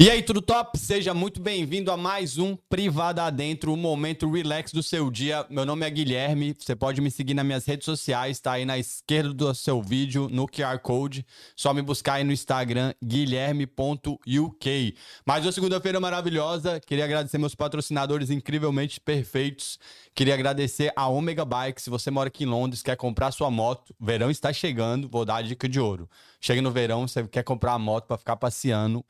E aí, tudo top? Seja muito bem-vindo a mais um Privada Adentro, o momento relax do seu dia. Meu nome é Guilherme, você pode me seguir nas minhas redes sociais, tá aí na esquerda do seu vídeo, no QR Code. Só me buscar aí no Instagram, guilherme.uk. Mais uma segunda-feira maravilhosa, queria agradecer meus patrocinadores incrivelmente perfeitos. Queria agradecer a Omega Bike, se você mora aqui em Londres, quer comprar sua moto, verão está chegando, vou dar a dica de ouro. Chega no verão, você quer comprar a moto para ficar passeando,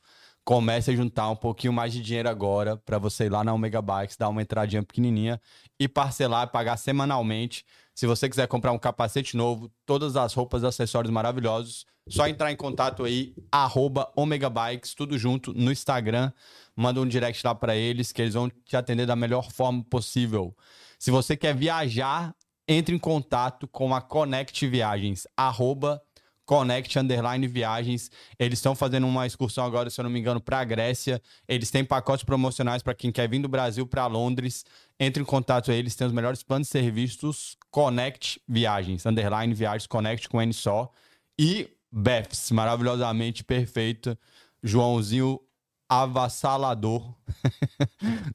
comece a juntar um pouquinho mais de dinheiro agora para você ir lá na Omega Bikes, dar uma entradinha pequenininha e parcelar e pagar semanalmente. Se você quiser comprar um capacete novo, todas as roupas e acessórios maravilhosos, só entrar em contato aí, arroba Omega Bikes, tudo junto no Instagram. Manda um direct lá para eles, que eles vão te atender da melhor forma possível. Se você quer viajar, entre em contato com a Connect Viagens, arroba Connect Underline Viagens. Eles estão fazendo uma excursão agora, se eu não me engano, para a Grécia. Eles têm pacotes promocionais para quem quer vir do Brasil para Londres. Entre em contato com eles, tem os melhores planos e serviços. Connect Viagens, Underline Viagens, Connect com N só. E Beths, maravilhosamente perfeita. Joãozinho avassalador.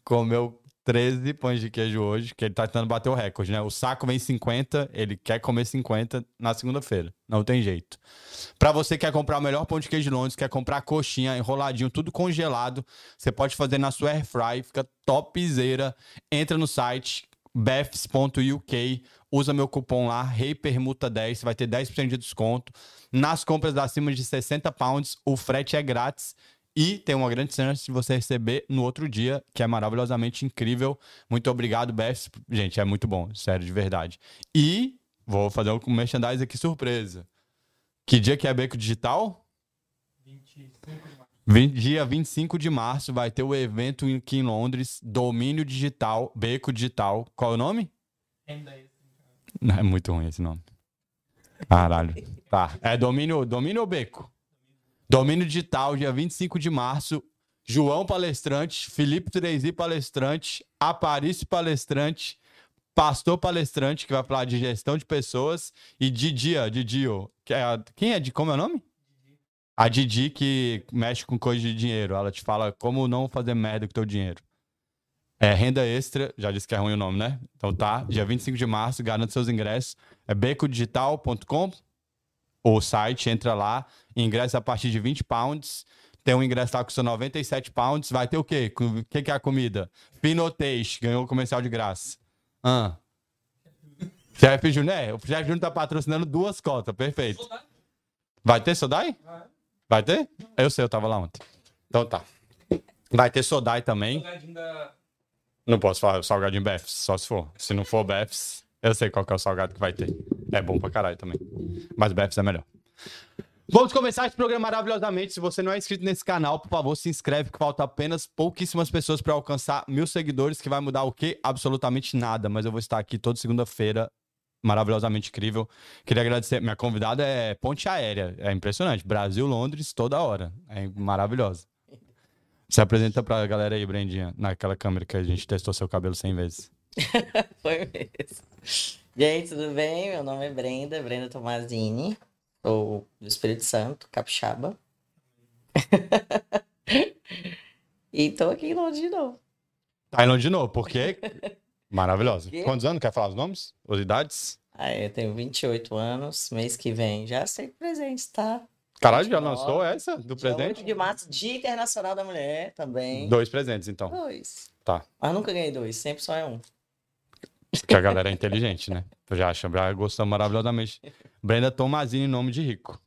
Comeu 13 pães de queijo hoje, que ele tá tentando bater o recorde, né? O saco vem 50, ele quer comer 50 na segunda-feira. Não tem jeito. Pra você que quer comprar o melhor pão de queijo de Londres, quer comprar coxinha, enroladinho, tudo congelado, você pode fazer na sua air fry, fica topzera. Entra no site beths.uk, usa meu cupom lá, REIPERMUTA10, você vai ter 10% de desconto. Nas compras acima de 60 pounds, o frete é grátis. E tem uma grande chance de você receber no outro dia, que é maravilhosamente incrível. Muito obrigado, Beth. Gente, é muito bom, sério, de verdade. E vou fazer um merchandise aqui surpresa. Que dia que é Beco Digital? 25 dia 25 de março vai ter o evento aqui em Londres, Domínio Digital, Beco Digital. Qual é o nome? Não, é muito ruim esse nome. Caralho. Tá. É domínio, domínio ou beco? Domínio Digital, dia 25 de março. João palestrante, Felipe Trezi palestrante, Aparício palestrante, Pastor palestrante, que vai falar de gestão de pessoas, e Didia, Didio. que é a- Quem é? de Como é o nome? A Didi que mexe com coisa de dinheiro. Ela te fala como não fazer merda com teu dinheiro. É renda extra, já disse que é ruim o nome, né? Então tá, dia 25 de março, garanta seus ingressos. É becodigital.com o site, entra lá, ingresso a partir de 20 pounds. Tem um ingresso lá que custa 97 pounds. Vai ter o quê? Com- O que, que é a comida? Pinoteixe, ganhou o comercial de graça. Ah. Chefe Júnior, é, o Chefe Júnior tá patrocinando duas cotas, perfeito. Vai ter Sodai? Vai ter? Eu sei, eu tava lá ontem. Então tá. Vai ter Sodai também. Não posso falar salgadinho Befs, só se for. Se não for Befs, eu sei qual que é o salgado que vai ter. É bom pra caralho também. Mas Befs é melhor. Vamos começar esse programa maravilhosamente. Se você não é inscrito nesse canal, por favor, se inscreve, que falta apenas pouquíssimas pessoas para alcançar mil seguidores, que vai mudar o quê? Absolutamente nada. Mas eu vou estar aqui toda segunda-feira, maravilhosamente incrível. Queria agradecer. Minha convidada é Ponte Aérea. É impressionante. Brasil, Londres, toda hora. É maravilhosa. Se apresenta pra galera aí, Brendinha, naquela câmera que a gente testou seu cabelo 100 vezes. Foi mesmo. Gente, tudo bem? Meu nome é Brenda, Brenda Tomazini, sou do Espírito Santo, capixaba. e tô aqui em Londres de novo. Tá indo de novo, porque. Maravilhosa. Quê? Quantos anos? Quer falar os nomes? As idades? Ah, eu tenho 28 anos, mês que vem já aceito presente, tá? Caralho, já é 29. lançou essa do Dia presente? 8 de março, Dia Internacional da Mulher também. Dois presentes, então. Dois. Tá. Mas nunca ganhei dois, sempre só é um. Porque a galera é inteligente, né? Eu já acho, já gostamos maravilhosamente. Brenda Tomazini, nome de rico.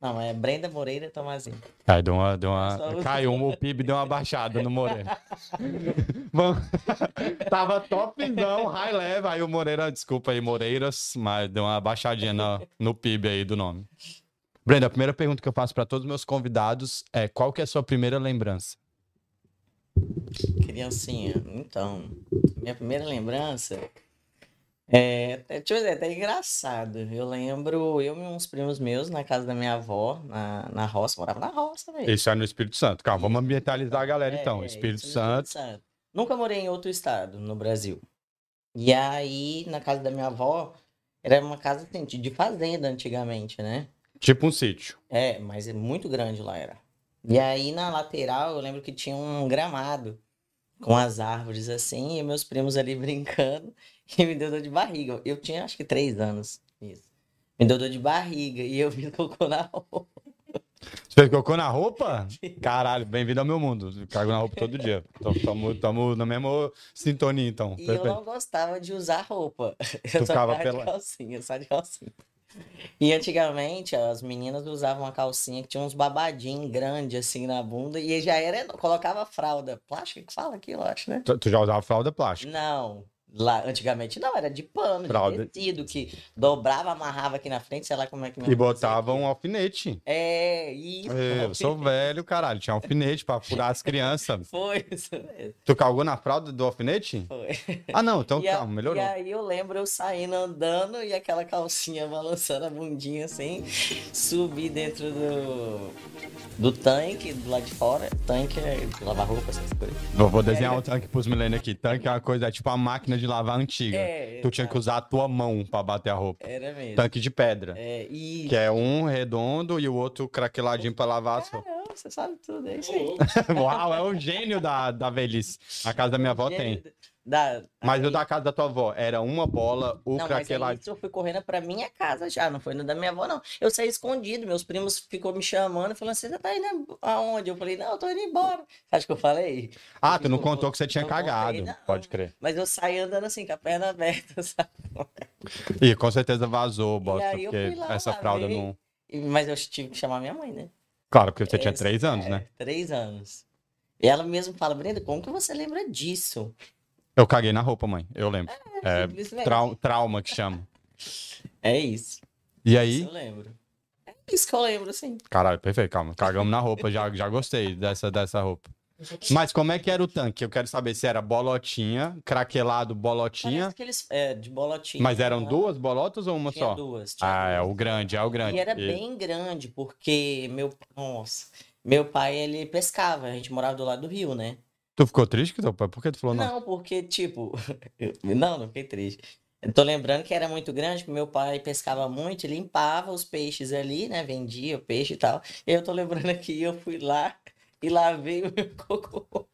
Não, é Brenda Moreira Tomazini. Aí deu uma. Deu Só uma os- caiu, um, o PIB deu uma baixada no Moreira. Vamos- Tava topzão, high level. Aí o Moreira, desculpa aí, Moreiras, mas deu uma baixadinha no, no PIB aí do nome. Brenda, a primeira pergunta que eu faço para todos os meus convidados é: qual que é a sua primeira lembrança? Criancinha, então, minha primeira lembrança é, até- deixa eu dizer, até engraçado. Eu lembro, eu e uns primos meus na casa da minha avó, na, na roça, morava na roça mesmo. é Isso é no Espírito Santo. Calma, vamos ambientalizar a galera É, então. é, Espírito isso no Santo. Nunca morei em outro estado no Brasil. E aí, na casa da minha avó, era uma casa assim, de de fazenda antigamente, né? Tipo um sítio. É, mas é muito grande lá era. E aí na lateral eu lembro que tinha um gramado com as árvores assim, e meus primos ali brincando, e me deu dor de barriga. Eu tinha acho que três anos. Isso. Me deu dor de barriga e eu vi cocô na roupa. Você fez cocô na roupa? Caralho, bem-vindo ao meu mundo. Cago na roupa todo dia. Então, tamo, tamo na mesma sintonia, então. E eu Perfeito. não gostava de usar roupa. Tu Eu só ficava ficava pela- de calcinha, só de calcinha. E antigamente as meninas usavam uma calcinha que tinha uns babadinhos grandes assim na bunda e já era, eno- colocava fralda plástica que fala aquilo, eu acho, né? Tu, tu já usava fralda plástica. Não. Lá, antigamente não, era de pano, Fralda. de tecido, que dobrava, amarrava aqui na frente, sei lá como é que... E botava um alfinete. É, isso. É, Eu sou velho, caralho. Tinha alfinete pra furar as crianças. Foi isso mesmo, Tu calgou na fralda do alfinete? foi. Ah, não. Então E a- calma, melhorou. E aí eu lembro eu saindo andando e aquela calcinha balançando a bundinha assim, subi dentro do, do tanque, do lado de fora. Tanque é de lavar roupa, essas coisas. Vou, vou desenhar um tanque pros milênios aqui. Tanque é uma coisa, é tipo a máquina de lavar antiga. É, tu tinha que usar a tua mão pra bater a roupa. Era mesmo. Tanque de pedra. É, e. Que é um redondo e o outro craqueladinho pra lavar as roupas. Caramba, você sabe tudo, é isso aí. Uau, é o gênio da, da velhice. A casa da minha avó tem. Da... Mas o da casa da tua avó era uma bola, o não, mas aí craqueladinho. isso eu fui correndo pra minha casa já, não foi no da minha avó, não. Eu saí escondido, meus primos ficou me chamando, falando, você tá indo aonde? Eu falei, não, eu tô indo embora. Acho que eu falei? Ah, tu não contou que você tinha Não contei, cagado. não. Pode crer. Mas eu saí andando assim, com a perna aberta, sabe? E com certeza vazou, bosta, aí eu porque fui lá, essa fralda lavei. não. E- Mas eu tive que chamar minha mãe, né? Claro, porque você É, tinha três anos, é, né? Três anos. E ela mesmo fala, Brenda, como que você lembra disso? Eu caguei na roupa, mãe. Eu lembro. É, Simplesmente. trau- trauma que chama. É isso. E Isso aí. eu lembro. É isso que eu lembro, assim. Caralho, perfeito, calma. Cagamos na roupa, já, já gostei dessa, dessa roupa. Mas como é que era o tanque? Eu quero saber se era bolotinha, craquelado bolotinha, Parece que eles... É, de bolotinha. mas eram né? duas bolotas ou uma Tinha só? duas. tinha Ah, é duas. o grande, é o grande. E era bem grande, porque meu... Nossa. Meu pai, ele pescava. A gente morava do lado do rio, né? Tu ficou triste, teu pai? Por que tu falou não? Não, porque, tipo. não, não fiquei triste. Eu tô lembrando que era muito grande, que meu pai pescava muito, e limpava os peixes ali, né? Vendia o peixe e tal. E eu tô lembrando que eu fui lá e lavei o meu cocô.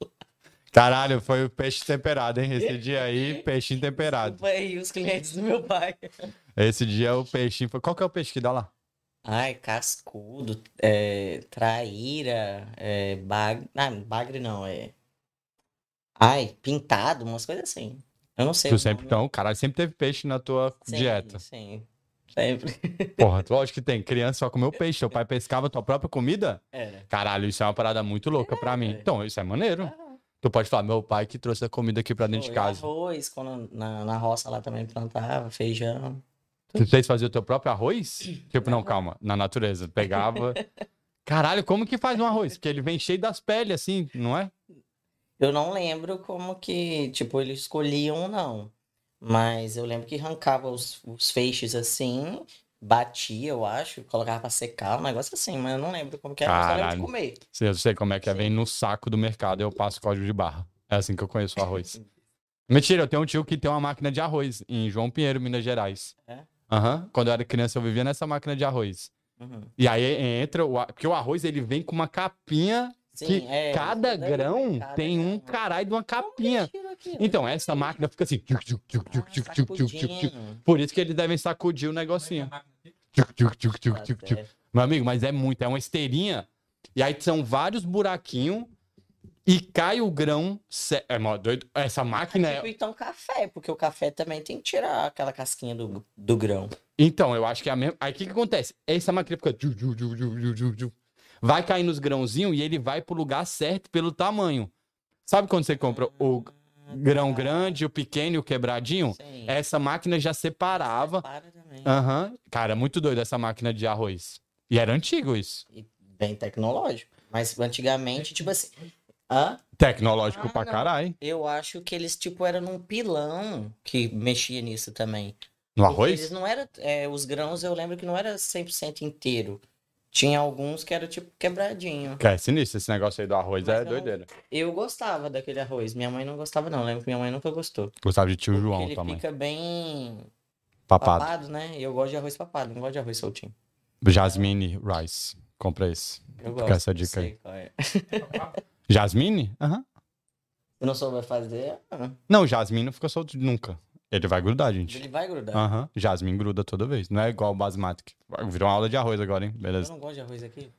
Caralho, foi o peixe temperado, hein? Esse dia aí, peixinho temperado. Desculpa aí os clientes do meu pai. Esse dia o peixinho foi. Qual que é o peixe que dá lá? Ai, cascudo, é, traíra, é, bagre. Ah, bagre não, é. Ai, pintado, umas coisas assim. Eu não sei. Tu o sempre, nome. então, caralho, sempre teve peixe na tua Sim, dieta. Sim, sempre. Porra, lógico que tem. Criança só comeu peixe. Teu pai pescava tua própria comida? Era. Caralho, isso é uma parada muito louca pra mim. velho. Então, isso é maneiro. Ah. Tu pode falar, meu pai que trouxe a comida aqui pra dentro de Foi casa. Arroz, quando na, na roça lá também plantava, feijão. Tu fez fazer o teu próprio arroz? Tipo, não, calma, na natureza. Pegava. Caralho, como que faz um arroz? Porque ele vem cheio das peles, assim, não é? Eu não lembro como que, tipo, eles escolhiam, não. Mas eu lembro que arrancava os, os feixes assim, batia, eu acho, colocava pra secar, um negócio assim, mas eu não lembro como que era, eu só lembro Caralho. de comer. Se Eu sei como é que é, Sim. vem no saco do mercado, eu passo código de barra. É assim que eu conheço o arroz. Mentira, eu tenho um tio que tem uma máquina de arroz em João Pinheiro, Minas Gerais. É? Aham. Quando eu era criança, eu vivia nessa máquina de arroz. Uhum. E aí entra o. a- Porque o arroz ele vem com uma capinha. Sim, que é, cada isso daí, grão cada tem um grão. caralho de uma capinha. Tira aqui, né? ó. Então, essa máquina fica assim. tchuc, tchuc, tchuc, tchuc, Ah, tchuc, tchuc, tchuc, tchuc, tchuc. sacudinho. Por isso que eles devem sacudir o negocinho. Tchuc, tchuc, tchuc, tchuc, Tá tchuc, tchuc. certo. Meu amigo, mas é muito, é uma esteirinha. E aí são vários buraquinhos e cai o grão. ce- É mó doido. Essa máquina Tipo, é. então café, porque o café também tem que tirar aquela casquinha do, do grão. Então, eu acho que é a mesma. Aí o que, que acontece? Essa máquina fica. tchu, tchu, tchu, tchu, tchu, tchu, tchu. Vai cair nos grãozinhos e ele vai pro lugar certo pelo tamanho. Sabe quando você compra o grão grande, é o pequeno e o quebradinho? Sim. Essa máquina já separava. Para também. Aham. Cara, é muito doido essa máquina de arroz. E era antigo isso. E bem tecnológico. Mas antigamente, tipo assim. Hã? Tecnológico Ah, pra não. caralho. Eu acho que eles, tipo, eram num pilão que mexia nisso também. No Porque arroz? Eles não eram. é, os grãos eu lembro que não era 100% inteiro. Tinha alguns que era tipo quebradinho. Que é sinistro, esse negócio aí do arroz Mas um é não- doideira. Eu gostava daquele arroz. Minha mãe não gostava, não. Lembro que minha mãe nunca gostou. Gostava de tio Porque João ele também. fica bem Papado. papado. né? E eu gosto de arroz papado, não gosto de arroz soltinho. Jasmine Rice. Compra esse. Fica Eu gosto. essa não dica aí. sei qual é. Jasmine? Aham. Se não souber fazer, ah, Não, Jasmine não fica solto nunca. Ele vai grudar, gente. Ah, ele vai grudar. Aham. Jasmine gruda toda vez. Não é igual o basmati. que- Virou uma aula de arroz agora, hein? Eu Beleza. não gosto de arroz aqui.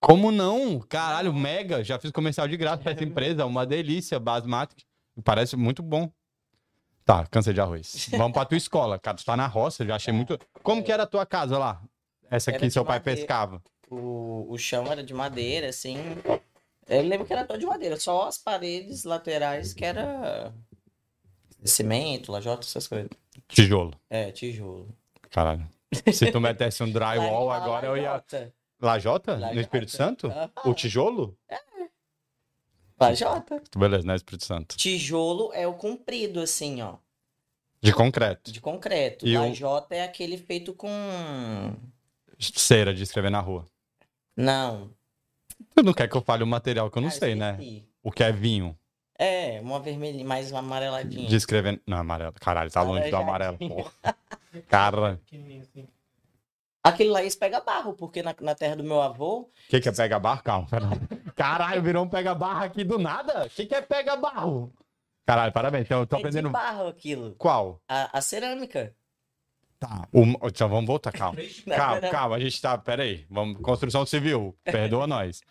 Como não? Caralho, mega. Já fiz comercial de graça pra essa empresa. Uma delícia, basmati. Parece muito bom. Tá, cansei de arroz. Vamos pra tua escola. Cara, tu tá na roça, já achei muito. Como que era a tua casa lá? Essa Era que de seu pai madeira. pescava. O, o chão era de madeira, assim. Eu lembro que era todo de madeira, só as paredes laterais que era cimento, lajota, essas coisas. Tijolo. É, tijolo. Caralho. Se tu metesse um drywall Lá- lá- agora, eu ia. lajota. Lajota? No Lajota. Espírito Santo? Aham. O tijolo? Lajota. Beleza, né? Espírito Santo. Tijolo é o comprido, assim, ó. De concreto. De concreto. E o- Lajota é aquele feito com. Cera de escrever na rua. Não. Tu não quer que eu fale o material que eu não Ah, sei, né? esqueci. O que é vinho É, uma vermelha, mais amareladinha. de escrever. Não, amarelo. Caralho, tá longe do amarelo. Alaranjadinho. Porra. Cara, Aquele lá eles pegam barro, porque na, na terra do meu avô, o que, que é pega barro? Calma, pera. Caralho, virou um pega barro aqui do nada? O que, que é pega barro? Caralho, parabéns. Então, eu tô é de aprendendo. barro aquilo. Qual? A, a cerâmica. Tá. O... Então vamos voltar, calma. Não, Calma, não. calma, a gente tá. Pera aí. Vamos... Construção civil, perdoa nós.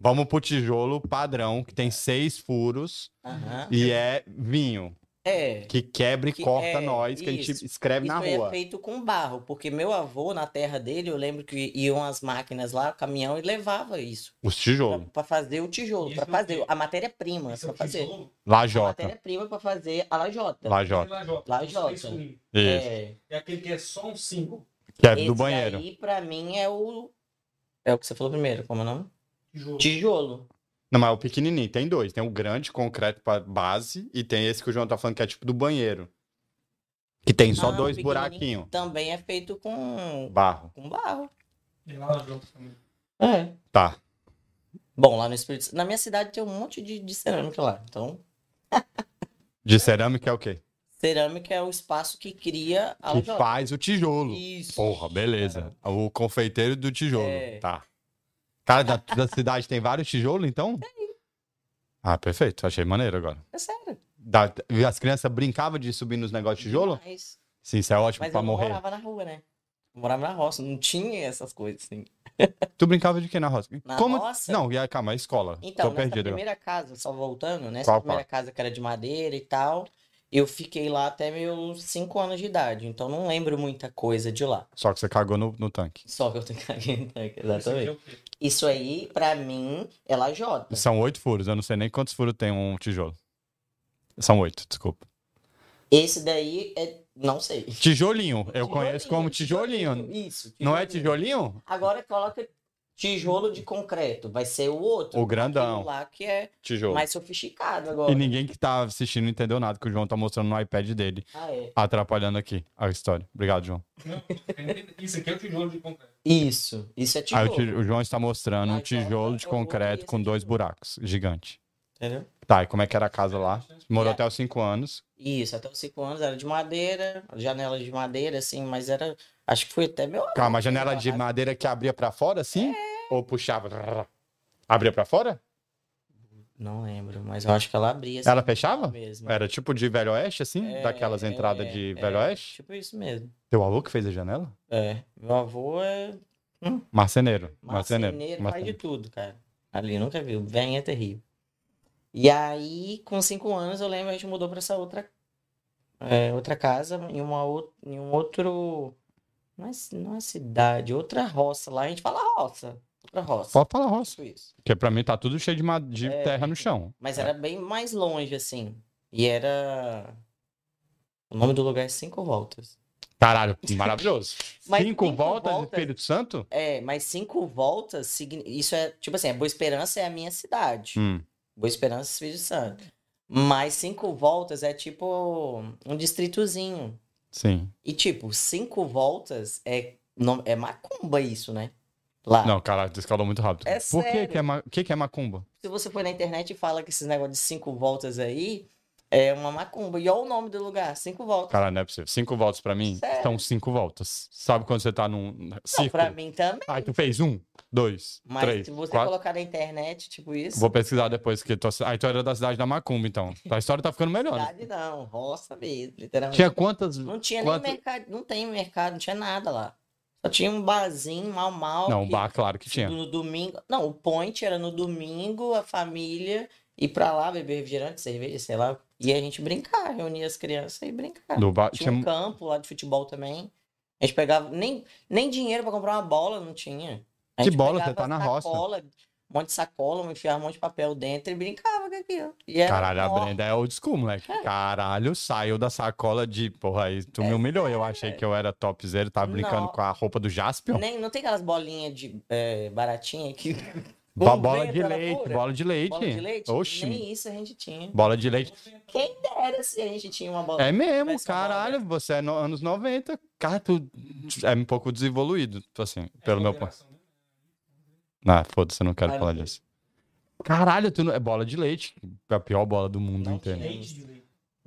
Vamos pro tijolo padrão, que tem seis furos Aham. e é vinho. É. Que quebra e Tá. Que- corta é, nós, que a gente isso. escreve Isso na aí é rua. feito com barro, porque meu avô, na terra dele, eu lembro que iam as máquinas lá, o caminhão, e levava isso Os tijolos. pra, pra fazer o tijolo, Isso pra é o fazer quê? a matéria-prima, pra fazer. A Lajota. matéria-prima pra fazer a lajota. Lajota. Lajota. Isso. É, um, É aquele que é só um símbolo. Que é esse do banheiro. aí, pra mim, é o... É o que você falou primeiro, como é o nome? Tijolo. Tijolo. Não, mas é o pequenininho tem dois. Tem o grande concreto pra base e tem esse que o João tá falando que é tipo do banheiro. Que tem só Ah, o dois pequenininho buraquinhos. Também é feito com, Barro. com barro. Tem lá Lajota também. É. Tá. Bom, lá no Espírito Santo. Na minha cidade tem um monte de, de cerâmica lá. Então, De cerâmica é o quê? cerâmica é o espaço que cria a Que lajota. faz o tijolo. Ah, Isso. Porra, beleza. O confeiteiro do tijolo. É. Tá. Cara, da, da cidade tem vários tijolos, então? Tem. Ah, perfeito. Achei maneiro agora. É sério. Da- e as crianças brincavam de subir nos negócios de É tijolo? Mas, Sim, isso é ótimo mas pra eu não morrer. morava na rua, né? Eu morava na roça, não tinha essas coisas assim. Tu brincava de quê na roça? Na Como... roça? Não, e aí, calma, a escola. Tô Então, nessa perdido. agora. primeira casa, só voltando, nessa Qual, primeira casa que era de madeira e tal, eu fiquei lá até meus 5 anos de idade, então não lembro muita coisa de lá. Só que você cagou no, no tanque. Só que eu tenho que aguentar, Esse aqui exatamente. é o quê? Isso aí, pra mim, é lajota. São oito furos, eu não sei nem quantos furos tem um tijolo. São oito, desculpa. Esse daí é. Não sei. Tijolinho, eu Tijolinho, conheço como tijolinho. Isso. Não é tijolinho? Agora coloca tijolo de concreto. Vai ser o outro. O grandão. Aquele lá que é Tijolo. mais sofisticado agora. E ninguém que tá assistindo entendeu nada que o João tá mostrando no iPad dele, Ah, é. atrapalhando aqui a história. Obrigado, João. Não, Isso aqui é o tijolo de concreto. Isso. Isso é Aí Ah, o, tijolo. ti- o João está mostrando um Mas olha, tijolo de eu vou concreto ver com esse dois tijolo. buracos, gigante. Entendeu? Tá, e como é que era a casa lá? Morou É. até os cinco anos. Isso, até os 5 anos era de madeira, janela de madeira, assim, mas era. Acho que foi até meu. Calma, a janela de madeira que abria pra fora, assim? É. Ou puxava? Abria pra fora? Não lembro, mas eu acho que ela abria. assim, Ela fechava? Mesmo. Era tipo de Velho Oeste, assim? É, Daquelas entradas é, de é, Velho Oeste? Tipo isso mesmo. Teu avô que fez a janela? É. Meu avô é Marceneiro. Marceneiro. Marceneiro, faz de marceneiro. tudo, cara. Ali, nunca viu. Bem é terrível. E aí, com cinco anos, eu lembro, a gente mudou pra essa outra, é, outra casa, em, uma, ou- em um outro... Não é, ci- não é cidade, outra roça lá. A gente fala roça. Outra roça. Pode falar roça. Isso, isso. Porque pra mim tá tudo cheio de, ma- de É. terra no chão. Mas era bem mais longe, assim. E era... O nome do lugar é Cinco Voltas. Caralho, maravilhoso. Mas cinco, cinco voltas, voltas? Espírito Santo? É, mas Cinco Voltas, signi- isso é, tipo assim, é Boa Esperança é a minha cidade. Hum. Boa Esperança, Espírito Santo. Mas cinco voltas é tipo um distritozinho. Sim. E tipo, cinco voltas é, não, é macumba isso, né? Lá. Ah. Não, caralho, tu escalou muito rápido. É Por que sério. que é, ma... que que é macumba? Se você for na internet e fala que esses negócios de cinco voltas aí é uma macumba. E olha o nome do lugar, cinco voltas. Caralho, não é possível. Cinco voltas pra mim Sério. são cinco voltas. Sabe quando você tá num Não, círculo? pra mim também. Aí tu fez um, dois, Mas três, se você quatro. colocar na internet, tipo isso, Vou pesquisar depois, que tu... aí tu era da cidade da macumba, então. A história tá ficando melhor. né? cidade não, roça mesmo, literalmente. Tinha quantas... Não tinha quanto- nem mercado, não tem mercado, não tinha nada lá. Só tinha um barzinho mal mal. Não, que- bar, claro que tinha. No domingo. Não, o point era no domingo, a família ir pra lá beber refrigerante, cerveja, sei lá. E a gente brincar, reunir as crianças e brincar. Do bar, Tinha tinha... um campo lá de futebol também. A gente pegava. Nem, nem dinheiro pra comprar uma bola não tinha. A Que gente bola? pegava Você tá na roça. sacola, Um monte de sacola, enfiava um monte de papel dentro e brincava com aquilo. E era Caralho, a mó- Brenda é old school, moleque. Caralho, saiu da sacola de... Porra, aí tu me humilhou. Eu achei que eu era topzera, tava brincando É. Não. com a roupa do Jaspion. Nem, não tem aquelas bolinhas de é, baratinha que. Bo- Com bola vento, de ela leite, fura. bola de leite. Bola de leite? Oxi. Nem isso a gente tinha. Bola de leite. Quem dera se a gente tinha uma bola. É mesmo, Tivesse a bola. né? caralho. Você é no, anos 90. Cara, tu é um pouco desevoluído, assim, pelo meu ponto. ponto. Ah, foda-se, eu não quero É, Vai, falar não. disso. Caralho, tu não... é bola de leite. A pior bola do mundo Não inteiro. tinha. né? Leite de leite.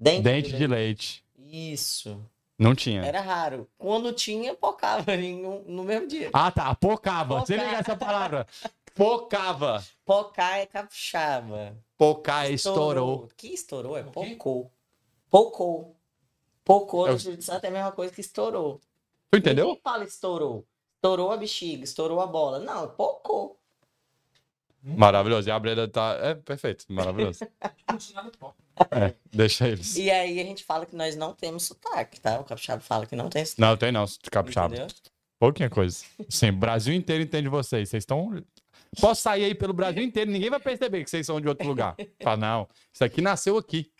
Dente, Dente de de É. leite. leite. Isso. Não tinha. Era raro. Quando tinha, pocava em um- no mesmo dia. Ah, tá. Pocava. Você Pocava. liga essa palavra. Pocava. Pocar é capixaba. Pocar É, estourou. Que estourou? É O quê? pocou. Pocou. Pocou Eu- no Espírito Santo é a mesma coisa que estourou. Tu entendeu? Ninguém fala estourou. Estourou a bexiga, estourou a bola. Não, pocou. Maravilhoso. E a Brenda tá. É perfeito. Maravilhoso. Não tinha Tipo assim, nada próprio. É, deixa eles. E aí a gente fala que nós não temos sotaque, tá? O capixaba fala que não tem sotaque. Não, tem não, capixaba. Entendeu? Pouquinha coisa. Sim, o Brasil inteiro entende vocês. Vocês estão. Posso sair aí pelo Brasil inteiro, ninguém vai perceber que vocês são de outro lugar. Fala, não, isso aqui nasceu aqui.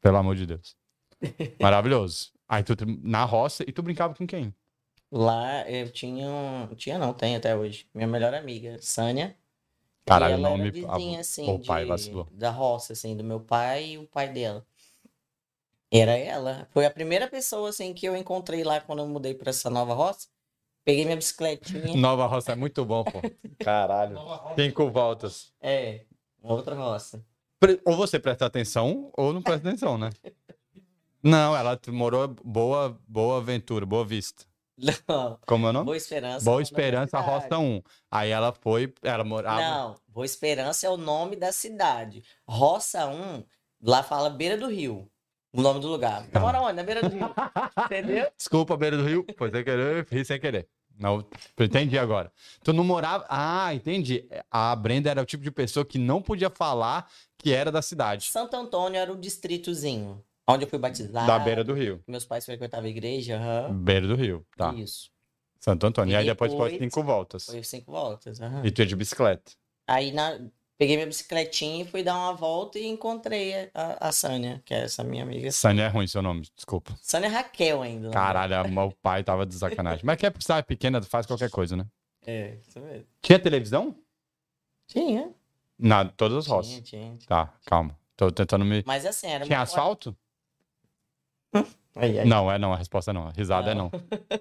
Pelo amor de Deus. Maravilhoso. Aí tu na roça e tu brincava com quem? Lá eu tinha um. Tinha não, tem até hoje. Minha melhor amiga, Sânia. E Caralho, o ela era nome. ah, vizinha, assim, o pai de- vacilou. da roça, assim, do meu pai e o pai dela. Era ela. Foi a primeira pessoa, assim, que eu encontrei lá quando eu mudei pra essa nova roça. Peguei minha bicicletinha. Nova roça é muito bom, pô. Caralho. Nova roda. Cinco voltas. é, uma outra roça. Pre- Ou você presta atenção ou não presta atenção, né? Não, ela t- morou boa, boa aventura, boa vista. Não, Como é o nome? Boa Esperança. é o Boa nome da Esperança, cidade. Roça 1. Aí ela foi, ela morava. Não, Boa Esperança é o nome da cidade. Roça 1, lá fala Beira do Rio. O nome do lugar. Tá. Você mora onde? Na beira do rio. Entendeu? Desculpa, beira do rio. Foi sem querer, fiz sem querer. Não, entendi agora. Tu não morava. Ah, entendi. A Brenda era o tipo de pessoa que não podia falar que era da cidade, Santo Antônio era o distritozinho. Onde eu fui batizado. da beira do rio. Meus pais frequentavam a igreja. aham. Beira do rio, tá. Isso. Santo Antônio. E aí E depois foi depois- cinco voltas. Foi cinco voltas. aham. E tu ia de bicicleta. Aí na- peguei minha bicicletinha e fui dar uma volta e encontrei a, a Sânia, que é essa minha amiga. Sânia é ruim seu nome, desculpa. Sânia Raquel ainda. né? Caralho, a- o pai tava de sacanagem. Mas que é porque você é pequena, tu faz qualquer coisa, né? É, isso mesmo. Tinha televisão? Tinha. Na todas as Tinha, roças. tinha. Tá, calma. Tô tentando me. Mas assim, era Tinha muito- asfalto? Aí, aí. Não, é não, a resposta é não. A risada é não.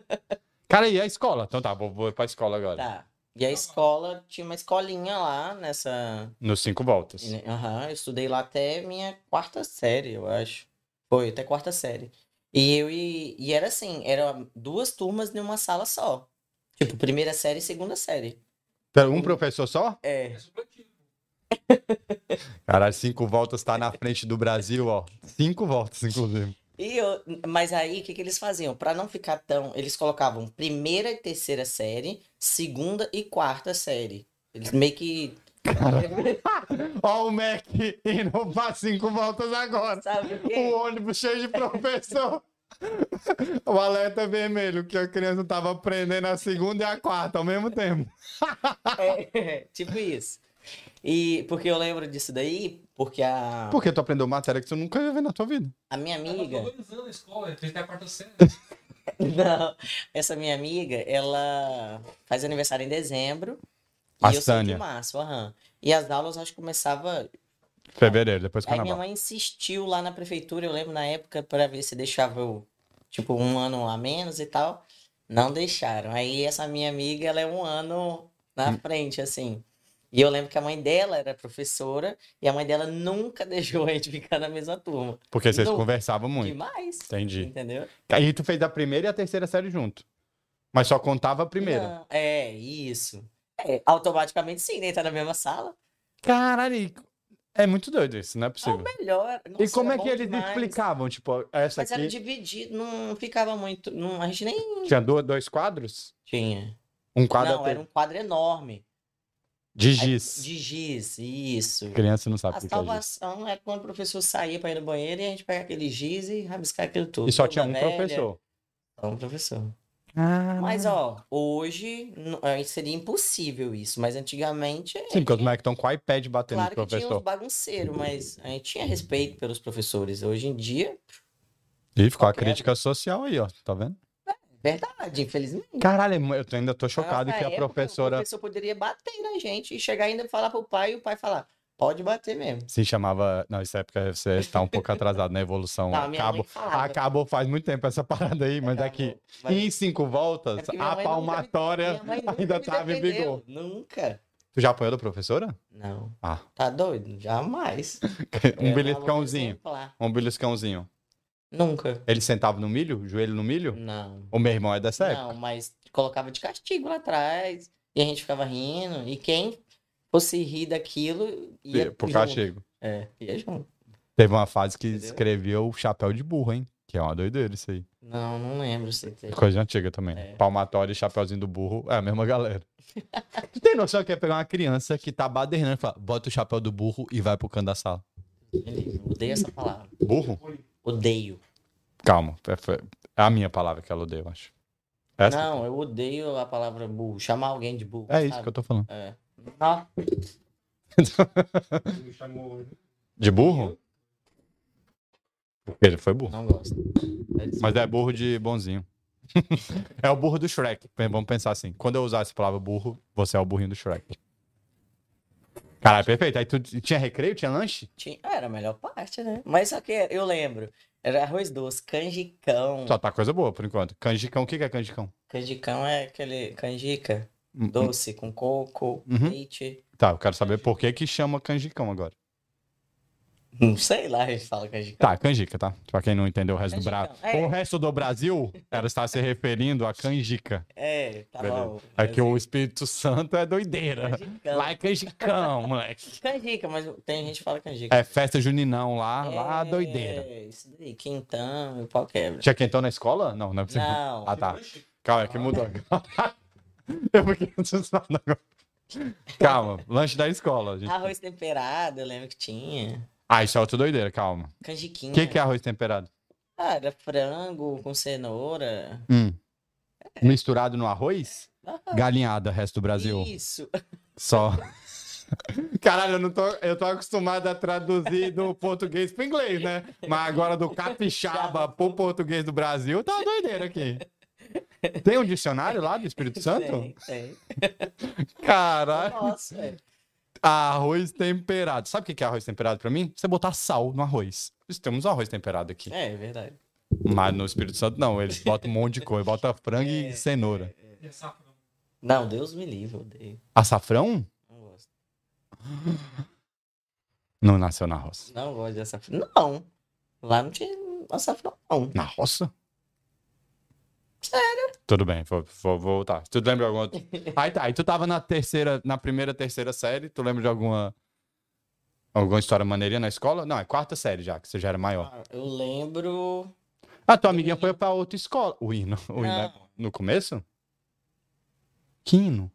Cara, e a escola? Então tá, vou, vou ir pra escola agora. Tá. E a escola, tinha uma escolinha lá nessa. Nos cinco voltas. Aham, eu estudei lá até minha quarta série, eu acho. Foi, até quarta série. E eu e. E era assim, eram duas turmas numa sala só. Tipo, primeira série e segunda série. Pera, Um professor só? É. É supletivo. Caralho, cinco voltas tá na frente do Brasil, ó. Cinco voltas, inclusive. E eu, mas aí, o que que eles faziam? Pra não ficar tão. Eles colocavam primeira e terceira série, segunda e quarta série. Eles meio que. Ó, o Mac indo pra cinco voltas agora. Sabe o O quê? Um ônibus cheio de professor. o alerta é vermelho, que a criança tava aprendendo a segunda e a quarta ao mesmo tempo. É, tipo isso. E porque eu lembro disso daí, porque a, Porque tu aprendeu matéria que tu nunca ia ver na tua vida. a minha Tava amiga. organizando a escola, fez até a quarta série. Não, essa minha amiga, ela faz aniversário em dezembro. A e eu sou de Sânia. março, aham. E as aulas acho que começava. Fevereiro, depois do Aí minha carnaval. mãe insistiu lá na prefeitura, eu lembro na época, pra ver se deixava eu, tipo, um ano a menos e tal. Não deixaram. Aí essa minha amiga, ela é um ano Hum. na frente, assim. E eu lembro que a mãe dela era professora e a mãe dela nunca deixou a gente ficar na mesma turma. Porque vocês Não. conversavam muito. Demais. Entendi. Entendeu? Aí tu fez a primeira e a terceira série junto. Mas só contava a primeira. Não, é, isso. É, automaticamente sim, né? Tá na mesma sala. Caralho, e- é muito doido isso, não é É o possível. melhor. E Nossa, como era é que bom eles demais. explicavam? Tipo, essa Mas era aqui dividido, não ficava muito. Não, a gente nem tinha do- dois quadros? tinha. Um quadro não, até- era um quadro enorme. de Aí- giz. De giz, isso. Criança não sabe A o que é giz. salvação é quando o professor saía pra ir no banheiro e a gente pega aquele giz e rabiscar aquilo tudo. E só Turma tinha um velha, professor. só um professor. Ah, Mas, ó, hoje n- é, seria impossível isso, mas antigamente. Sim, porque os moleques estão com o iPad batendo Claro no que tinha professor. uns bagunceiros, mas a gente tinha respeito pelos professores. Hoje em dia, E ficou a Qualquer- crítica social aí, ó. Tá vendo? verdade, infelizmente. Caralho, eu tô- ainda tô chocado Nessa que a época, Ah, é, O professora professor poderia bater na gente e chegar ainda e falar pro pai e o pai falar: pode bater mesmo. se chamava. Não, essa época você está um pouco atrasado na evolução. Não, a minha Acabou. mãe falava. "Tá Acabou faz muito tempo essa parada aí, mas é aqui. Mas Em cinco voltas, É porque minha a mãe nunca me- palmatória minha mãe nunca ainda me tava em vigor. defendeu, Nunca. Tu já apanhou da professora? Não. Ah. Tá doido? Jamais. Eu Um era beliscãozinho. uma aluna exemplar. Um beliscãozinho. Nunca. Ele sentava no milho? Joelho no milho? Não. O meu irmão é dessa época. Hum. Não, mas colocava de castigo lá atrás. E a gente ficava rindo. E quem fosse rir daquilo ia Por junto. castigo. É, ia junto. Teve uma fase que Entendeu? escreveu o chapéu de burro, hein? Que é uma doideira isso aí. Não, não lembro se teve. Coisa antiga também. É. Palmatória e Chapeuzinho do Burro é a mesma galera. tu tem noção que é pegar uma criança que tá badernando e falar, bota o chapéu do burro e vai pro canto da sala. Odeio essa palavra. Burro? Odeio. Calma. é- foi- É a minha palavra que ela odeia, eu acho. Essa? Não, eu odeio a palavra burro. Chamar alguém de burro. É isso sabe? que eu tô falando. É. Não, Me chamou. De burro? Porque ele foi burro. não gosto. É des- Mas é burro de bonzinho. é o burro do Shrek. Bem, Vamos pensar assim. Quando eu usar essa palavra burro, você é o burrinho do Shrek. Caralho, perfeito. Aí tu tinha recreio, tinha lanche? Tinha- Ah, Era a melhor parte, né? Mas só que eu lembro. Era arroz doce, canjicão. Só tá coisa boa por enquanto. Canjicão, o que que é canjicão? Canjicão é aquele canjica Hum, doce com coco, Uhum. leite. Tá, eu quero saber por que que chama canjicão agora. Não sei lá, a gente fala canjicão. Tá, canjica, tá? Pra quem não entendeu o resto do Brasil. Canjicão, é. O resto do Brasil, ela está se referindo a canjica. É, tá Beleza. bom. É que o Espírito Santo é doideira. Canjicão. Lá é canjicão, moleque. Canjica, mas tem gente que fala canjica. É festa juninão lá, lá doideira. É, isso daí, quintão e o pau quebra. Tinha quentão na escola? Não, não é possível. Não. Ah, tá. Calma, é que mudou agora. Eu fiquei assustado agora. Calma, lanche da escola, gente. Arroz temperado, eu lembro que tinha. Ah, isso é outra doideira, calma. O Canjiquinha. que, que é arroz temperado? Ah, era frango com cenoura. Hum. Misturado no arroz? É. Ah, Galinhada, resto do Brasil. Isso. Só. Caralho, eu, não tô, eu tô acostumado a traduzir do português pro inglês, né? Mas agora do capixaba pro português do Brasil, tá uma doideira aqui. Tem um dicionário lá do Espírito Santo? Tem, tem. Caralho. Nossa, é. Arroz temperado. Sabe o que que é arroz temperado pra mim? Você botar sal no arroz. Nós Temos um arroz temperado aqui. é verdade. Mas no Espírito Santo não, eles botam um monte de coisa. Bota frango e cenoura. E essa frase? Não, Deus me livre, eu odeio. Açafrão? Não gosto. Não nasceu na roça. Não gosto de açafrão. Não. Lá não tinha açafrão, não. Na roça? Sério? Tudo bem, vou, vou vou voltar. Tu lembra alguma outra? Aí tá, aí tu tava na terceira, na primeira, terceira série, tu lembra de alguma alguma história maneirinha na escola? Não, é quarta série já, que você já era maior. Ah, Eu lembro. Ah, tua amiguinha foi pra outra escola. O hino, o hino é Não. no começo? Que hino?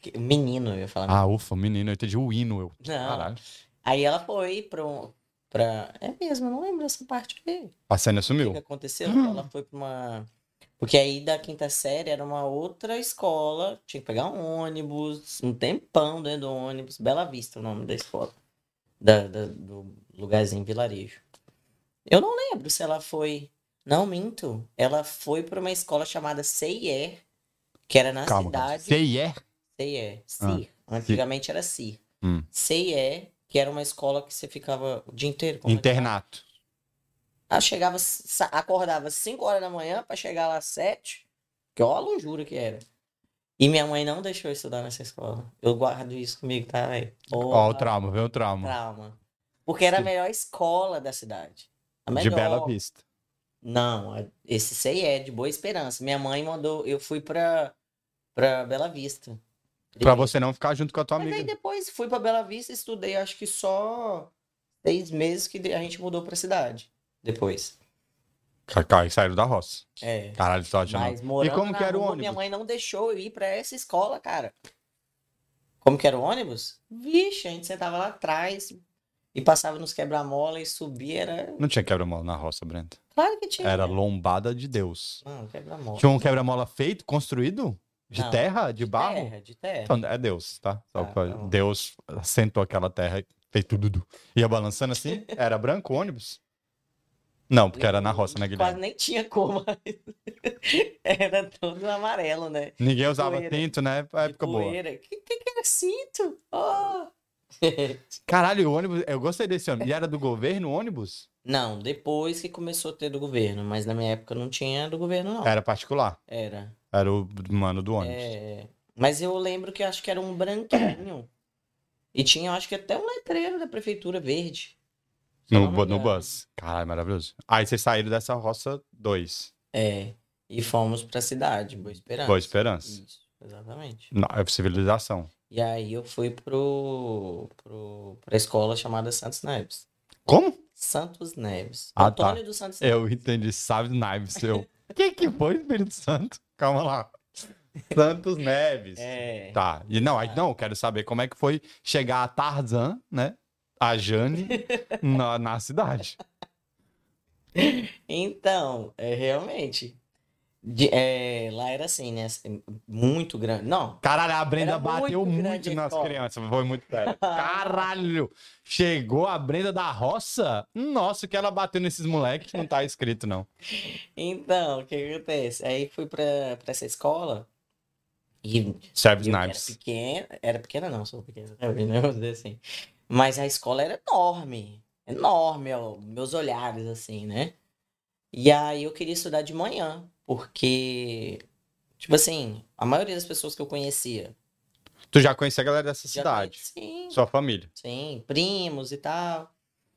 que- Menino, eu ia falar. Ah, ufa, menino, eu entendi o hino, eu. não. Caralho. Aí ela foi pra. um- pra... É mesmo, eu não lembro dessa parte aí. A Sênia O que sumiu. aconteceu? Ela foi pra uma. Porque aí da quinta série era uma outra escola, tinha que pegar um ônibus, um tempão dentro do ônibus, Bela Vista o nome da escola, da, da- do lugarzinho vilarejo. Eu não lembro se ela foi. Não, minto. Ela foi pra uma escola chamada CIE, que era na Calma, calma. é cidade. é Seier? CIE, CIR. Antigamente era CIR. Ah, Hum. CIE, que era uma escola que você ficava o dia inteiro. como é que fala? Internato. Ah, chegava, sa- acordava 5 horas da manhã pra chegar lá às 7. Que ó, a lonjura que era. E minha mãe não deixou eu estudar nessa escola. Eu guardo isso comigo, tá, velho? Ó, o trauma, vê o trauma. trauma. Porque era a Sim. melhor escola da cidade. A De melhor. Bela Vista. Não, a- esse CIE é de Boa Esperança. Minha mãe mandou, eu fui pra, pra Bela Vista. Pra você não ficar junto com a tua Mas aí amiga. depois fui pra Bela Vista, estudei acho que só seis meses que a gente mudou pra cidade. Depois. Cacá, e saíram da roça. É. Caralho, você tá achando. Mas morando como na que era o rua, ônibus? minha mãe não deixou eu ir pra essa escola, cara. Como que era o ônibus? Vixe, a gente sentava lá atrás e passava nos quebra-mola e subia, era... Não tinha quebra-mola na roça, Brenda. Claro que tinha. Era né? lombada de Deus. Não, quebra-mola. Tinha um quebra-mola feito, construído? De Não, terra? De barro? Terra, de terra. Então, é Deus, tá? Só Ah, pra- tá bom. Deus assentou aquela terra e fez tudo. du- Ia balançando assim. Era branco o ônibus? Não, porque era na roça, né, Quase Guilherme? nem tinha cor, mas era todo amarelo, né? Ninguém usava poeira. tinto, né? De Época boa. poeira. Que, que que era cinto? Oh! Caralho, o ônibus, eu gostei desse ônibus. E era do governo o ônibus? Não, depois que começou a ter do governo, mas na minha época não tinha do governo, não. Era particular. Era. Era o mano do ônibus. É, mas eu lembro que acho que era um branquinho. E tinha, acho que até um letreiro da prefeitura verde. Se eu no, não me bu- no engano. bus. Caralho, maravilhoso. Aí vocês saíram dessa roça 2. É. E fomos pra cidade, Boa Esperança. Boa Esperança. Isso, exatamente. Não, é civilização. E aí eu fui pro, pro, pra escola chamada Santos Neves. Como? Santos Neves. Ah, tá. Antônio dos Santos Neves. Eu entendi. Sabe Neves, seu. que que foi, Espírito Santo? Calma lá. Santos Neves. É. Tá. E não, aí, não, eu quero saber como é que foi chegar a Tarzan, né? A Jane na, na cidade. Então, é, realmente. De- é, lá era assim, né? assim, Muito grande. Não, Caralho, a Brenda Era bateu muito muito, grande a nas escola. crianças. Foi muito sério. Caralho! Chegou a Brenda da roça? Nossa, o que ela bateu nesses moleques não tá escrito, não. Então, o que que acontece? Aí fui pra, pra essa escola e Serves eu era Knives. pequena, era pequena não, sou pequena, sabe, né? Vamos dizer assim. Mas a escola era enorme, enorme, ó, meus olhares assim, né? E aí eu queria estudar de manhã, porque, tipo assim, a maioria das pessoas que eu conhecia Tu já conhecia a galera dessa já cidade? conhe- Sim, Sua família. Sim, primos e tal.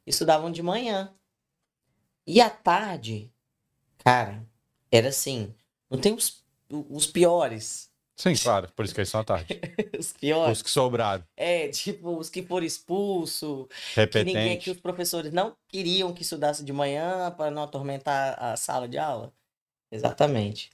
Estudavam de manhã. E à tarde, cara, era assim. Não tem os, os piores. Sim, claro. Por isso que eles são à tarde. Os piores. Os que sobraram. É, tipo, os que foram expulsos, que ninguém, que Repetente. os professores não queriam que estudasse de manhã para não atormentar a sala de aula. Exatamente.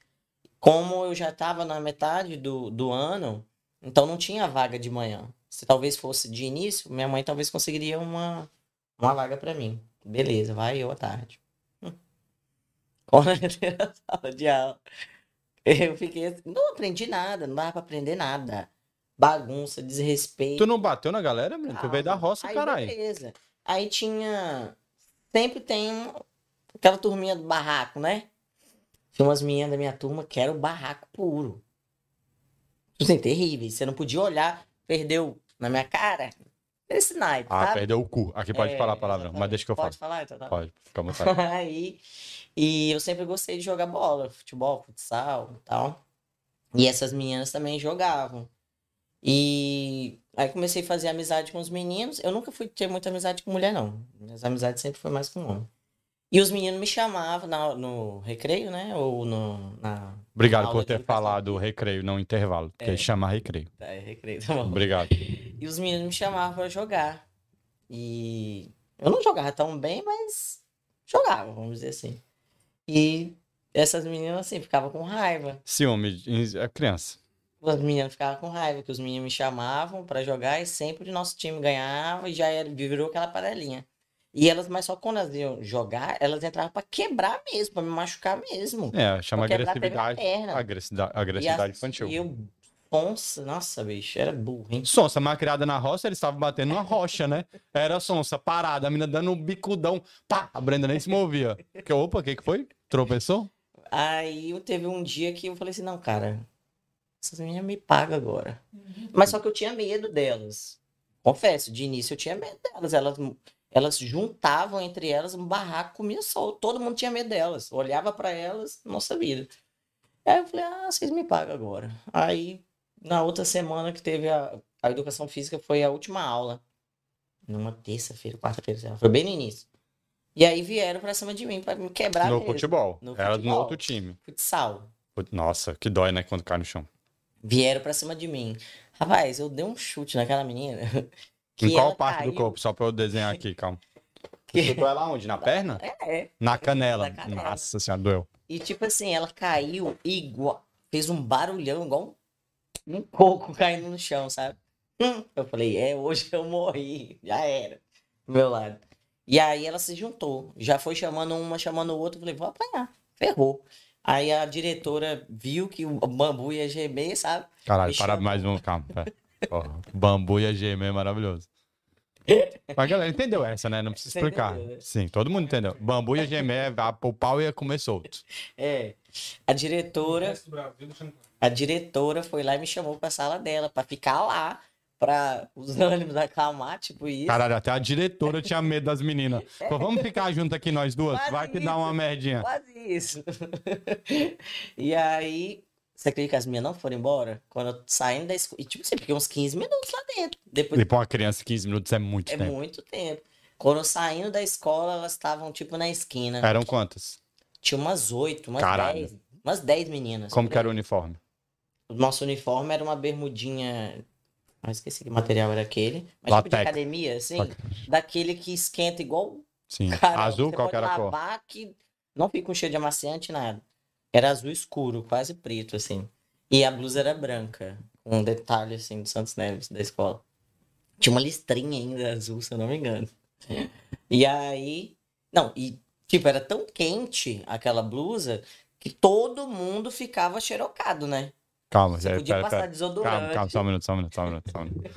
Como eu já estava na metade do, do ano, então não tinha vaga de manhã. Se talvez fosse de início, minha mãe talvez conseguiria uma, uma vaga para mim. Beleza, vai eu à tarde. Quando eu entrei na sala de aula, eu fiquei assim, não aprendi nada, não dava para aprender nada. Bagunça, desrespeito. Tu não bateu na galera, Brenda? Tu Calma. Então, veio da roça, Aí, caralho. Beleza. Aí tinha. Sempre tem um, aquela turminha do barraco, né? Tinha umas meninas da minha turma que era o barraco puro. Tipo Assim, terrível. Você não podia olhar, perdeu na minha cara. Esse naipe, Ah, sabe? perdeu o cu. Aqui pode É, falar a palavra, mas exatamente. deixa que eu falo. Pode falar, então tá. Pode, fica à vontade. Aí, e eu sempre gostei de jogar bola, futebol, futsal e tal. E essas meninas também jogavam. E aí comecei a fazer amizade com os meninos. Eu nunca fui ter muita amizade com mulher, não. Minhas amizades sempre foi mais com homem. E os meninos me chamavam na- no recreio, né? Ou no, na. Obrigado Aula por de ter educação falado recreio, não intervalo. Porque É. chama recreio. Tá, é recreio, tá bom. Obrigado. E os meninos me chamavam pra jogar. E eu não jogava tão bem, mas jogava, vamos dizer assim. E essas meninas, assim, ficavam com raiva. Ciúme, em- é criança. As meninas ficavam com raiva, que os meninos me chamavam pra jogar e sempre o nosso time ganhava e já era, virou aquela panelinha. E elas, mas só quando elas iam jogar, elas entravam pra quebrar mesmo, pra me machucar mesmo. É, chama Pra quebrar até minha agressividade. perna. Agressividade, E agressividade as- infantil. E eu, nossa, nossa, bicho, era burro, hein? Sonsa, mas criada na roça, eles estavam batendo numa rocha, né? Era sonsa, parada, a mina dando um bicudão. Pá, a Brenda nem se movia. Que, opa, o que, que foi? Tropeçou? Aí eu teve um dia que eu falei assim, não, cara, essas meninas me pagam agora. Mas só que eu tinha medo delas. Confesso, de início eu tinha medo delas. Elas, elas juntavam entre elas um barraco comia solto. Todo mundo tinha medo delas. Olhava pra elas, nossa vida. Aí eu falei, ah, vocês me pagam agora. Aí na outra semana que teve a, a educação física foi a última aula. Numa terça-feira, quarta-feira, sei lá, foi bem no início. E aí vieram pra cima de mim pra me quebrar no mesmo. futebol. No Era no futebol. outro time. Futsal. Put- Nossa, que dói, né? Quando cai no chão. Vieram pra cima de mim. Rapaz, eu dei um chute naquela menina. em qual ela parte do caiu. corpo? Só pra eu desenhar aqui, calma. Que- Você chutou ela onde? Na perna? É, é. Na canela. Na canela. Nossa senhora, doeu. E tipo assim, ela caiu igual. Fez um barulhão igual um, um coco caindo no chão, sabe? Hum. Eu falei, é, hoje eu morri. Já era. do Meu lado. E aí ela se juntou. Já foi chamando uma, chamando o outro. Eu falei, vou apanhar. Ferrou. Aí a diretora viu que o bambu ia gemer, sabe? Caralho, Me para chamou. mais um, calma. pera. Porra, bambu e a gema é maravilhoso. Mas a galera entendeu essa, né? Não precisa Você explicar. entendeu, né? Sim, todo mundo entendeu. Bambu e a gema é a- o pau ia comer solto. É. A O diretora resto do Brasil, deixa eu ver. A diretora foi lá e me chamou pra sala dela, pra ficar lá, pra os ânimos acalmar, tipo isso. Caralho, até a diretora tinha medo das meninas. Falou, vamos ficar junto aqui nós duas? Quase Vai que dá uma É. isso. merdinha. Quase isso. e aí, você acredita que as minhas não foram embora? Quando eu saindo da escola. E tipo, você fiquei uns 15 minutos lá dentro. Depois E pra uma criança, 15 minutos é muito é tempo. muito tempo. Quando eu saindo da escola, elas estavam, tipo, na esquina. Eram quantas? Tinha umas oito, umas É. Caralho. dez. Umas dez meninas. Como que era o uniforme? O nosso uniforme era uma bermudinha. Ah, esqueci que material era aquele. Mas tipo Latex. de academia, assim. Daquele que esquenta igual. um Sim. Cara, Azul, você qual que pode era a cor? lavar que não fica um cheiro de amaciante, nada. Era azul escuro, quase preto, assim. E a blusa era branca. com Um detalhe, assim, do Santos Neves, da escola. Tinha uma listrinha ainda azul, se eu não me engano. E aí. Não, e, tipo, era tão quente aquela blusa que todo mundo ficava xerocado, né? Calma, Você pera, podia pera, passar pera. desodorante. Calma, calma, só um minuto, só um minuto, só um minuto. Só um minuto.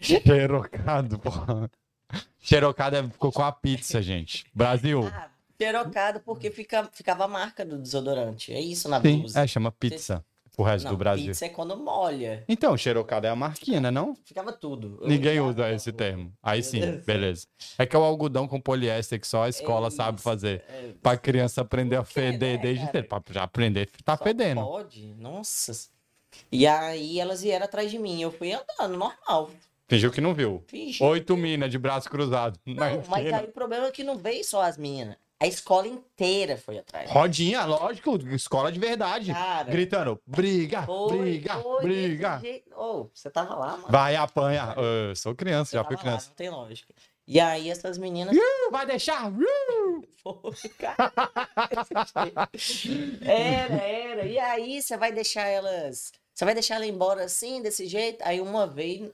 Xerocado, porra. Xerocado é- ficou com a pizza, gente. Brasil. Ah, xerocado porque fica, ficava a marca do desodorante. É isso na Sim, blusa. é, chama pizza. O resto Não, do Brasil. pizza é quando molha. Então, xerocado é a marquinha, né? Não? Ficava tudo. Eu Ninguém usava usa esse o- termo. Aí sim, Beleza. beleza. É que é o algodão com poliéster que só a escola sabe isso. fazer. É, Pra criança aprender a Por quê, feder né, desde cara? cedo. Pra já aprender, tá só fedendo. Pode, nossa. E aí elas vieram atrás de mim. Eu fui andando, normal. Fingiu que não viu. Fingi. Oito minas de braço cruzado. na Não, mas esquina. aí o problema é que não veio só as meninas. A escola inteira foi atrás. Rodinha, lógico, escola de verdade. Cara, É. Gritando, briga, foi- briga, foi desse briga. jeito. Ô, você tava lá, mano. Vai, apanha. Eu sou criança, Você já fui tava lá, criança. não tem lógica. E aí essas meninas Uh, Vai deixar? Uh, Foi, cara. era, era. E aí, você vai deixar elas. Você vai deixar ela embora assim, desse jeito? Aí uma vez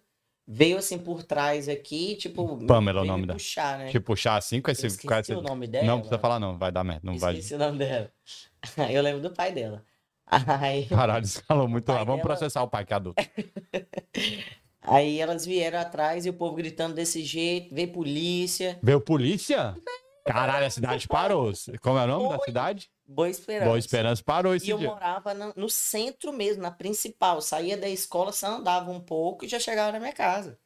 veio assim por trás aqui, tipo. Pamela é o veio nome me dela. puxar, né? Te puxar assim com Eu esse. esqueci com esse- o nome dela. Não precisa falar, não. Vai dar merda. Não vai. Esqueci o nome dela. Eu lembro do pai dela. Aí, Caralho, escalou muito O lá. pai Vamos dela- processar o pai, que é adulto. aí elas vieram atrás e o povo gritando desse jeito, veio polícia. Veio polícia? Caralho, a cidade parou. Como é o nome da cidade? Boa esperança. Boa Esperança parou esse E eu dia. morava na- no centro mesmo, na principal. Eu Saía da escola, só andava um pouco e já chegava na minha casa.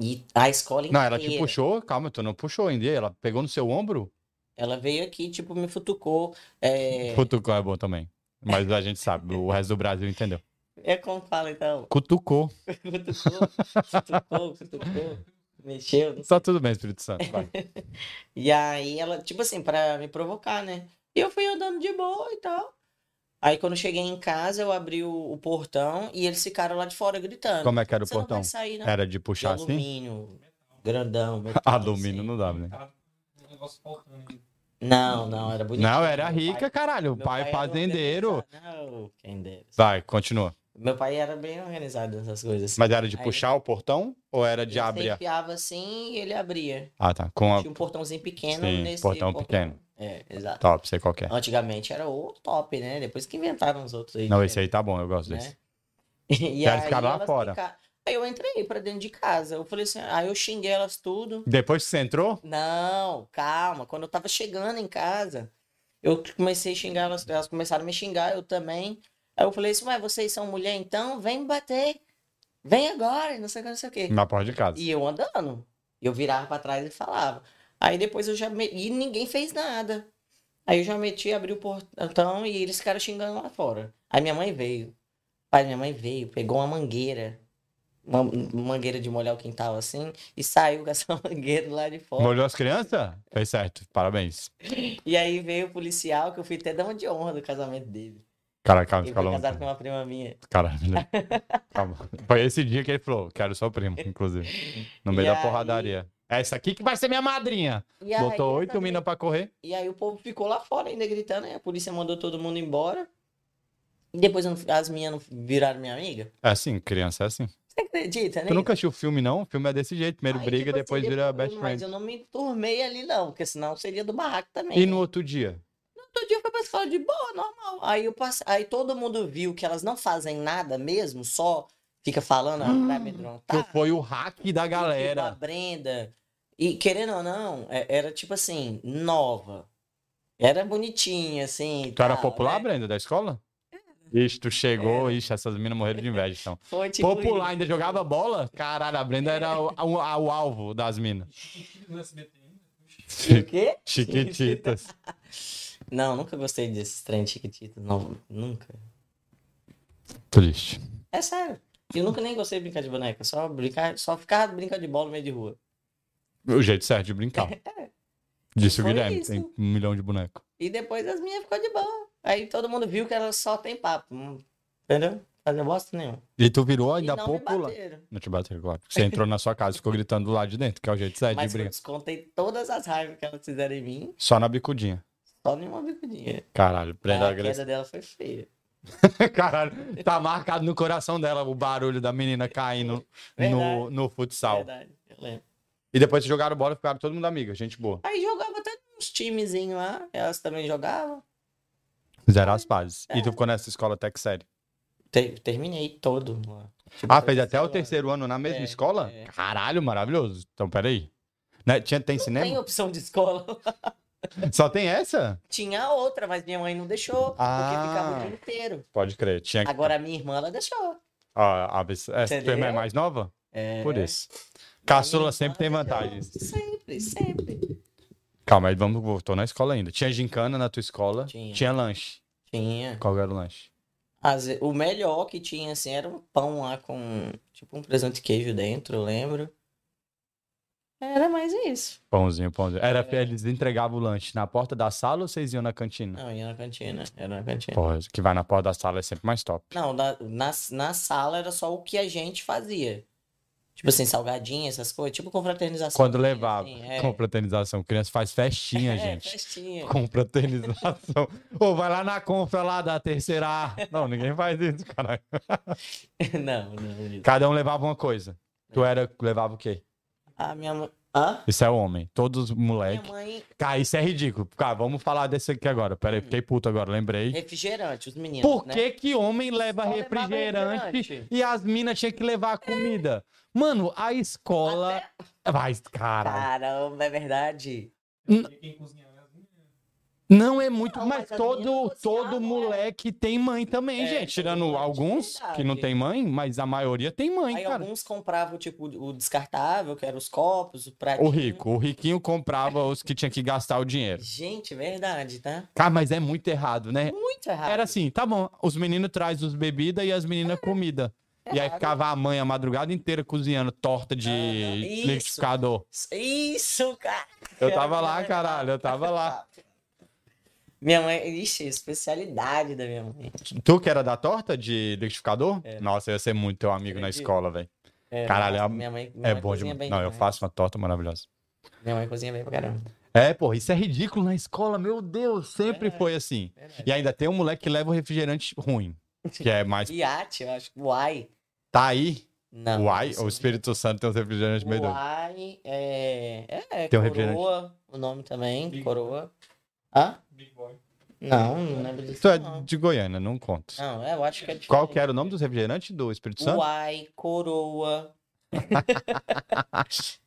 E a escola Não, inteira. ela te puxou. Calma, tu não puxou ainda. Ela pegou no seu ombro? Ela veio aqui, tipo, me futucou. É, Cutucou é bom também. Mas a gente sabe, o resto do Brasil entendeu. é como fala, então. Cutucou. Futucou, futucou, futucou. Mexeu. não sei. Tá tudo bem, Espírito Santo. Vai. E aí ela, tipo assim, pra me provocar, né? E eu fui andando de boa e tal. Aí quando eu cheguei em casa, eu abri o, o portão e eles ficaram lá de fora gritando. Como é que era o Você não portão? vai sair, não. Era de de puxar assim? alumínio, grandão. metal, Alumínio assim. Ah, não dava, né? Tá um negócio faltando. aí. Não, não, era bonito. Não, era rica, caralho. O Meu pai era fazendeiro. Tá. organizado. Não, quem dera. Vai, continua. Meu pai era bem organizado nessas coisas. assim. Mas era de Aí- puxar o portão ou era de Ele abrir? a- enfiava assim e ele abria. Ah, tá. Com a... Tinha um portãozinho pequeno Sim, nesse portão pequeno. É, exato. Top, sei qual que é. Antigamente era o top, né? Depois que inventaram os outros aí. Não, esse aí tá bom, eu gosto desse. né? E Quero aí ficar lá elas fora. fica- Aí eu entrei pra dentro de casa. Eu falei assim, aí eu xinguei elas tudo. Depois que você entrou, Não, calma. Quando eu tava chegando em casa, eu comecei a xingar, elas, elas começaram a me xingar, eu também. Aí eu falei assim, ué, vocês são mulher então? Vem me bater. Vem agora, e não sei o que, não sei o que. na porta de casa. E eu andando. Eu virava pra trás e falava. Aí depois eu já... Me... E ninguém fez nada. Aí eu já meti, abri o portão e eles ficaram xingando lá fora. Aí minha mãe veio. Pai, minha mãe veio, pegou uma mangueira, uma mangueira de molhar o quintal assim, e saiu com essa mangueira lá de fora. Molhou as crianças? Fez certo, parabéns. E aí veio o policial, que eu fui até dama de honra do casamento dele. Cara, calma, Ele fica foi longo. casado com uma prima minha. Caralho. né? Calma. Foi esse dia que ele falou, quero sua prima, inclusive. No meio E da aí- porradaria. "É Essa aqui que vai ser minha madrinha. E aí, Botou oito essa minas pra correr. E aí o povo ficou lá fora ainda gritando, né? A polícia mandou todo mundo embora. E depois eu não- as minhas não viraram minha amiga. É assim, criança, é assim. Você acredita, né? Tu nunca assistiu o filme, não? O filme é desse jeito. Primeiro Aí, briga, tipo assim, depois vira best Mas friend. eu não me turmei ali, não, porque senão seria do barraco também. E no outro dia? Outro dia eu fui pra escola de boa, normal. Aí, eu passe... aí todo mundo viu que elas não fazem nada mesmo, só fica falando, ah, vai Tu amedrontar. foi o hack da A galera. Brenda. E querendo ou não, é- era tipo assim, nova. Era bonitinha, assim. e Tu era tal, popular, né? Brenda, da escola? Ixi, tu chegou, ixi, essas minas morreram de inveja, então. Foi tipo Popular, isso. ainda jogava bola? Caralho, a Brenda era o, o- a- o alvo das minas. Chiquititas no SBT ainda. O quê? Chiquititas. Não, nunca gostei desses trem chiquititos. Não, nunca. Triste. É sério. Eu nunca nem gostei de brincar de boneca. Só brincar, só ficava brincando de bola no meio de rua. O jeito certo de brincar. Disse o É. Foi Guilherme, isso. tem um milhão de boneco. E depois as minhas ficou de boa. Aí todo mundo viu que elas só tem papo. hum, Entendeu? Fazer bosta nenhuma. E tu virou E ainda não me popular. bateram. Não te bateu, claro. Você entrou na sua casa e ficou gritando lá de dentro, que é o jeito certo Mas de eu brincar. descontei todas as raivas que elas fizeram em mim, Só na bicudinha. só nenhuma bicudinha. Caralho, Brenda É, A agressiva. queda dela foi feia. é. Caralho, tá marcado no coração dela o barulho da menina caindo no, Verdade. no futsal. Verdade, eu lembro. E depois que jogaram bola, ficaram todo mundo amiga, gente boa. Aí jogava até uns timezinhos lá, elas também jogavam. Fizeram as pazes. É. E tu ficou nessa escola até que sério. Te- terminei todo lá. Tipo, Ah, fez até o sei lá. terceiro ano na mesma É, escola? é. Caralho, maravilhoso. Então, peraí. Né, tinha, tem Tem cinema? opção de escola. Só tem essa? Tinha outra, mas minha mãe não deixou, Ah. porque ficava o dia inteiro. Pode crer. Tinha... Agora a minha irmã, ela deixou. Ah, a, essa tua irmã é Entendeu? mais nova? É. Por isso. Caçula Minha sempre tem irmã deixou. vantagens. Sempre, sempre. Calma aí, vamos, voltou na escola ainda. Tinha gincana na tua escola? Tinha. Tinha lanche. Tinha. Qual era o lanche? Às ve- o melhor que tinha, assim, era um pão lá com, tipo, um presunto e queijo dentro, eu lembro. Era mais isso. Pãozinho, pãozinho. Era, eles entregavam o lanche na porta da sala ou vocês iam na cantina? É. Não, ia na cantina. Era na cantina. Porra, que vai na porta da sala é sempre mais top. Não, na, na, na sala era só o que a gente fazia. Tipo assim, salgadinha, essas coisas. Tipo confraternização. Quando que tinha, levava, assim, é. confraternização, criança faz festinha, É, gente. festinha. Confraternização. Ou vai lá na confra lá da terceira A. Não, ninguém faz isso, caralho. não, não. isso. Cada um levava uma coisa. Tu era, levava o quê? Ah, minha mãe... Hã? Isso é homem. Todos os Minha moleque. mãe... Cara, isso é ridículo. Cara, vamos falar desse aqui agora. Pera Hum. aí, fiquei puto agora, lembrei. Refrigerante, os meninos, Por né? que, que homem leva Só levava refrigerante, refrigerante. e as minas tinham que levar comida? Mano, a escola. Vai, cara. Caramba, é verdade. Era é Quem né? cozinhava era as meninas. Não é muito, Não, mas, mas as todo, meninas todo cozinhavam, moleque tem mãe também, É, gente. todo Tirando moleque, alguns verdade. que não tem mãe, mas a maioria tem mãe, Aí cara. alguns compravam, tipo, o descartável, que eram os copos, o O pratinho. rico, o riquinho comprava os que tinha que gastar o dinheiro. Gente, verdade, tá? Cara, mas é muito errado, né? Muito errado. Era assim, tá bom, os meninos trazem os bebidas e as meninas comida. E aí errado. ficava a mãe a madrugada inteira cozinhando torta de Aham, isso. liquidificador. Isso, cara! Eu tava Era lá, verdade. caralho, eu tava lá. Minha mãe, ixi, especialidade da minha mãe. Tu que era da torta de liquidificador? Nossa, eu ia ser muito teu amigo na É. Acredito. escola, velho. É, Caralho, nossa, a- minha mãe, minha É mãe bom cozinha demais. bem Não, eu demais. faço uma torta maravilhosa. Minha mãe cozinha bem pra caramba. É, porra, isso é ridículo na escola, meu Deus, sempre Verdade, foi assim. verdade. E ainda tem um moleque que leva o refrigerante ruim, que é mais... Iate, eu acho. Uai. Tá aí, Não. uai, isso o não. Espírito Santo tem uns refrigerantes meio doidos. Uai, é. É, Tem um coroa. O nome também, Big- coroa. Hã? Big Boy. Não, não lembro disso. Tu é não. de Goiânia, não conta. Não, é, eu acho que é Qual que era o nome dos refrigerantes do Espírito Santo? Uai, coroa.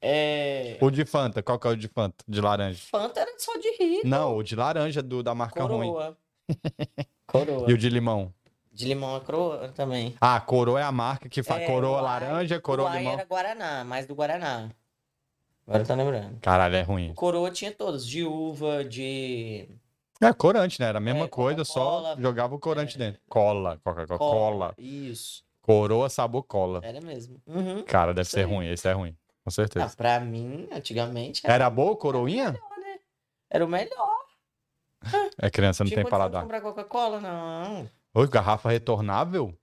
é. O de Fanta, qual que é o de Fanta? De laranja. Fanta era só de rir. Não, o de laranja do, da marca ruim. Coroa. Coroa. E o de limão. De limão é coroa também. Ah, coroa é a marca que faz É, coroa uai, laranja, coroa Uai limão. era Guaraná, mais do Guaraná. Agora eu tô lembrando. Caralho, é ruim. Coroa tinha todos, de uva, de É, corante, né? Era a mesma É, coisa, só Coca-Cola. É. jogava o corante dentro. Cola, Coca-Cola, cola. Isso. Coroa, sabor, cola. Era mesmo. Uhum. Cara, deve Isso ser aí. ruim, esse é ruim. Com certeza. Ah, pra mim, antigamente, Ah, é era, né? Era boa coroinha? era o melhor. É criança, não Tinha tem condição de paladar. comprar Coca-Cola? Não. Oi, garrafa retornável?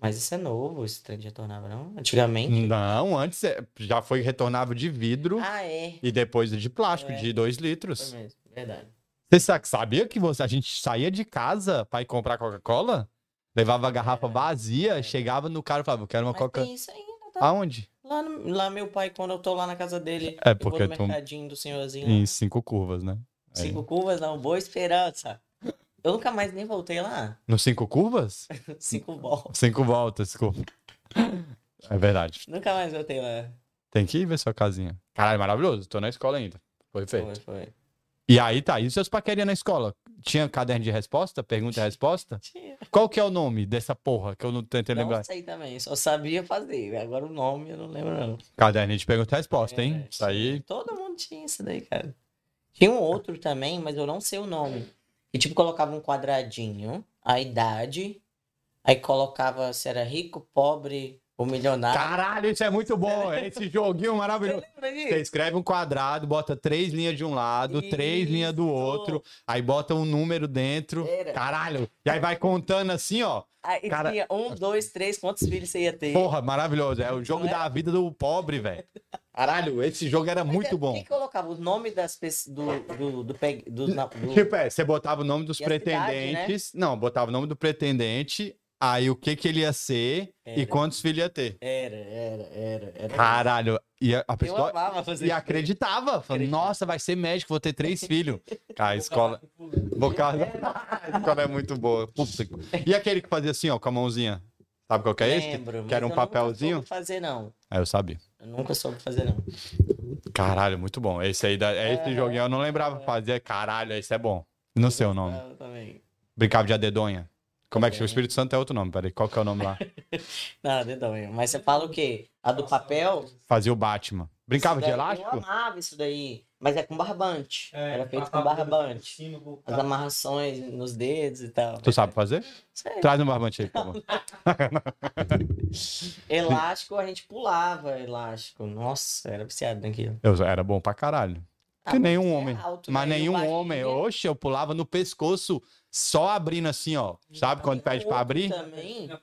Mas isso é novo, esse trem de retornável, não? Antigamente. Não, antes é- já foi retornável de vidro Ah, é. e depois de plástico, É. de 2 Foi litros. mesmo. Verdade. Você sa- sabia que você- a gente saía de casa pra ir comprar Coca-Cola? Levava a garrafa É. vazia, É. chegava no cara e falava, eu quero uma Mas Coca... tem isso ainda. Aonde? Lá, no- lá meu pai, quando eu tô lá na casa dele, É, eu vou porque no tu- mercadinho do senhorzinho. lá. Em cinco curvas, né? Aí. Cinco curvas, não. Boa esperança. Eu nunca mais nem voltei lá. No cinco curvas? Cinco Hum. voltas. Cinco voltas, desculpa. É verdade. Nunca mais voltei lá. Tem que ir ver sua casinha. Caralho, é maravilhoso. Tô na escola ainda. Foi feito. Foi, foi. E aí tá, e seus paquerinhas na escola? Tinha caderno de resposta? Pergunta e resposta? Tinha. Qual que é o nome dessa porra que eu não tentei lembrar? Não sei também, só sabia fazer. Agora o nome eu não lembro, não. Caderno de pergunta e resposta, hein? É, Isso aí. Todo mundo tinha isso daí, cara. Tinha um outro também, mas eu não sei o nome. E tipo, colocava um quadradinho, a idade, aí colocava se era rico, pobre ou milionário. Caralho, isso é muito bom. Esse joguinho maravilhoso. Lembra disso? Você escreve um quadrado, bota três linhas de um lado, três Isso. linhas do outro, aí bota um número dentro. Era. Caralho. E aí vai contando assim, ó. Aí Tá. cara- tinha um, dois, três, quantos filhos você ia ter? Porra, maravilhoso. É o jogo Não é? da vida do pobre, velho. Caralho, esse jogo era Tá muito bom. é, Quem colocava o nome das pessoas do, do, do, pe- do, na- do- Tipo, é, você botava o nome dos E a cidade, né? pretendentes. Não, botava o nome do pretendente, aí o que que ele ia ser e Era. quantos filhos ia ter. Era, era, era, era. Caralho, e a, a eu pessoa. amava fazer Ah, E acreditava. Falando, nossa, vai ser médico, vou ter três filhos. Cara, a escola. É. Bocada. A escola é muito boa. Puta que- E aquele que fazia assim, ó, com a mãozinha? Sabe qual que é esse? Lembro, Que era um mas eu nunca papelzinho? soube fazer, não. Aí eu sabia. Eu nunca soube fazer, não. Caralho, muito bom. Esse aí, da... esse Aham. joguinho eu não É. lembrava fazer. Caralho, esse é bom. Não sei o nome. Eu também. Brincava de adedonha. Como é que chama? O Adedonha. Espírito Santo é outro nome, peraí. Qual que é o nome lá? Não, dedonha. Mas você fala o quê? A do papel? Fazia o Batman. Brincava Isso de daí- é Eu elástico? amava isso daí. Mas é com barbante. era feito com barbante. As amarrações nos dedos e tal. Tu sabe fazer? Isso aí. Traz um barbante aí, por favor. Elástico, a gente pulava elástico. Nossa, era viciado naquilo. Eu era bom pra caralho. Ah, Que mas nenhum você é homem. alto, Mas né? E o nenhum baixinho homem. é- Oxe, eu pulava no pescoço, só abrindo assim, ó. Sabe quando E pede o pra outro abrir? Também, Hum.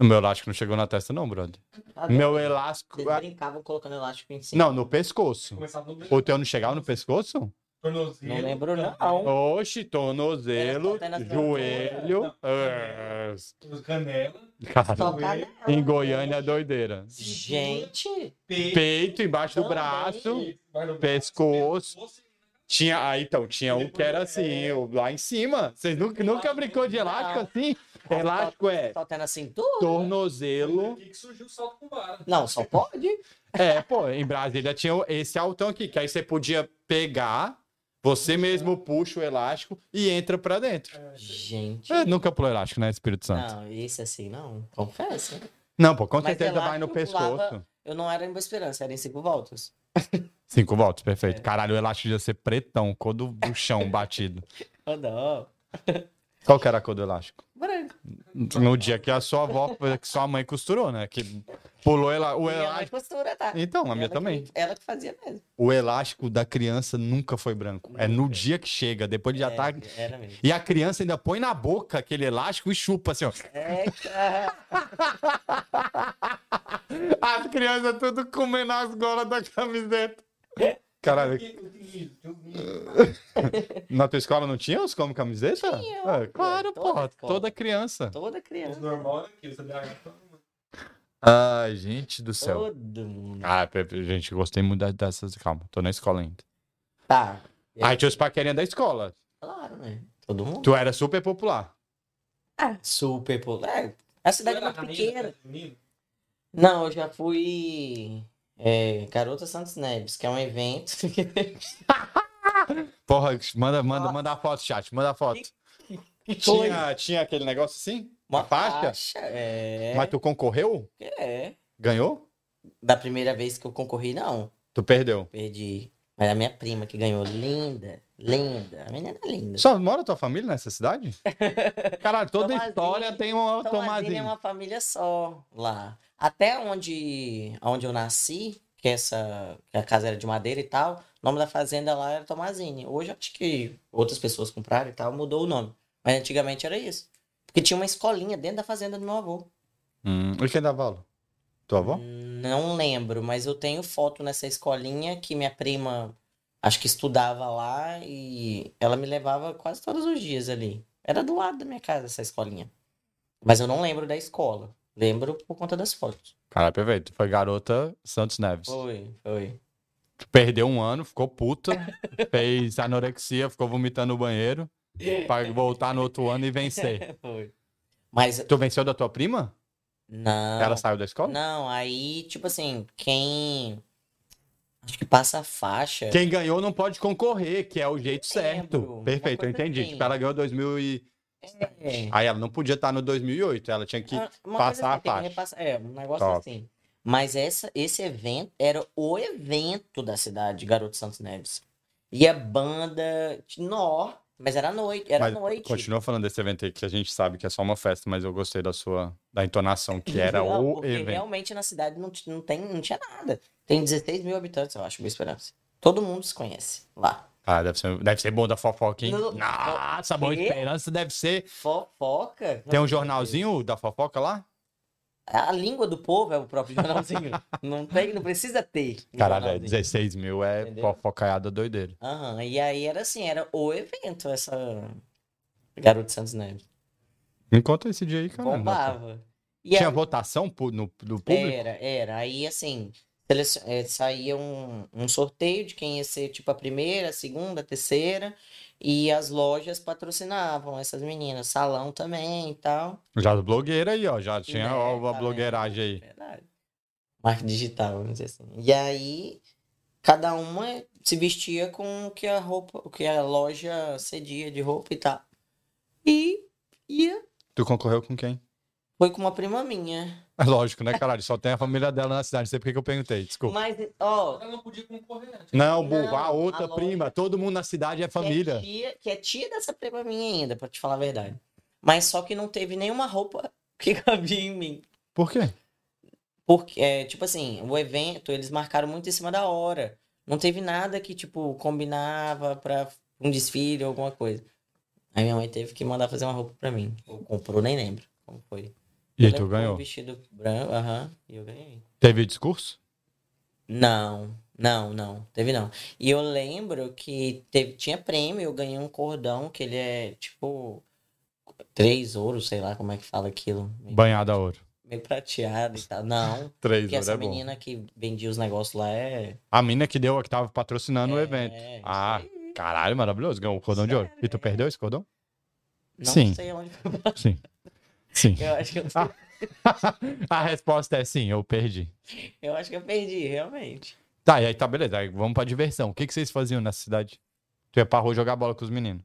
O meu elástico não chegou na testa, não, brother. Ah, Meu elástico. é Vocês brincavam colocando elástico em cima. Não, no pescoço. Começava no O teu não chegava no pescoço? tornozelo. então, Não lembro, não. Oxe, tornozelo, Era só até na joelho. canela. Canela. Ah, Cara, Colocar Joelho. nela. em Goiânia é doideira. Gente, Peito. Peito embaixo do Também. braço. vai no braço, pescoço. pescoço. Tinha, ah, então, tinha um que era assim, o- lá em cima. Vocês nunca, nunca brincou de Não. elástico assim? Elástico é tá até na cintura? tornozelo. Aqui que surgiu o salto com vara. Não, só pode. É, pô, em Brasília tinha o- esse altão aqui, que aí você podia pegar, Uhum. você mesmo puxa o elástico e entra pra dentro. Gente. É, nunca pulou elástico, né, Espírito Santo? Não, esse assim não. Confesso. Não, pô, com Mas certeza vai no elástico pulava- pescoço. Eu não era em Boa Esperança, era em cinco voltas. Cinco voltas, perfeito. É. Caralho, o elástico ia ser pretão, cor do, do chão batido. Oh, não. Qual que era a cor do elástico? Branco. No dia que a sua avó, que sua mãe costurou, né? Que pulou ela, o Minha mãe elástico. costura, tá? Então, a minha Ela que- também. ela que fazia mesmo. O elástico da criança nunca foi branco. É no dia que chega, depois já tá. É, Era mesmo. E a criança ainda põe na boca aquele elástico e chupa assim, ó. É, cara. As crianças tudo comendo as golas da camiseta. Caralho, Aqui, eu tenho isso, eu tenho isso. na tua escola não tinha os como camiseta? Tinha, É, claro, toda porra, escola. toda criança. Toda Os criança. normal era aquilo, você dava pra uma. Ai, gente do céu. Todo mundo. Ah, pe- pe- gente, gostei muito da- dessas. Calma, tô na escola ainda. Tá. É. Aí tinha os paquerinhas da escola. Claro, né? Todo mundo. Tu era super popular. Ah, super popular. É, A cidade é Era muito rainha pequena. dos meninos? Não, eu já fui. É, Garota Santos Neves, que é um evento. Porra, manda, manda, Nossa. manda a foto, chat, manda a foto. que Tinha, tinha aquele negócio assim? Uma a faixa? faixa? É. Mas tu concorreu? É. Ganhou? Da primeira vez que eu concorri, não. Tu perdeu. Perdi. Mas a minha prima que ganhou, linda, linda. A menina é linda. Só mora tua família nessa cidade? Caralho, toda Tomazinho. história tem uma Tomazina é tomazinha. uma família só lá. Até onde, onde eu nasci, que essa que a casa era de madeira e tal, o nome da fazenda lá era Tomazine. Hoje acho que outras pessoas compraram e tal, mudou o nome. Mas antigamente era isso. Porque tinha uma escolinha dentro da fazenda do meu avô. Hum, e quem dava aula? Tua Hum. avó? Não lembro, mas eu tenho foto nessa escolinha que minha prima acho que estudava lá e ela me levava quase todos os dias ali. Era do lado da minha casa essa escolinha. Mas eu não lembro da escola. Lembro por conta das fotos. Caralho, perfeito. Foi garota Santos Neves. Foi, foi. Perdeu um ano, ficou puta, fez anorexia, ficou vomitando no banheiro, pra voltar no outro ano e vencer. Foi. Mas Tu venceu da tua prima? não. Ela saiu da escola? Não, aí, tipo assim, quem acho que passa a faixa. Quem ganhou não pode concorrer, que é o jeito Lembro. certo. Uma Perfeito, eu coisa entendi. assim. Tipo, ela ganhou 2000 e... É. Aí ela não podia estar no 2008, ela tinha que... Ah, uma passar coisa a assim, tem que faixa. repassar- é, um negócio Top. assim. Mas essa, esse evento era o evento da cidade, Garoto Santos Neves. E a banda. Nó, mas era noite, era Mas noite. Continua falando desse evento aí, que a gente sabe que é só uma festa, mas eu gostei da sua... Da entonação, que era Não, o porque evento. realmente na cidade não, t- não, tem, não tinha nada. Tem 16 mil habitantes, eu acho, Boa Esperança. Todo mundo se conhece lá. Ah, deve ser, deve ser bom da fofoca, hein? No- Nossa, Boa Quê? Esperança deve ser... Fofoca. Tem um Não, jornalzinho da fofoca lá? A língua do povo é o próprio jornalzinho. não tem, não precisa ter. um Caralho, é, jornalzinho. 16 mil é Entendeu? fofocaiada doideira. Aham, e aí era assim, era o evento, essa Garoto Santos Neves. Me conta esse dia aí, cara. Bombava. E Tinha aí- É. votação pu- no, do público? era, era. Aí assim, selec- eh, saía um, um sorteio de quem ia ser tipo a primeira, a segunda, a terceira. E as lojas patrocinavam essas meninas, salão também e tal. Já as blogueiras aí, ó. Já tinha Né, ó, tá a vendo? blogueiragem aí. Verdade. Marca digital, vamos dizer assim. E aí, cada uma se vestia com o que a roupa, o que a loja cedia de roupa e tal. E ia. Tu concorreu com quem? Foi com uma prima minha. É Lógico, né, caralho? Só tem a família dela na cidade. Não sei por que que eu perguntei, desculpa. Mas, ó, Ela não podia concorrer. né, tipo, antes. Não, burro, a Não, outra a loja- prima. Todo mundo na cidade é família. Que é, tia, que é tia dessa prima minha ainda, pra te falar a verdade. Mas só que não teve nenhuma roupa que cabia em mim. Por quê? Porque, é, tipo assim, o evento, eles marcaram muito em cima da hora. Não teve nada que, tipo, combinava pra um desfile ou alguma coisa. Aí minha mãe teve que mandar fazer uma roupa pra mim. Ou comprou, nem lembro como foi. E Eu aí tu lembro que foi Um ganhou? vestido branco, aham, e eu ganhei. Teve discurso? Não, não, não, teve não. E eu lembro que teve, tinha prêmio, eu ganhei um cordão que ele é, tipo, três ouros, sei lá como é que fala aquilo. Meio, Banhada a ouro. meio prateado e tal. Não, Três porque ouro essa é bom. menina que vendia os negócios lá é... A mina que deu, que tava patrocinando o É, evento. isso Ah, caralho, maravilhoso. Ganhou o cordão de ouro. E tu perdeu esse cordão? Não Sim. sei onde Sim. Sim. eu acho que eu, A resposta é sim, eu perdi. eu acho que eu perdi, realmente. Tá, e aí tá, beleza. Aí vamos pra diversão. O que, que vocês faziam nessa cidade? Tu ia pra rua jogar bola com os meninos.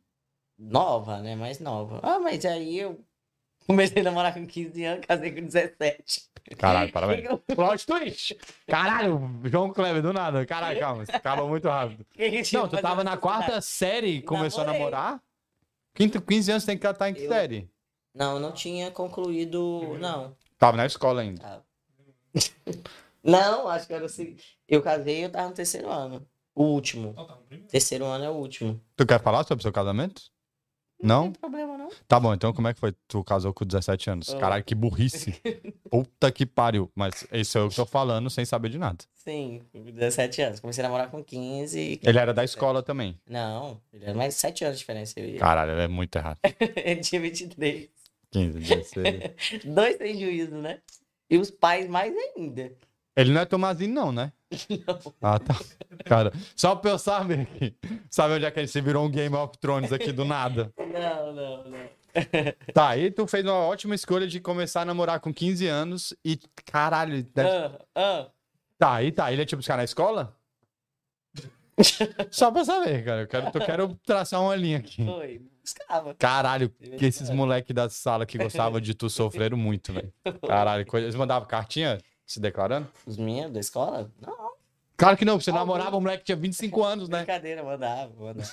Nova, né? Mais nova. Ah, mas aí eu comecei a namorar com 15 anos, casei com 17. Caralho, parabéns. Que que eu- Plot twist! Caralho, João Kleber, do nada. Caralho, calma, isso acaba muito rápido. que que tinha Não, tu mais tava na necessidade? quarta série e começou a Namorei. namorar? Quinto, 15 anos tem que estar em que Eu- série? Não, eu não tinha concluído. Não. Tava na escola ainda. Tava. Não, acho que era assim. Eu casei e eu tava no terceiro ano. O último. Não, tá no primeiro. Terceiro ano é o último. Tu quer falar sobre seu casamento? Não? tem problema, não. Tá bom, então como é que foi? Tu casou com 17 anos. Ah. Caralho, que burrice. Puta que pariu. Mas isso é o que eu tô falando sem saber de nada. Sim, com 17 anos. Comecei a namorar com 15. e- Ele era da escola também. Não, ele era mais 7 anos de diferença. Eu ia. Caralho, é muito errado. Ele tinha 23. 15, 16. Dois sem juízo, né? E os pais mais ainda. Ele não é Tomazinho, não, né? Ah, tá. Cara, só pra eu saber aqui. Sabe onde é que ele se virou um Game of Thrones aqui do nada? Não, não, não. Tá, e tu fez uma ótima escolha de começar a namorar com 15 anos e caralho. Deve... Ah, ah. Tá, e tá. Ele é tipo os caras na escola? Só pra saber, cara. Eu quero, eu quero traçar uma linha aqui. Foi. Buscava. Caralho, que esses moleque da sala que gostavam de tu sofreram muito, velho. Caralho, coisa- eles mandavam cartinha se declarando? Os meninos da escola? Não. Claro que não, você namorava um moleque que tinha 25 anos, né? Brincadeira, mandava, mandava.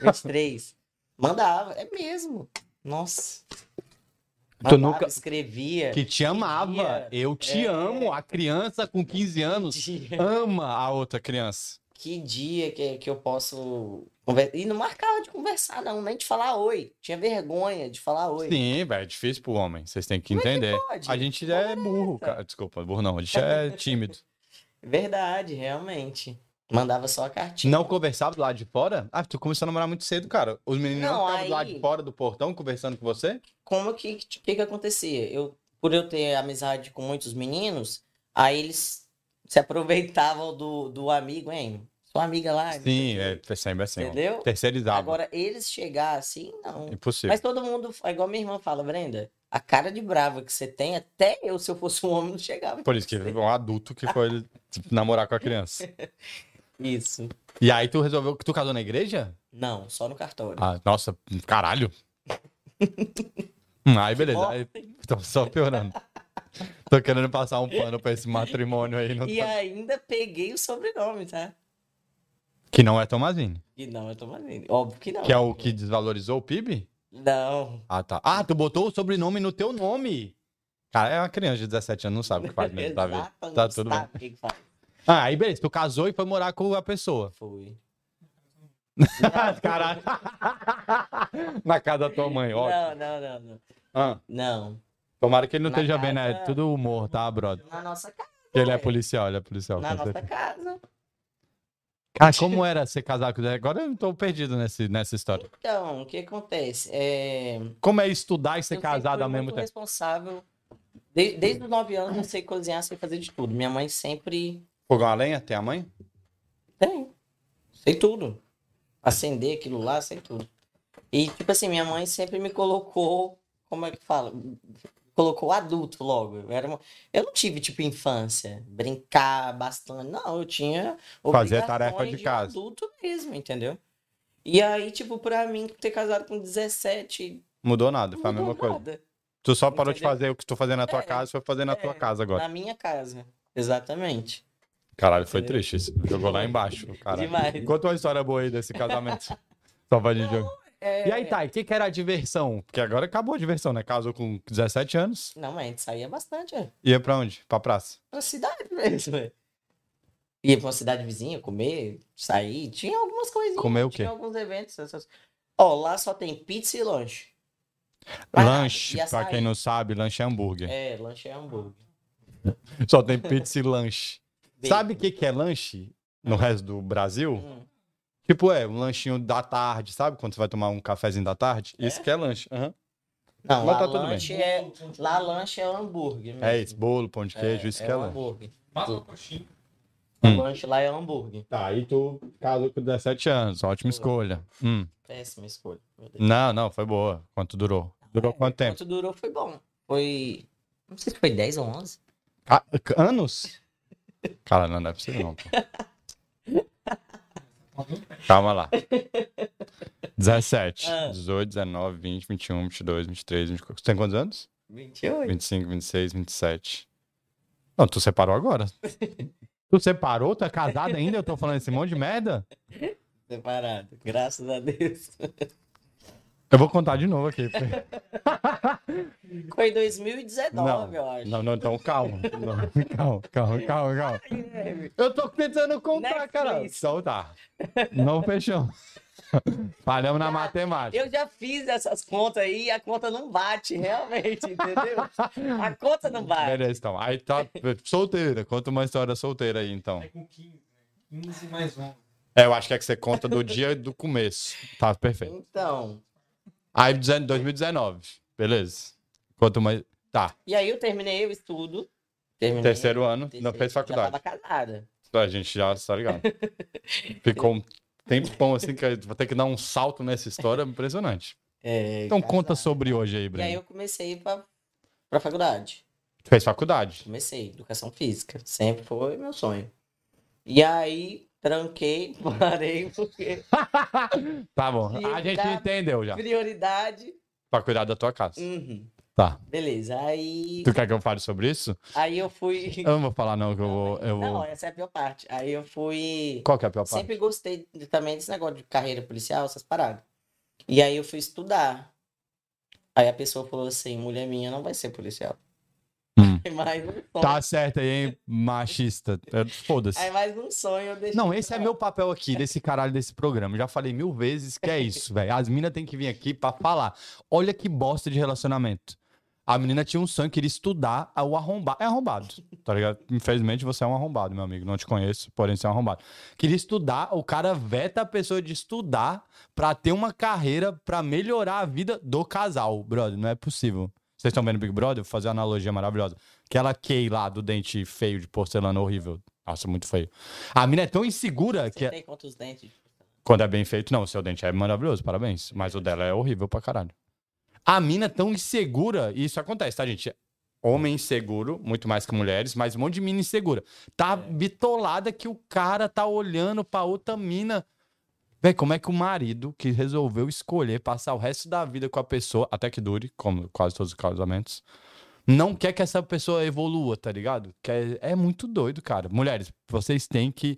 23. Mandava, é mesmo. Nossa. Tu Mandava, nunca- escrevia. Que te amava. Eu te É. amo. A criança com 15 anos Dia. ama a outra criança. Que dia que, que eu posso. conver- E não marcava de conversar, não, nem de falar oi. Tinha vergonha de falar oi. Sim, velho, é difícil pro homem. Vocês têm que entender. Pode. A gente é burro, cara. Desculpa, burro não. A gente é tímido. Verdade, realmente. Mandava só a cartinha. Não conversava do lado de fora? Ah, tu começou a namorar muito cedo, cara. Os meninos não, Não, ficavam do lado aí- de fora do portão conversando com você? como que que, que acontecia? Eu, por eu ter amizade com muitos meninos, aí eles se aproveitavam do, do amigo, hein? Sua amiga lá. não sei Sim, o é sempre quê. assim. ó. É Entendeu? Terceirizado. Ah, Agora, eles chegar assim, não. Impossível. Mas todo mundo, é igual minha irmã fala, Brenda, a cara de brava que você tem, até eu, se eu fosse um homem, não chegava. Por isso que é um adulto que foi tipo, namorar com a criança. Isso. E aí tu resolveu que tu casou na igreja? Não, só no cartório. Ah, nossa, caralho. Hum, aí beleza. Ó. Aí, tô só piorando. Tô querendo passar um pano pra esse matrimônio aí. não E tô- ainda peguei o sobrenome, tá? Que não é Tomazini. E não, eu tô maneiro. Óbvio que não. Que é o que desvalorizou o PIB? Não. Ah, tá. Ah, tu botou o sobrenome no teu nome. Cara, é uma criança de 17 anos, não sabe o que faz mesmo da vida. Exato, Tá não tudo sabe o que que faz. Ah, aí beleza, tu casou e foi morar com a pessoa. Fui. Caralho. Na casa da tua mãe, ó. Não, não, não, não. Ah, Não. tomara que ele não Na esteja vendo, é casa- tudo humor, tá, brother? Na nossa casa. Ele é ué. policial, ele é policial. Na com nossa certeza. casa. Ah, como era ser casado com o Zé? Agora eu tô perdido nesse, nessa história. Então, o que acontece? É, Como é estudar e ser eu casado sempre fui ao mesmo muito tempo? responsável. De- desde os nove anos eu sei cozinhar, sei fazer de tudo. Minha mãe sempre Fogão a lenha? Tem a mãe? Tem. Sei tudo. Acender aquilo lá, sei tudo. E, tipo assim, minha mãe sempre me colocou, como é que fala? Colocou adulto logo. Eu, era uma- eu não tive, tipo, infância, brincar bastante. Não, eu tinha. Fazer a obrigações tarefa de um casa. adulto mesmo, entendeu? E aí, tipo, pra mim, ter casado com 17. Mudou nada, Não foi a mesma mudou coisa. nada. Tu só parou de Entendeu? fazer o que tu fazendo na tua É, casa, foi fazer na tua é. casa agora. Na minha casa. Exatamente. Caralho, foi Entendeu? triste isso. Jogou lá embaixo, caralho. Demais. Conta uma história boa aí desse casamento. só pra gente jogar. É, E aí, tá? Thay, o que, que era a diversão? Porque agora acabou a diversão, né? Casou com 17 anos, Não, mas a gente saía bastante, é. ia pra onde? Pra praça. pra cidade mesmo. é. Ia pra uma cidade vizinha comer, sair. Tinha algumas coisinhas. Comer o quê? Tinha um alguns eventos. essas- Ó, lá só tem pizza e lanche. Mas nada, Lanche, e açaí. pra quem não sabe, lanche é hambúrguer. É, lanche é hambúrguer. Só tem pizza e lanche. Bem- Sabe o que, é? que é lanche no resto do Brasil? Hum. Tipo, é, um lanchinho da tarde, sabe? Quando você vai tomar um cafezinho da tarde? Isso que é lanche. aham. Não, Mas lá, tá tudo bem. lanche é, lá lanche é hambúrguer mesmo. É isso, bolo, pão de queijo, isso é que é um lanche. hambúrguer. Passa uma coxinha. Hum. O lanche lá é hambúrguer. Tá, aí tu casou com 17 anos, ótima escolha. Hum. Péssima escolha. meu Deus. Não, não, foi boa. Quanto durou? Durou É, quanto tempo? Quanto durou foi bom. Foi. Não sei se foi 10 ou 11. Ca- Ah, anos? Cara, não, não é possível não, pô. Calma lá. 17, Ah. 18, 19, 20, 21, 22, 23, 24. Tu tem quantos anos? 28. 25, 26, 27. Não, tu separou agora. tu separou? Tu é casado ainda? Eu tô falando esse monte de merda? Separado. Graças a Deus. Eu vou contar de novo aqui. Foi 2019, Não, eu acho. não, não, então calma. Não, calma, calma, calma, calma. Eu tô tentando contar, Netflix. cara. Então tá. Não fechamos. Falhamos Ah, na matemática. Eu já fiz essas contas aí e a conta não bate, realmente, entendeu? A conta não bate. Beleza, então. Aí tá solteira. Conta uma história solteira aí, então. É com 15, né? 15 mais 11. É, eu acho que é que você conta do dia do começo. Tá, perfeito. Então, Aí, 19 2019. Beleza. Quanto mais. Tá. e aí eu terminei o estudo. Terminei, Terceiro ano. terceiro, Não fez Já faculdade. tava casada. A gente já tá ligado. Ficou um tempão assim que eu vou ter que dar um salto nessa história impressionante. É, Então casada. conta sobre hoje aí, E aí Breno. eu comecei pra, pra faculdade. Fez faculdade. Comecei, educação física. Sempre foi meu sonho. E aí, tranquei, parei, porque Tá bom. A gente Sim, tá. entendeu já. prioridade. Pra cuidar da tua casa. Uhum. Tá. Beleza, aí, Tu quer que eu fale sobre isso? aí eu fui. Eu não vou falar, não, que eu vou. Eu Não, vou... essa é a pior parte. Aí eu fui. Qual que é a pior parte? Sempre gostei de- também desse negócio de carreira policial, essas paradas. E aí eu fui estudar. Aí a pessoa falou assim: mulher minha não vai ser policial. Hum. Aí mais um sonho. Tá certo aí, hein, machista. É, Foda-se. Aí mais um sonho eu deixei. Não, esse é meu papel aqui, desse caralho desse programa. Já falei mil vezes que é isso, velho. As minas têm que vir aqui pra falar. Olha que bosta de relacionamento. A menina tinha um sonho, queria estudar aí o arrombado. É arrombado, tá ligado? Infelizmente você é um arrombado, meu amigo. Não te conheço, porém você é um arrombado. Queria estudar, o cara veta a pessoa de estudar pra ter uma carreira pra melhorar a vida do casal, brother. Não é possível. Vocês estão vendo Big Brother? Vou fazer uma analogia maravilhosa. Aquela Kay lá do dente feio de porcelana horrível. Nossa, muito feio. A mina é tão insegura que. Você tem quantos dentes? Quando é bem feito, não. O seu dente é maravilhoso, parabéns. Mas o dela é horrível pra caralho. A mina é tão insegura, e isso acontece, tá, gente? Homem inseguro, muito mais que mulheres, mas um monte de mina insegura. Tá bitolada que o cara tá olhando pra outra mina. Véi, como é que o marido que resolveu escolher passar o resto da vida com a pessoa, até que dure, como quase todos os casamentos, não quer que essa pessoa evolua, tá ligado? Que é- é muito doido, cara. Mulheres, vocês têm que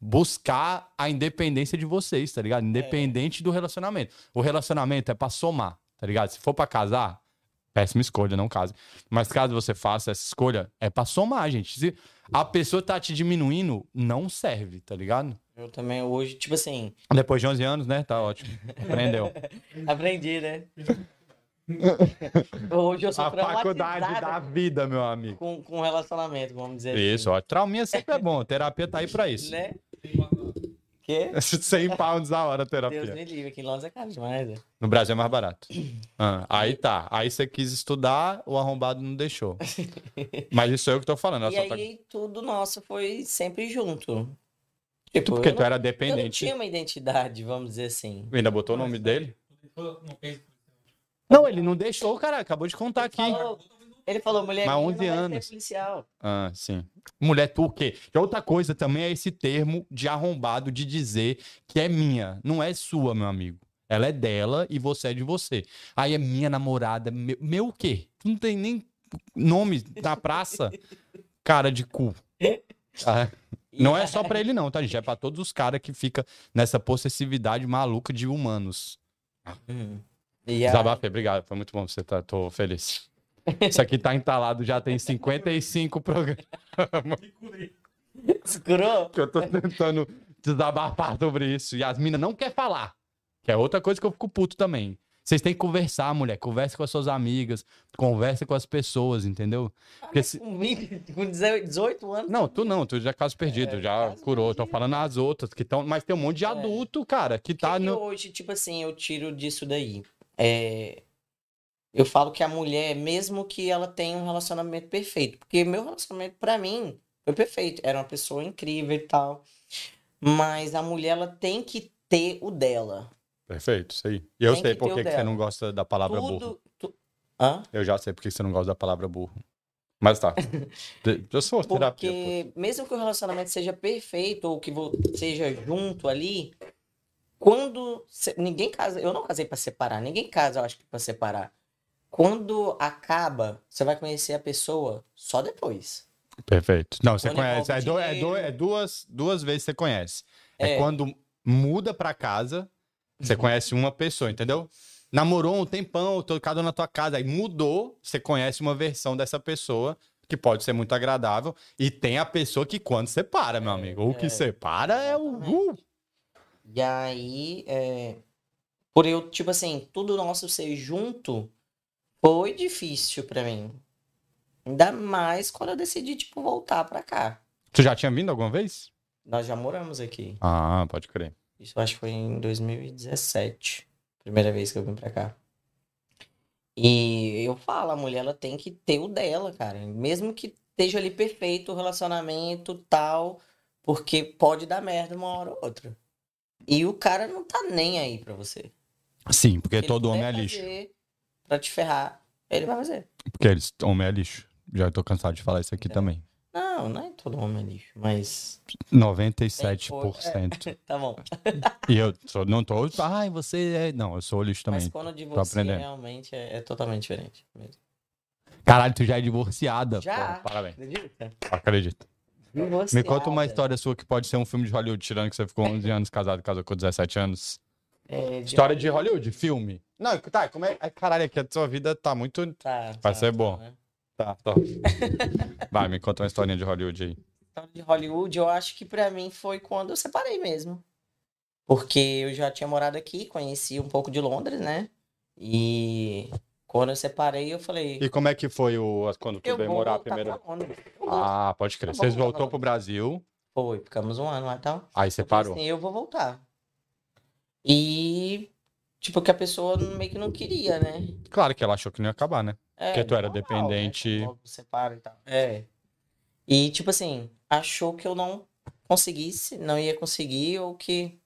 buscar a independência de vocês, tá ligado? Independente do relacionamento. O relacionamento é pra somar, tá ligado? Se for pra casar, péssima escolha, não case. Mas caso você faça essa escolha, é pra somar, gente. Se a pessoa tá te diminuindo, não serve, tá ligado? Eu também hoje, tipo assim, Depois de 11 anos, né? Tá ótimo. Aprendeu. aprendi, né? hoje eu sou a faculdade da traumatizada vida, meu amigo. com, com relacionamento, vamos dizer Isso, ó. Trauminha sempre é bom. Terapia tá aí pra assim. isso. Né? Tem uma- Que? 100 pounds a hora a Deus terapia. me livre, aqui em Londres é caro demais, né? No Brasil é mais barato. Ah, aí tá. Aí você quis estudar, o arrombado não deixou. Mas isso é eu que tô falando. ela E só tá- aí tudo nosso foi sempre junto. Tu, Tipo, porque eu tu não, era eu não dependente. tinha uma identidade, vamos dizer assim. Ainda botou o nome dele? Não fez. Não, ele não deixou, cara. Acabou de contar aqui. Falou- ele falou, mulher, Mas minha 11 não vai ser anos. policial. Ah, sim. Mulher, tu o quê? E outra coisa também é esse termo de arrombado de dizer que é minha. Não é sua, meu amigo. Ela é dela e você é de você. Aí é minha namorada. Meu, meu o quê? Tu não tem nem nome na praça? Cara de cu. Ah. E Não é só pra ele, não, tá, gente? É pra todos os caras que fica nessa possessividade maluca de humanos. Hum. E aí- Desabafei, obrigado. Foi muito bom você tá. Tô feliz. Isso aqui tá entalado, já tem 55 programas. Me curei. Escurou? que Eu tô tentando desabafar sobre isso. E as minas não quer falar. Que é outra coisa que eu fico puto também. Vocês têm que conversar, mulher. Conversa com as suas amigas, conversa com as pessoas, entendeu? Porque se, Com 20, Um com 18 anos. Não, tu não, tu já é caso perdido, É, já caso curou. Tô perdido. falando as outras que estão. Mas tem um monte de adulto, cara, que O que tá É. que no. hoje, tipo assim, eu tiro disso daí? É, Eu falo que a mulher, mesmo que ela tenha um relacionamento perfeito, porque meu relacionamento, pra mim, foi perfeito. Era uma pessoa incrível e tal. Mas a mulher, ela tem que ter o dela. Perfeito, isso aí. E eu Tem sei que por ter o que que você dela. não gosta da palavra burro. Tudo. tu- Hã? Eu já sei por que você não gosta da palavra burro. Mas tá. De- eu sou terapia. pô. Porque mesmo que o relacionamento seja perfeito ou que vo- seja junto ali, quando se- ninguém casa, eu não casei pra separar, ninguém casa, eu acho que pra separar. Quando acaba, você vai conhecer a pessoa só depois. Perfeito. Não, você Quando conhece. É, envolve do- é do- dinheiro. é duas, duas vezes você conhece. É, É. quando muda pra casa, você conhece uma pessoa, entendeu? Namorou um tempão, tô- cada um na tua casa, aí mudou, você conhece uma versão dessa pessoa que pode ser muito agradável. E tem a pessoa que quando separa, meu amigo. O que é. separa é o. Exatamente. E aí, é, por eu, tipo assim, tudo nosso ser junto foi difícil pra mim. Ainda mais quando eu decidi, tipo, voltar pra cá. Tu já tinha vindo alguma vez? Nós já moramos aqui. Ah, pode crer. Isso eu acho que foi em 2017, primeira vez que eu vim pra cá. E eu falo, a mulher ela tem que ter o dela, cara. Mesmo que esteja ali perfeito o relacionamento, tal, porque pode dar merda uma hora ou outra. E o cara não tá nem aí pra você. Sim, porque Ele todo vai homem é lixo. fazer Pra te ferrar, ele vai fazer. Porque eles, homem é lixo. Já tô cansado de falar isso aqui É. também. Não, não é todo homem lixo, mas 97%. tá bom. E eu sou- não tô. Ai, você é. Não, eu sou lixo também. Mas quando eu divorcio, aprendendo. realmente é, é totalmente diferente. mesmo. Caralho, tu já é divorciada. Já. Pô, parabéns. Acredita? Acredito. Me Divorciada. conta uma história sua que pode ser um filme de Hollywood, tirando que você ficou 11 anos casado, casou com 17 anos. É, de- História de Hollywood, filme. Não, tá, como é. Ai, Caralho, é que a sua vida tá muito. Tá, Vai tá, ser tá, é bom. né? Tá, tá. Vai, me conta uma historinha de Hollywood aí. História Então, de Hollywood, eu acho que pra mim foi quando eu separei mesmo. Porque eu já tinha morado aqui, conheci um pouco de Londres, né? E quando eu separei, eu falei. E como é que foi o, quando tu eu veio vou morar a voltar primeira? pra Londres. Eu vou. Ah, pode crer. Eu vou Vocês voltar pra voltou pro Brasil, Foi, ficamos um ano lá e tal. aí você parou. Assim, eu vou voltar. E, tipo, que a pessoa meio que não queria, né? Claro que ela achou que não ia acabar, né? É, Porque tu era normal, dependente. Né? Logo separa e tal. É. E, tipo assim, achou que eu não conseguisse, não ia conseguir, ou que.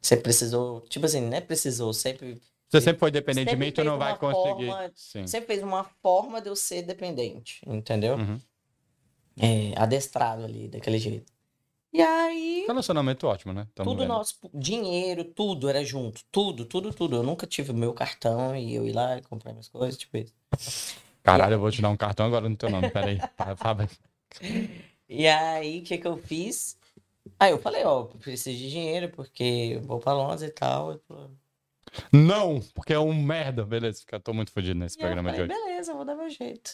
Você precisou. Tipo assim, né? Precisou. Sempre, Você sempre foi dependente de Sempre mim, tu não fez vai uma conseguir. forma- Sim. sempre fez uma forma de eu ser dependente, entendeu? Uhum. É, adestrado ali, daquele jeito. E aí. Relacionamento ótimo, né? Tamo Tudo vendo. nosso, dinheiro, tudo era junto. Tudo, tudo, tudo. Eu nunca tive o meu cartão e eu ir lá e comprar minhas coisas, tipo isso. Caralho, eu vou te dar um cartão agora no teu nome. Peraí. Pá, pá, pá. E aí, o que que eu fiz? Aí eu falei, ó, eu preciso de dinheiro porque eu vou pra Londres e tal. Ele falou- Não, porque é um merda. Beleza, fica- tô muito fodido nesse E aí né? eu programa de falei, hoje. beleza, eu vou dar meu jeito.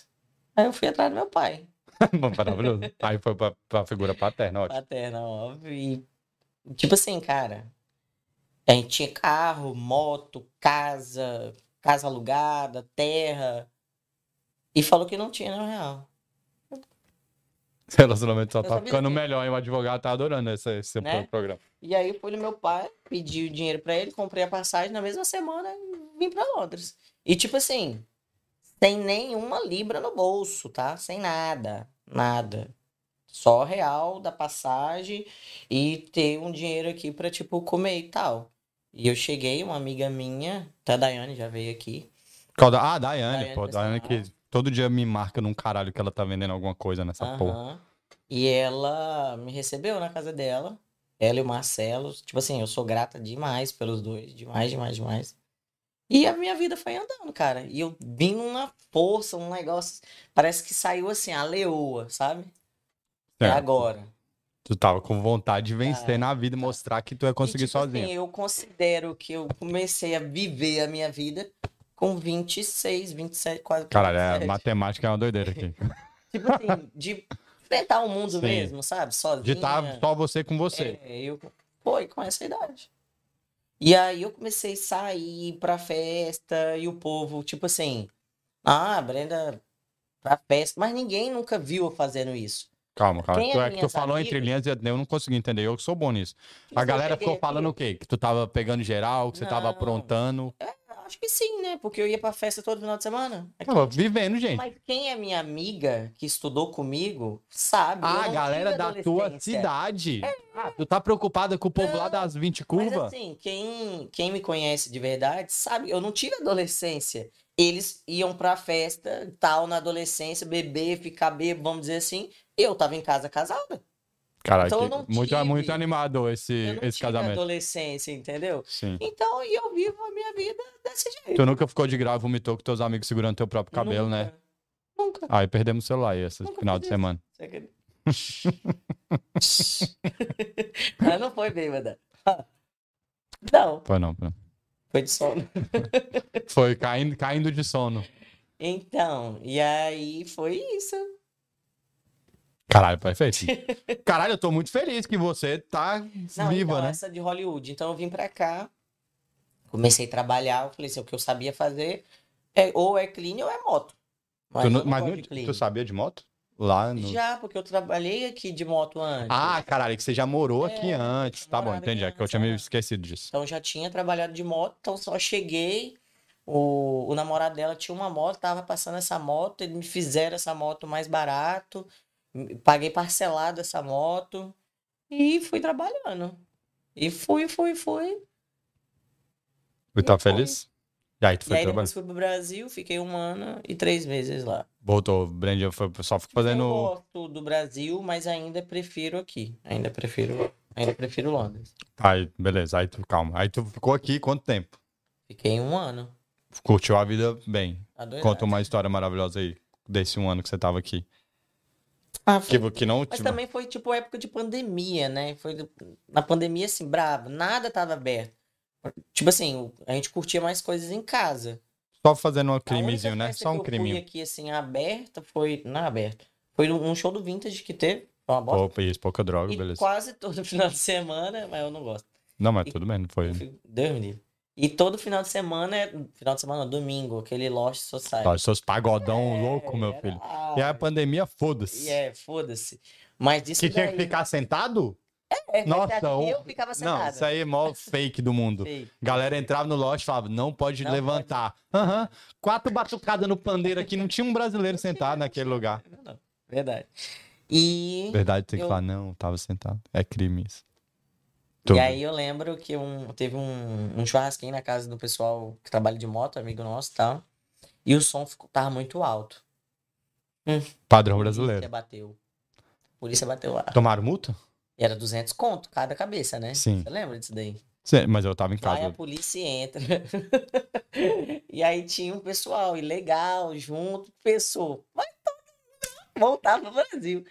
Aí eu fui atrás do meu pai, Maravilhoso. Aí foi pra, pra figura paterna, ótimo. paterna, óbvio. E, tipo assim, cara, a gente tinha carro, moto, casa, casa alugada, terra. E falou que não tinha, não real. Esse relacionamento só Eu tá sabia ficando que- melhor, hein? O advogado tá adorando esse, esse Né? programa. E aí eu fui no meu pai, pedi o dinheiro pra ele, comprei a passagem na mesma semana e vim pra Londres. E tipo assim, sem nenhuma libra no bolso, tá? Sem nada, nada. Só real da passagem e ter um dinheiro aqui pra tipo comer e tal. E eu cheguei, uma amiga minha, tá a Daiane já veio aqui. Qual da- Ah, Daiane, Daiane pô. Daiane que Pessoal. todo dia me marca num caralho que ela tá vendendo alguma coisa nessa porra. Aham. E ela me recebeu na casa dela. Ela e o Marcelo. Tipo assim, eu sou grata demais pelos dois. Demais, demais, demais. E a minha vida foi andando, cara. E eu vim numa força, um negócio. Parece que saiu assim, a leoa, sabe? É Certo. agora. Tu tava com vontade de vencer Ah, na vida e mostrar que tu ia conseguir E, tipo assim, sozinho. eu considero que eu comecei a viver a minha vida com 26, 27, quase. Caralho, a 27. matemática é uma doideira aqui. Tipo assim, de enfrentar o mundo Sim. mesmo, sabe? Sozinha. De tá só você com você. É, eu foi com essa idade. E aí eu comecei a sair pra festa e o povo, tipo assim, ah, Brenda, pra festa, mas ninguém nunca viu eu fazendo isso. Calma, calma. Quem Tu, é é que tu minhas falou entre linhas e eu não consegui entender. Eu que sou bom nisso. Então, A galera ficou falando o quê? Que tu tava pegando geral, que você tava Não. É aprontando. Acho que sim, né? Porque eu ia pra festa todo final de semana. É Tava vivendo, gente. Mas quem é minha amiga que estudou comigo sabe. eu Ah, a não galera tive da tua adolescência. É. cidade. Ah, tu tá preocupada com o povo lá Não, das 20 Mas curvas? assim, quem, quem me conhece de verdade sabe, eu não tive adolescência. Eles iam pra festa, e tal, na adolescência, beber, ficar bebo, vamos dizer assim. Eu tava em casa casada. Caralho, então que- eu não muito, é tive. muito animador Eu esse, não esse tive casamento. adolescência, entendeu? Sim. Então, e eu vivo a minha vida desse jeito. Tu nunca ficou de grau e vomitou com teus amigos segurando teu próprio cabelo, Nunca. né? Nunca. Aí perdemos o celular aí esse Nunca final fiz de isso. semana. Você acredita? Mas não foi bêbada. Não, Foi não, foi não. foi de sono. Foi caindo, caindo de sono. Então, e aí foi isso. Caralho, perfeito. Caralho, eu tô muito feliz que você tá Não, viva, então, né? essa de Hollywood. Então eu vim pra cá, comecei a trabalhar, eu falei assim, o que eu sabia fazer é ou é clean ou é moto. Mas tu, eu não- não mas gosto não- de clean. tu sabia de moto? Lá no. Já, porque eu trabalhei aqui de moto antes. Ah, caralho, que você já morou aqui É, antes. Tá bom, morava entendi. aqui É que eu tinha me antes, é. esquecido disso. Então já tinha trabalhado de moto, então só cheguei. O, o namorado dela tinha uma moto, tava passando essa moto, eles me fizeram essa moto mais barato, m- paguei parcelado essa moto e fui trabalhando. E fui, fui, fui. E tá Não foi. feliz? E aí, tu E foi aí trabalhar? depois fui pro Brasil, fiquei um ano e três meses lá. Voltou, Brandon foi só fico Eu fazendo. gosto do Brasil, mas ainda prefiro aqui. Ainda prefiro, ainda prefiro Londres. Aí, beleza, aí tu calma. Aí tu ficou aqui quanto tempo? Fiquei um ano. Curtiu a vida bem. Adoidado. Conta uma história maravilhosa aí desse um ano que você tava aqui. Ah, foi- Que, que não Mas tipo, também foi tipo época de pandemia, né? Foi do- na pandemia assim, brabo, nada tava aberto. Tipo assim, o- a gente curtia mais coisas em casa. só fazendo um A única crimezinho, né? festa Só que um eu fui criminho. aqui assim aberta foi, não aberta. Foi um show do Vintage que teve, foi uma bosta. Opa, isso, pouca droga, e beleza. quase todo final de semana, mas eu não gosto. Não, mas tudo bem, não foi. Eu fico, Deus me livre. E todo final de semana, é- final de semana, não, domingo, aquele Lost Society. Tá, seus pagodão É, louco, meu era- filho. ah, E a pandemia, e foda-se. é, foda-se. Mas disso Que tinha que daí- ficar sentado? é, Nossa, aqui um- eu ficava Não, sentada. isso aí é mó fake do mundo. Feio. Galera entrava no loja e falava, não pode Não levantar. Aham. Quatro batucadas no pandeiro aqui, não tinha um brasileiro sentado naquele lugar. Não, não. Verdade. E, Verdade, tem que Eu- falar, não, tava sentado. É crime isso. e aí eu lembro que um, teve um, um churrasquinho na casa do pessoal que trabalha de moto, amigo nosso e tal. E o som ficou, tava muito alto. Padrão Polícia brasileiro. bateu. Polícia bateu lá. Tomaram multa? E era 200 conto cada cabeça, né? Sim. Você lembra disso daí? Sim, mas eu tava em Vai a casa. polícia e entra. e aí tinha um pessoal ilegal junto, pensou, vai todo mundo voltar pro Brasil.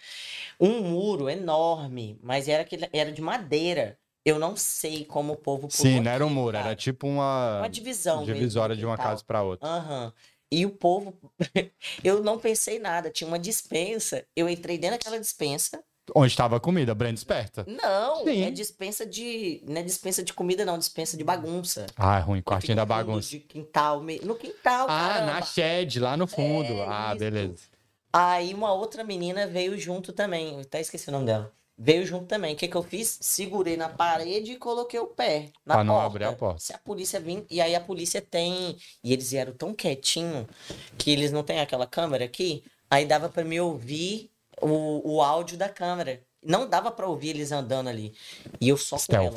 Um muro enorme, mas era, aquele, era de madeira. Eu não sei como o povo pulou Sim, não era um aquilo, muro, era cara. tipo uma, uma divisão. mesmo divisória do de uma quintal. casa pra outra. Aham. E o povo, eu não pensei nada, tinha uma dispensa, eu entrei dentro daquela dispensa. Onde tava a comida, Brenda esperta. Não, Sim. é dispensa de, não é dispensa de comida não, dispensa de bagunça. Ah, é ruim, quartinho da Fica no fundo bagunça. De quintal, me- no quintal, Ah, caramba. na shed, lá no fundo. É ah, isso. beleza. Aí uma outra menina veio junto também, eu até esqueci o nome dela. Veio junto também. O que que eu fiz? Segurei na parede e coloquei o pé na Pra não porta. abrir a porta. Se a polícia vir, e aí a polícia tem, e eles vieram tão quietinho que eles não têm aquela câmera aqui, aí dava pra me ouvir o, o áudio da câmera. Não dava pra ouvir eles andando ali. E eu só com Stealth.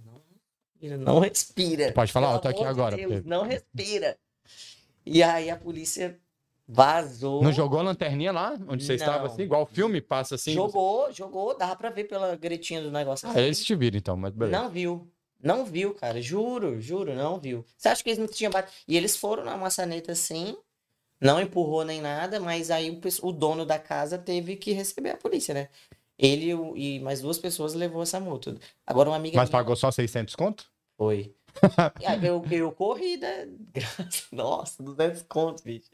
ela. Ele não respira. Pode falar, Pelo ó, tô aqui amor de agora, Deus, Pedro. não respira. E aí a polícia vazou. Não jogou a lanterninha lá, onde você estava, Não. assim? Igual o filme, passa assim. jogou, jogou, dava pra ver pela gretinha do negócio. assim. Ah, eles te viram então, mas beleza. não viu. Não viu, cara. Juro, juro, não viu. Você acha que eles não tinham batido? E eles foram na maçaneta assim, não empurrou nem nada, mas aí o, pes- o dono da casa teve que receber a polícia, né? Ele e o- e mais duas pessoas levou essa multa. Agora uma amiga Mas minha- pagou só 600 conto? Foi. E aí eu, eu corri, né? Graças- Nossa, 200 conto, bicho.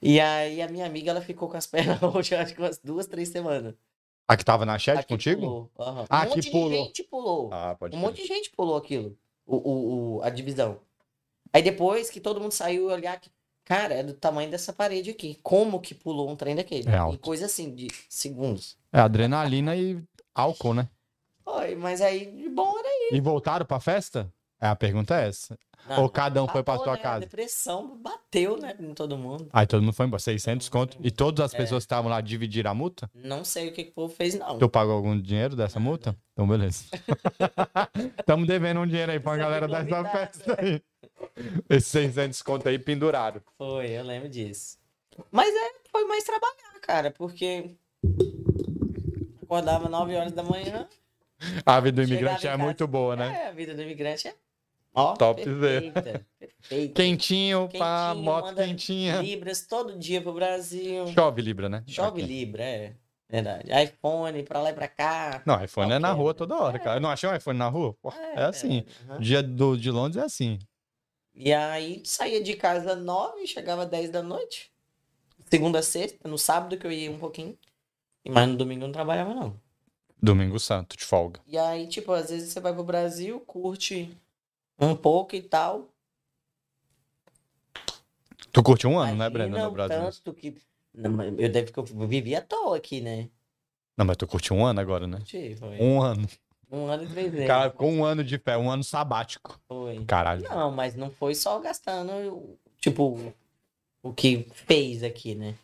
E aí a minha amiga, ela ficou com as pernas roxas, acho que umas duas, três semanas. A que tava na chat Aqui É contigo? Pulou. aham. Ah, um que monte pulou. de gente pulou. Ah, pode um crer. monte de gente pulou aquilo, o, o, o- a divisão. Aí depois que todo mundo saiu e olhar, que, cara, é do tamanho dessa parede aqui. Como que pulou um trem daquele? É alto. E coisa assim, de segundos. É adrenalina e álcool, né? Foi, mas aí, de bom, né? E voltaram pra festa? É, a pergunta é essa. Ou cada um foi pra Ah, Acabou, sua né? A casa? depressão bateu, né, em todo mundo. Aí todo mundo foi embora, 600 conto. E todas as É. pessoas que estavam lá dividiram a multa? Não sei o que, que o povo fez, não. Tu pagou algum dinheiro dessa multa? Então, beleza. Tamo devendo um dinheiro aí pra uma Isso é galera dessa novidade, né? festa aí. Esses 600 conto aí penduraram. Foi, eu lembro disso. Mas é, foi mais trabalhar, cara, porque acordava 9 horas da manhã. A vida do Chegava imigrante em é casa. muito boa, né? É, a vida do imigrante é ó, Top zero. perfeita, perfeita. Quentinho, pá, Quentinho, moto manda quentinha. Libras todo dia pro Brasil. Chove Libra, né? Chove Aqui. Libra, é. Verdade. iPhone pra lá e pra cá. Não, iPhone é na Qualquer, rua né? toda hora, cara. Eu não achei um iPhone na rua? Pô, é assim. verdade, aham. Dia do, de Londres é assim. E aí saía de casa às 9 e chegava às 10 da noite. Segunda a sexta, no sábado que eu ia um pouquinho. Mas no domingo eu não trabalhava, não. Domingo Santo, de folga. E aí, tipo, às vezes você vai pro Brasil, curte Hum. um pouco e tal. Tu curte um ano, né, Imagina Brenda, no o Brasil? Tanto que... Não, mas eu deve que eu vivi à toa aqui, né? Não, mas tu curte um ano agora, né? Curti, Foi. Um ano. Um ano e três O meses. cara ficou um ano de pé, um ano sabático. Foi. Caralho. Não, mas não foi só gastando, tipo, o que fez aqui, né?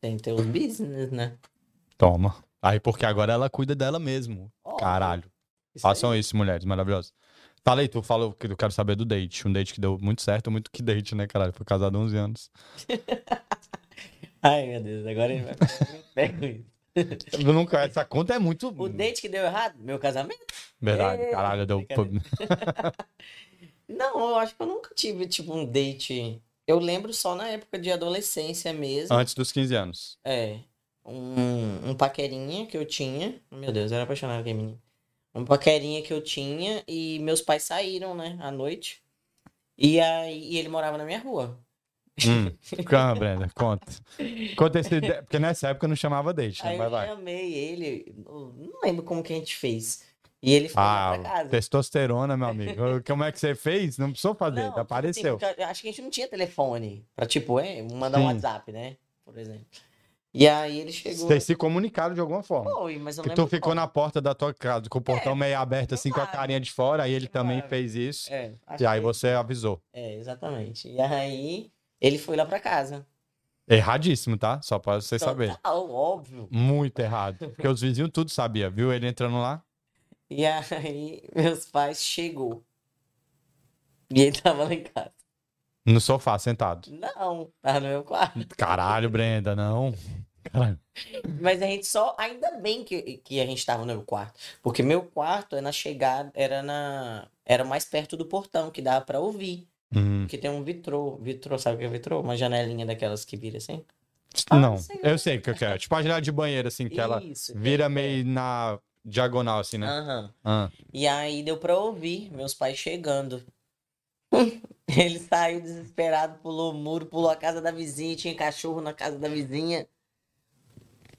Tem que ter os business, né? Toma. Aí, porque agora ela cuida dela mesmo. Ó, Caralho. um isso aí. Façam isso, mulheres maravilhosas. Falei, tu falou que eu quero saber do date. Um date que deu muito certo, muito que date, né, caralho? Foi casado há 11 anos. Ai, meu Deus, agora ele vai pego isso. Eu nunca, essa conta é muito. O date que deu errado, meu casamento. Verdade, Ei, caralho, deu. brincadeira. Não, eu acho que eu nunca tive, tipo, um date. Eu lembro só na época de adolescência mesmo. Antes dos 15 anos. É. Um, um paquerinha que eu tinha. Meu Deus, eu era apaixonado por aquele menino. Um paquerinha que eu tinha e meus pais saíram, né, à noite. E aí e ele morava na minha rua. Hum. Calma, Brenda, conta. Conta esse... de- Porque nessa época eu não chamava date, né? Aí Vai, eu vai. chamei ele, eu não lembro como que a gente fez. E ele foi lá pra Ah, casa. testosterona, meu amigo. Como é que você fez? Não precisou fazer, Não, tipo assim, apareceu. porque eu acho que a gente não tinha telefone pra, tipo, é, mandar um Sim. WhatsApp, né? Por exemplo. E aí ele chegou. Vocês se comunicaram de alguma forma. Foi, mas eu Que lembro É, tu ficou como. na porta da tua casa, com o portão meio aberto, assim, com a provável. carinha de fora, aí ele também Provável. fez isso. É, acho E aí que- você avisou. É, exatamente. E aí ele foi lá pra casa. Erradíssimo, tá? Só pra vocês saberem. Total, óbvio. Muito errado. Porque os vizinhos tudo sabia, viu? Ele entrando lá. E aí meus pais chegou. E ele tava lá em casa. No sofá, sentado. Não, tava no meu quarto. Caralho, Brenda, não. Caralho. Mas a gente só. Ainda bem que, que a gente tava no meu quarto. Porque meu quarto é na chegada. Era na. Era mais perto do portão, que dava pra ouvir. Hum, Porque tem um vitrô. Vitrô, sabe o que é vitrô? Uma janelinha daquelas que vira assim. Ah, não, sei lá. eu sei o que eu quero. Tipo a janela de banheiro, assim, que ela Isso. vira é. meio na diagonal, assim, né? Aham. Ah. E aí deu pra ouvir meus pais chegando. Ele saiu desesperado, pulou o muro, pulou a casa da vizinha, tinha cachorro na casa da vizinha.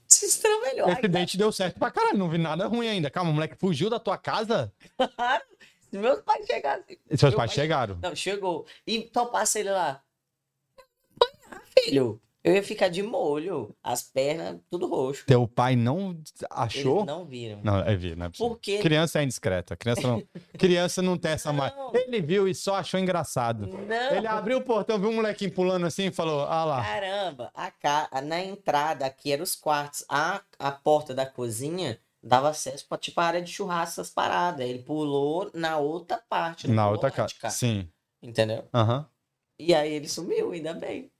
Se estramelhou. Ai, Esse dente deu certo pra caralho, não vi nada ruim ainda. Calma, o moleque fugiu da tua casa? cara, se meus pais chegassem. E seus Meu pais pai- chegaram. Não, chegou. E topasse ele lá. Apanhar, filho. Eu ia ficar de molho, as pernas tudo roxo. Teu pai não achou? Eles não viram. Não, é vi, não é possível. Porque Criança é indiscreta. Criança não, criança não tem essa mais. Ele viu e só achou engraçado. não. Ele abriu o portão, viu um molequinho pulando assim e falou: Ah lá. Caramba, a ca- a- na entrada aqui eram os quartos. A, a porta da cozinha dava acesso pra tipo a área de churrasco, essas paradas. Ele pulou na outra parte. não Na pulou outra lá de cá, casa. Sim. Entendeu? Aham. E aí ele sumiu, ainda bem.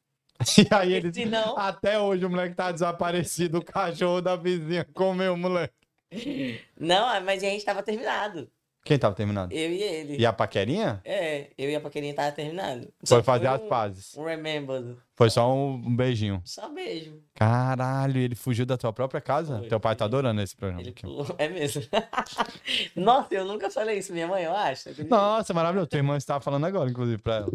E aí ele. Ah. Se não, Até hoje o moleque tá desaparecido, o cachorro da vizinha comeu o moleque. não, ah, mas a gente tava terminado. Quem tava terminando? Eu e ele. E a paquerinha? É, eu e a paquerinha tava terminado. Foi Só fazer foi as um- pazes. Um remember. Foi só um um beijinho. Só beijo. Caralho, ele fugiu da tua própria casa? Foi. Teu pai tá adorando esse programa. Ele Que- pulou. É mesmo. Nossa, eu nunca falei isso, minha mãe, eu acho. tá Nossa, maravilhoso. Tua irmã estava falando agora, inclusive, pra ela.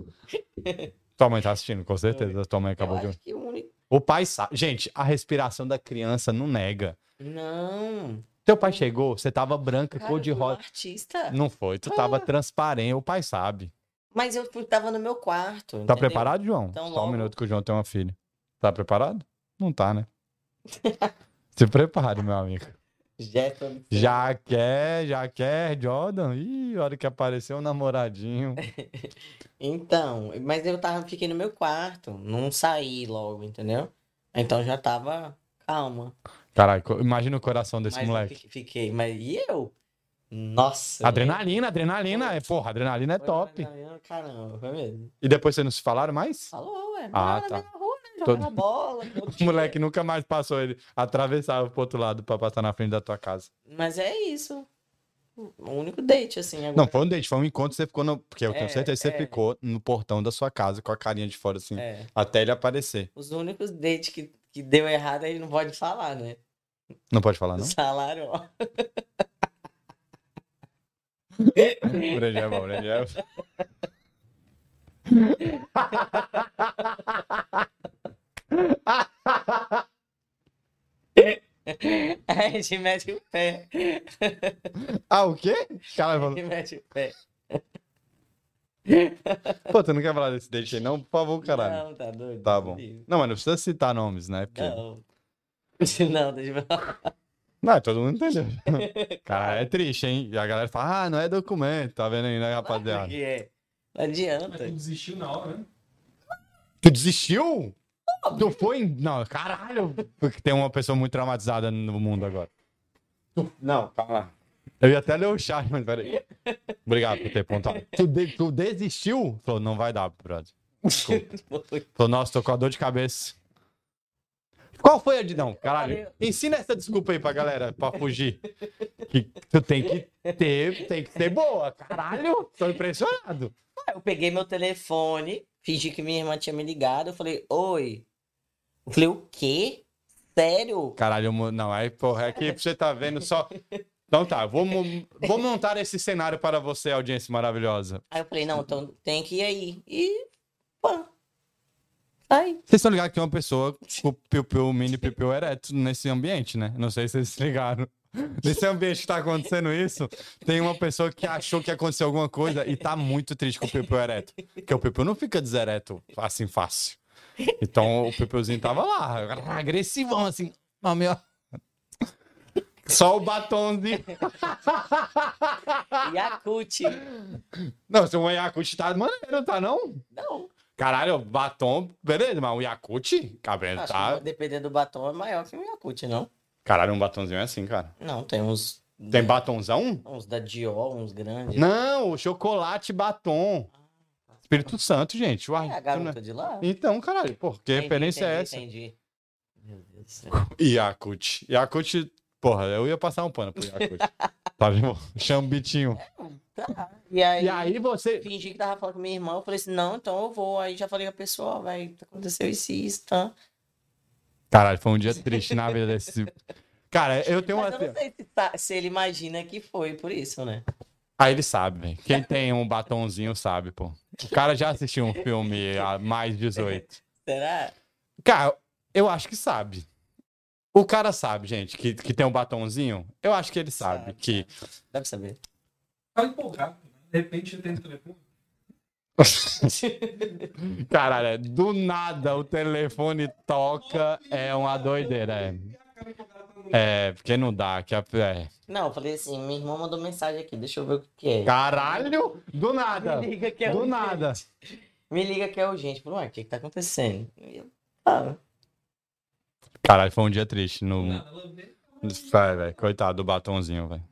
tua mãe tá assistindo, com certeza. Tua mãe Eu acabou de acho que o único. O pai sabe. Gente, a respiração da criança não nega. Não. Teu pai chegou, você tava branca, Cara, cor de eu Ah. fui um rosa. artista. Não foi, tu tava transparente, o pai sabe. Mas eu fui- tava no meu quarto. Tá entendeu? preparado, João? Então Só um logo- minuto que o João tem uma filha. Tá preparado? Não tá, né? Se prepare, meu amigo. Jefferson. Já quer, já quer, Jordan. Ih, a hora que apareceu o namoradinho. Então, mas eu tava, fiquei no meu quarto. Não saí logo, entendeu? Então já tava calma. Caralho, co- imagina o coração desse mas eu moleque. fi- fiquei. Mas e eu? Nossa. Adrenalina, adrenalina. É, porra, adrenalina é Foi top. adrenalina, Caramba, foi mesmo. E depois vocês não se falaram mais? Falou, ué. Ah, morava tá. na minha rua, né? Todo- Jogava bola. todo O dia. moleque nunca mais passou ele. Atravessava pro outro lado pra passar na frente da tua casa. Mas é isso. O único date, assim, agora. Não, foi um date, foi um encontro. Você ficou no. Porque eu tenho É, certeza que você é. ficou no portão da sua casa com a carinha de fora, assim, É. até ele aparecer. Os únicos dates que, que deu errado, ele não pode falar, né? Não pode falar, Ah, não? Salário, ó. Brandi é bom, Brandi é bom. A gente mete o pé. Ah, o quê? Cara, A falou, gente mete o pé. pô, tu não quer falar desse date aí, não? Por favor, caralho. Não, tá doido. Tá bom. Não, mas não precisa citar nomes, né? Porque... Não. Não, deixa eu falar. Não, todo mundo entendeu. Cara, é triste, hein? E a galera fala, ah, não é documento, tá vendo aí, né, rapaziada? Porque é. Não Mas tu adianta. desistiu na hora, né? Tu desistiu? Tu foi? em- Não, caralho. Porque tem uma pessoa muito traumatizada no mundo agora. Tu- Não, calma. Eu ia até ler o chat, mas peraí. Obrigado por ter apontado. Tu, de- tu desistiu? Falou, não vai dar, brother. Desculpa. Falou, nossa, tô com a dor de cabeça. Qual foi a de não? Caralho, ensina essa desculpa aí pra galera, pra fugir. Que tu tem que ter, tem que ser boa. Caralho, tô impressionado. Aí eu peguei meu telefone, fingi que minha irmã tinha me ligado. Eu falei, oi. Eu falei, o quê? Sério? Caralho, eu mo- não, aí, porra, aqui você tá vendo só. Então tá, vou, mo- vou montar esse cenário para você, audiência maravilhosa. Aí eu falei, não, então tem que ir aí. E pá. Aí. Vocês estão ligados que tem uma pessoa com piu-piu, mini piu-piu ereto nesse ambiente, né? Não sei se vocês se ligaram. Nesse ambiente que tá acontecendo isso, tem uma pessoa que achou que aconteceu alguma coisa e tá muito triste com o piu-piu ereto. Porque o piu-piu não fica desereto assim fácil. Então o piu-piuzinho tava lá, agressivão assim. Mas meu... Só o batom de... Yakut. Não, se o Yakut tá maneiro, tá não? Não. Caralho, batom, beleza, mas o Yakut, cabelo, Acho tá? que dependendo do batom é maior que o Yakut, não? Caralho, um batomzinho é assim, cara. Não, tem uns. Tem batomzão? Uns da Dior, uns grandes. Não, chocolate batom. Espírito Santo, gente. Uai, Ah, tá. É tu a não- garota de lá. Então, caralho, porra, que Entendi, referência é entendi, essa? Entendi. Meu Deus do céu. Yakut. Yakut, porra, eu ia passar um pano pro Yakut. tá vivo? Chama o bitinho. Tá. E aí, E aí você... fingi que tava falando com minha irmã. Eu falei assim, não, então eu vou. Aí já falei com a pessoa, ó, vai, aconteceu isso e isso, tá? Caralho, foi um dia triste na vida desse... Cara, eu tenho uma... Mas eu não sei se, tá- se ele imagina que foi por isso, né? Aí ele sabe, velho. Quem tem um batonzinho sabe, pô. O cara já assistiu um filme a mais 18. Será? Cara, eu acho que sabe. O cara sabe, gente, que, que tem um batonzinho. Eu acho que ele sabe, Sabe. que. Dá pra saber. Tá empolgado. né? De repente ele tem no telefone. Caralho, é, do nada o telefone toca, é uma doideira. É, E a cara empolgada tá no- é porque não dá. Que a- é. Não, eu falei assim, minha irmã mandou mensagem aqui, deixa eu ver o que que é. Caralho, do nada. Me liga que é Do urgente. nada. Me liga que é urgente. Falei, ué, o que que tá acontecendo? E eu, ah, Caralho, foi um dia triste. No... Nada, ela vê. Vai, velho, coitado do batonzinho, velho.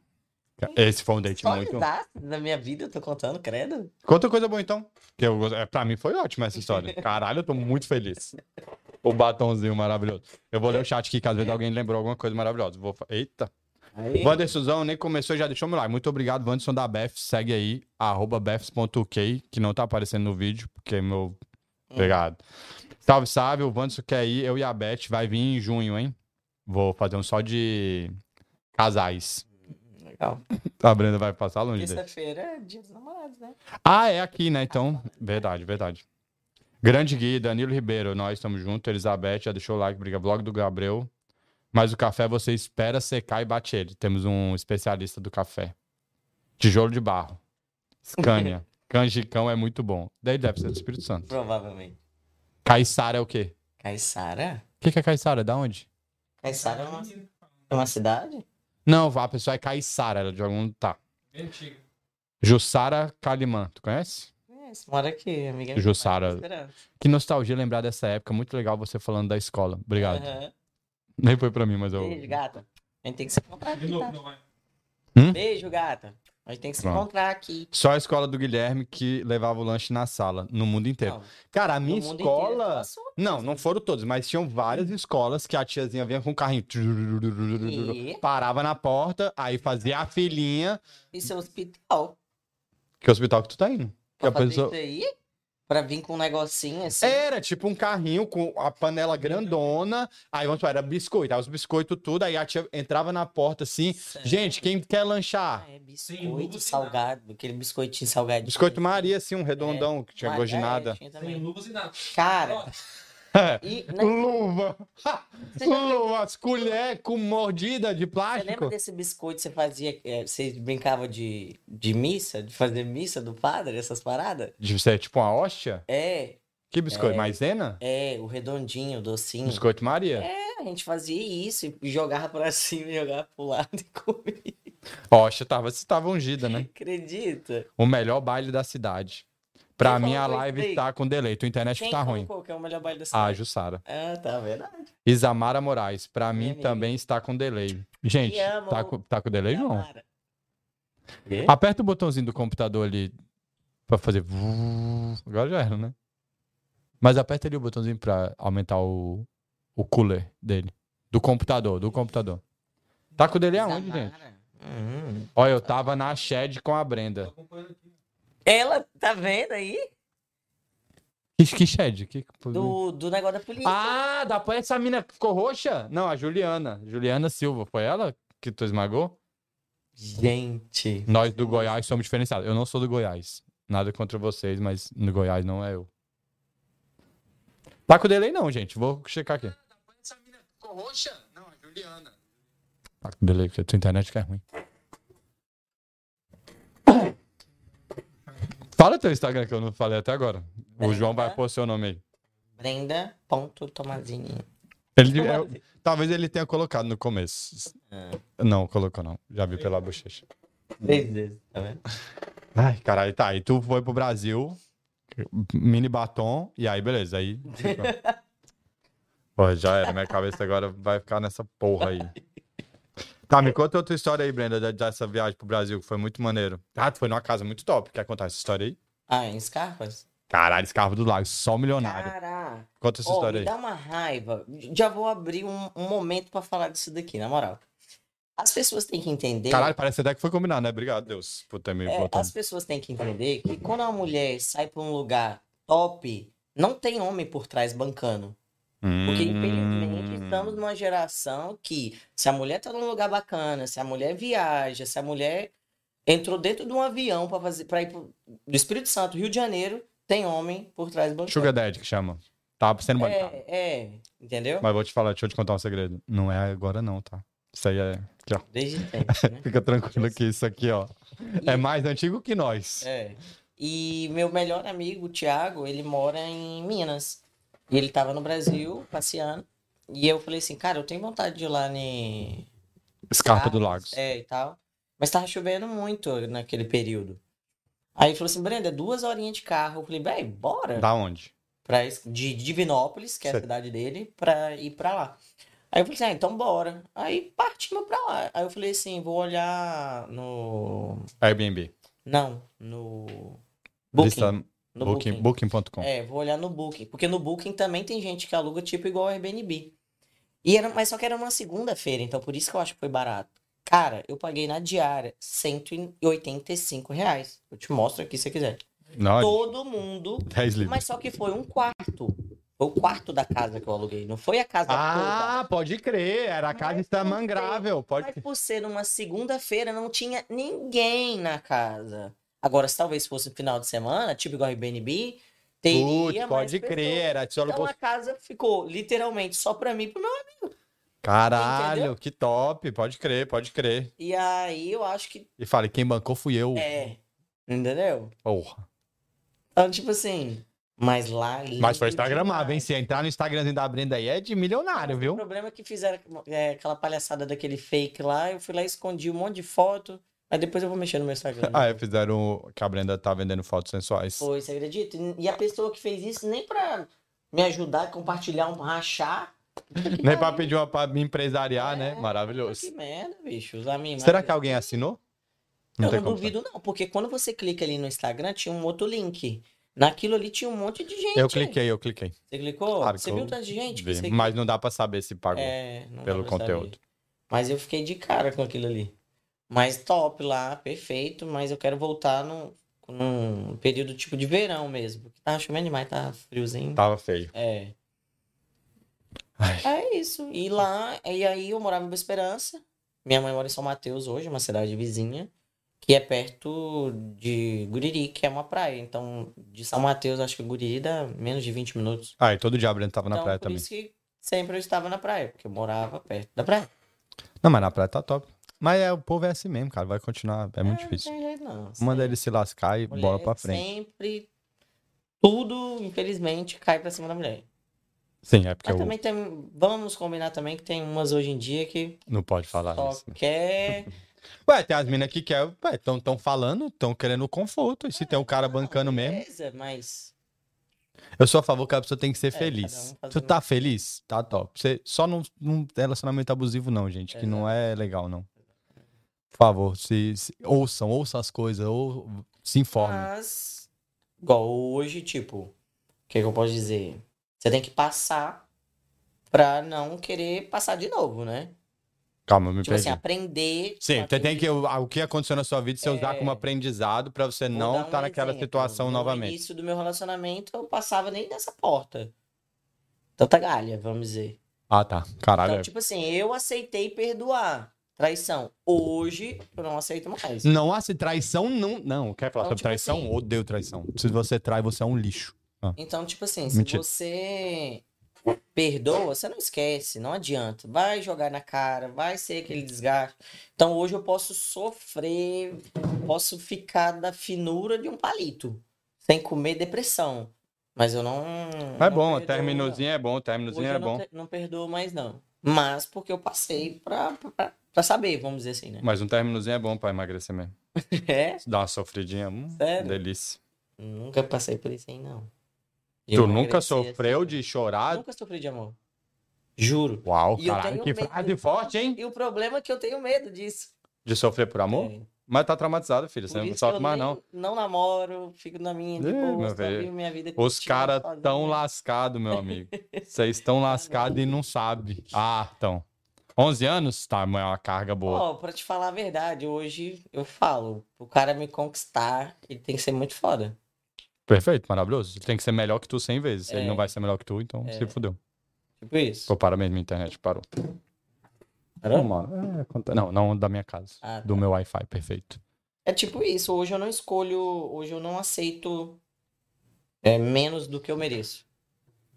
Esse foi um date só muito. desastre da minha vida, eu tô contando, credo. Conta coisa boa então. Que eu, gosto- é, pra mim foi ótima essa história. Caralho, eu tô muito feliz. O batonzinho maravilhoso. Eu vou ler o chat aqui, que às vezes alguém lembrou alguma coisa maravilhosa. Vou, fa- eita. Aí, Wander Suzão nem começou e já deixou meu like. Muito obrigado, Wanderson da Beth. Segue aí, arroba beths.k, que não tá aparecendo no vídeo, porque meu. Obrigado. Salve, salve. O Wanderson quer ir, eu e a Beth. Vai vir em junho, hein? Vou fazer um só de casais. legal. A Brenda vai passar longe dele. Terça-feira é dia dos namorados, né? Ah, é aqui, né? Então, verdade, verdade. Grande Gui, Danilo Ribeiro, nós estamos juntos. Elizabeth já deixou o like, briga. Vlog do Gabriel. Mas o café você espera secar e bate ele. Temos um especialista do café. Tijolo de barro. Scania. Canjicão é muito bom. Daí deve ser do Espírito Santo. Provavelmente. Caiçara é o quê? Caiçara? O que, que é caiçara? Da onde? Caiçara é uma, é uma cidade? Não, a pessoa é caiçara, ela de algum. Tá. Bem antiga. Jussara Calimã, tu conhece? É, você mora aqui, amiga. minha, Jussara. tá esperando. Que nostalgia lembrar dessa época. Muito legal você falando da escola. Obrigado. Aham. Nem foi pra mim, mas eu. É. Beijo, gata. A gente tem que se encontrar De aqui, novo, tá? não vai. Beijo, gata. A gente tem que se Pronto. encontrar aqui. Só a escola do Guilherme que levava o lanche na sala, no mundo inteiro. Não, Cara, a minha no mundo inteiro, escola. só sua. Não, não foram todos, mas tinham várias escolas que a tiazinha vinha com o carrinho. E? Parava na porta, aí fazia a filhinha. Isso é hospital. Que hospital que tu tá indo? Que Pra a fazer pessoa- isso aí, pra vir com um negocinho assim. Era tipo um carrinho com a panela grandona. Aí vamos supor, era biscoito. Aí os biscoitos tudo. Aí a tia entrava na porta assim. Sério? Gente, quem quer lanchar? Ah, é Sem biscoito luva, sem salgado, aquele biscoitinho salgadinho. Biscoito Maria, assim, um redondão, que É, tinha gosto de nada. tinha Sem também. luvas e nada. Cara, Ó, e né, Luva! você, já- Luvas, colher com mordida de você lembra plástico? desse biscoito que você fazia, é, você brincava de, de missa, de fazer missa do padre, essas paradas? De ser tipo uma hóstia? É, Que biscoito? Maisena? é, o redondinho, o docinho. Biscoito Maria? É, a gente fazia isso e jogava pra cima, e jogava pro lado e comia. Hóstia tava, você tava ungida, né? Acredita? O melhor baile da cidade. Pra Quem mim, a colocou isso live aí? tá com delay. Tua internet Quem tá ruim. colocou que é o melhor baile da Ah, cidade? Jussara. Ah, tá, verdade. Isamara Moraes, pra mim Minha amiga. também está com delay. Gente, Te amo. tá com, tá com delay, João? Tamara. Quê? Aperta o botãozinho do computador ali pra fazer. vu- Agora já era, né? Mas aperta ali o botãozinho pra aumentar o, o cooler dele. Do computador, do computador. Tá com o delay aonde, gente? Tamara. Hum. Olha, eu tava na shed com a tô Brenda. acompanhando aqui. Ela tá vendo aí? Que, que shed? Que... Do, do negócio da polícia. Hum. Ah, da essa mina que ficou roxa? Não, a Juliana. Juliana Silva. Foi ela que tu esmagou? Gente. Nós do Goiás somos diferenciados. Eu não sou do Goiás. Nada contra vocês, mas no Goiás não é eu. Tá com delay não, gente. Vou checar aqui. Essa mina ficou roxa? Não, a Juliana. Tá com delay, porque a tua internet que é ruim. Fala teu Instagram que eu não falei até agora. O João vai pôr seu nome aí. Brenda.tomazini. Ele, eu- talvez ele tenha colocado no começo. Não, colocou não. Já vi pela bochecha. Três vezes, tá vendo? Ai, caralho, tá. E tu foi pro Brasil, mini batom, e aí, beleza. Aí. Pô, já era. Minha cabeça agora vai ficar nessa porra aí. Tá, me conta outra história aí, Brenda, da- dessa viagem pro Brasil, que foi muito maneiro. Ah, tu foi numa casa muito top. Quer contar essa história aí? Ah, em Scarpas? Caralho, esse carro do lago, só milionário. Caraca. Conta essa Ó, história aí. me dá uma raiva. Já vou abrir um, um momento pra falar disso daqui, na moral. As pessoas têm que entender. Caralho, parece até que foi combinado, né? Obrigado, Deus, por ter me é, botado. as pessoas têm que entender que quando uma mulher sai pra um lugar top, não tem homem por trás bancando. Porque, Hum. infelizmente, estamos numa geração que, se a mulher tá num lugar bacana, se a mulher viaja, se a mulher entrou dentro de um avião pra fazer para ir pro, do Espírito Santo, Rio de Janeiro, tem homem por trás bancando. Sugar Daddy que chama. Tá sendo bancado. é, é, entendeu? Mas vou te falar, deixa eu te contar um segredo. Não é agora, não, tá? Isso aí é. Aqui, ó. Desde sempre, né? Fica tranquilo que isso aqui, ó. É mais antigo que nós. É. E meu melhor amigo, o Thiago, ele mora em Minas. E ele tava no Brasil, passeando. E eu falei assim, cara, eu tenho vontade de ir lá em Escarpa do Lagos. É, e tal. Mas tava chovendo muito naquele período. Aí ele falou assim, Brenda, duas horinhas de carro. Eu falei, véi, bora. Da onde? Pra, es- de Divinópolis, que é a Sei. cidade dele, pra ir pra lá. Aí eu falei assim, ah, então bora. Aí partimos pra lá. Aí eu falei assim, vou olhar no... Airbnb. Não, no... Lista- Booking. No Booking. Booking.com. É, vou olhar no Booking, porque no Booking também tem gente que aluga tipo igual ao Airbnb. E era, mas só que era uma segunda-feira, então por isso que eu acho que foi barato. Cara, eu paguei na diária R$ 185 reais. Eu te mostro aqui se você quiser. Não, é Todo mundo, 10 livros. mas só que foi um quarto. Foi o quarto da casa que eu aluguei, não foi a casa toda. Ah, pode crer. Era a casa Mas Instamangável. Pode Mas crer. por ser uma segunda-feira, não tinha ninguém na casa. Agora, se talvez fosse final de semana, tipo igual Airbnb, Putz, teria mais pode pessoas. crer. Tá Era só Então a casa ficou literalmente só pra mim e pro meu amigo. Caralho, que top. Pode crer, pode crer. E aí eu acho que E falei, quem bancou fui eu. é. Entendeu? Porra. Então, tipo assim. Mas lá. lindo Mas foi demais. Instagramável, hein? Se entrar no Instagramzinho da Brenda aí é de milionário, O viu? problema é que fizeram é, aquela palhaçada daquele fake lá. Eu fui lá e escondi um monte de foto. Mas depois eu vou mexer no meu Instagram. Ah, é, fizeram o- que a Brenda tá vendendo fotos sensuais. Foi, você acredita? E- E a pessoa que fez isso nem pra me ajudar, compartilhar, um rachar. Nem pra pedir uma pra me empresariar, né? É, Que Maravilhoso. merda, bicho. Os amigos. Será que alguém assinou? eu não como duvido, não, porque quando você clica ali no Instagram, tinha um outro link. Naquilo ali tinha um monte de gente. saber. Eu cliquei, eu cliquei. Você clicou? Claro que você eu viu tanta gente? que Vi, você- Mas não dá pra saber se pagou É, não dá pelo pra saber. conteúdo. Mas eu fiquei de cara com aquilo ali. Mas top lá, perfeito. Mas eu quero voltar num, num período tipo de verão mesmo. Porque tá chovendo demais, tá friozinho. Tava feio. É. Ai. É isso. E lá, e aí eu morava em Boa Esperança. Minha mãe mora em São Mateus hoje, uma cidade vizinha, que é perto de Guriri, que é uma praia. Então, de São Mateus, acho que Guriri dá menos de 20 minutos. Ah, e todo dia a Brenda tava na então, praia por também. isso que sempre eu estava na praia, porque eu morava perto da praia. Não, mas na praia tá top. Mas é, o povo é assim mesmo, cara. Vai continuar. É muito Ah, difícil. Não tem jeito, não. Manda Sempre. ele se lascar e Mulher bola pra frente. Sempre. Tudo, infelizmente, cai pra cima da mulher. Sim, é porque Mas eu também tem. Vamos combinar também que tem umas hoje em dia que não pode falar só isso. quer. Ué, tem as minas que quer, ué, tão, tão falando, tão querendo conforto. E se tem um cara bancando mesmo, Beleza, mas. eu sou a favor que a pessoa tem que ser cada feliz. um fazendo- Tu tá feliz? Tá top. Você só num, num relacionamento abusivo, não, gente, que não é legal, não. Por favor, se, se- ouçam, ouçam as coisas, ou se informem. Ah, Mas. Igual hoje, tipo. O que, que eu posso dizer? Você tem que passar pra não querer passar de novo, né? Calma, eu me Tipo assim, perdi. aprender. Sim, tipo, você tem aprender- que. O que aconteceu na sua vida, você usar É. como aprendizado pra você Vou não dar um tá estar naquela exemplo. situação No novamente. início do meu relacionamento, eu passava nem nessa porta. Tanta galha, vamos dizer. Ah, tá. Caralho. Então, tipo assim, eu aceitei perdoar traição. Hoje, eu não aceito mais. Não, ah, se traição não. Não, quer falar assim, Então, sobre tipo traição? assim- Odeio traição. Se você trai, você é um lixo. Então, tipo assim, se Mentira. você perdoa, você não esquece, não adianta. Vai jogar na cara, vai ser aquele desgaste. Então, hoje eu posso sofrer, posso ficar da finura de um palito, sem comer depressão. Mas eu não. é bom, o não perdoo, não. términozinho é bom, o Hoje términozinho eu é não, bom. te- não perdoo mais, não. Mas porque eu passei pra, pra, pra saber, vamos dizer assim, né? Mas um términozinho é bom pra emagrecer mesmo. É, Dá uma sofridinha. Hum, Sério? delícia. nunca passei por isso aí, não. tu Eu nunca emagreci assim, sofreu não. de chorar? Nunca sofri de amor. Juro. Uau, E eu caralho, tenho que medo. frase forte, hein? E o problema é que eu tenho medo disso. De sofrer por amor? É. Mas tá traumatizado, filho. Você Por não isso que sofre eu mais, nem- não. não namoro, fico na minha, de Ih, meu boa, só velho. vivo minha vida. é Os curtindo, caras sozinho. tão lascados, meu amigo. Vocês estão lascados e não sabem. Ah, então. 11 anos? Tá, mas é uma carga boa. Ó, pra te falar a verdade, hoje eu falo, o cara me conquistar, ele tem que ser muito foda. Perfeito, maravilhoso. Ele tem que ser melhor que tu 100 vezes. Ele É. não vai ser melhor que tu, então se fudeu. Tipo isso. Pô, parabéns, minha internet parou. Parou? Não, mano. é, conta- Não, não da minha casa. Ah, Do meu Wi-Fi, perfeito. É tipo isso, hoje eu não escolho, hoje eu não aceito é, menos do que eu mereço,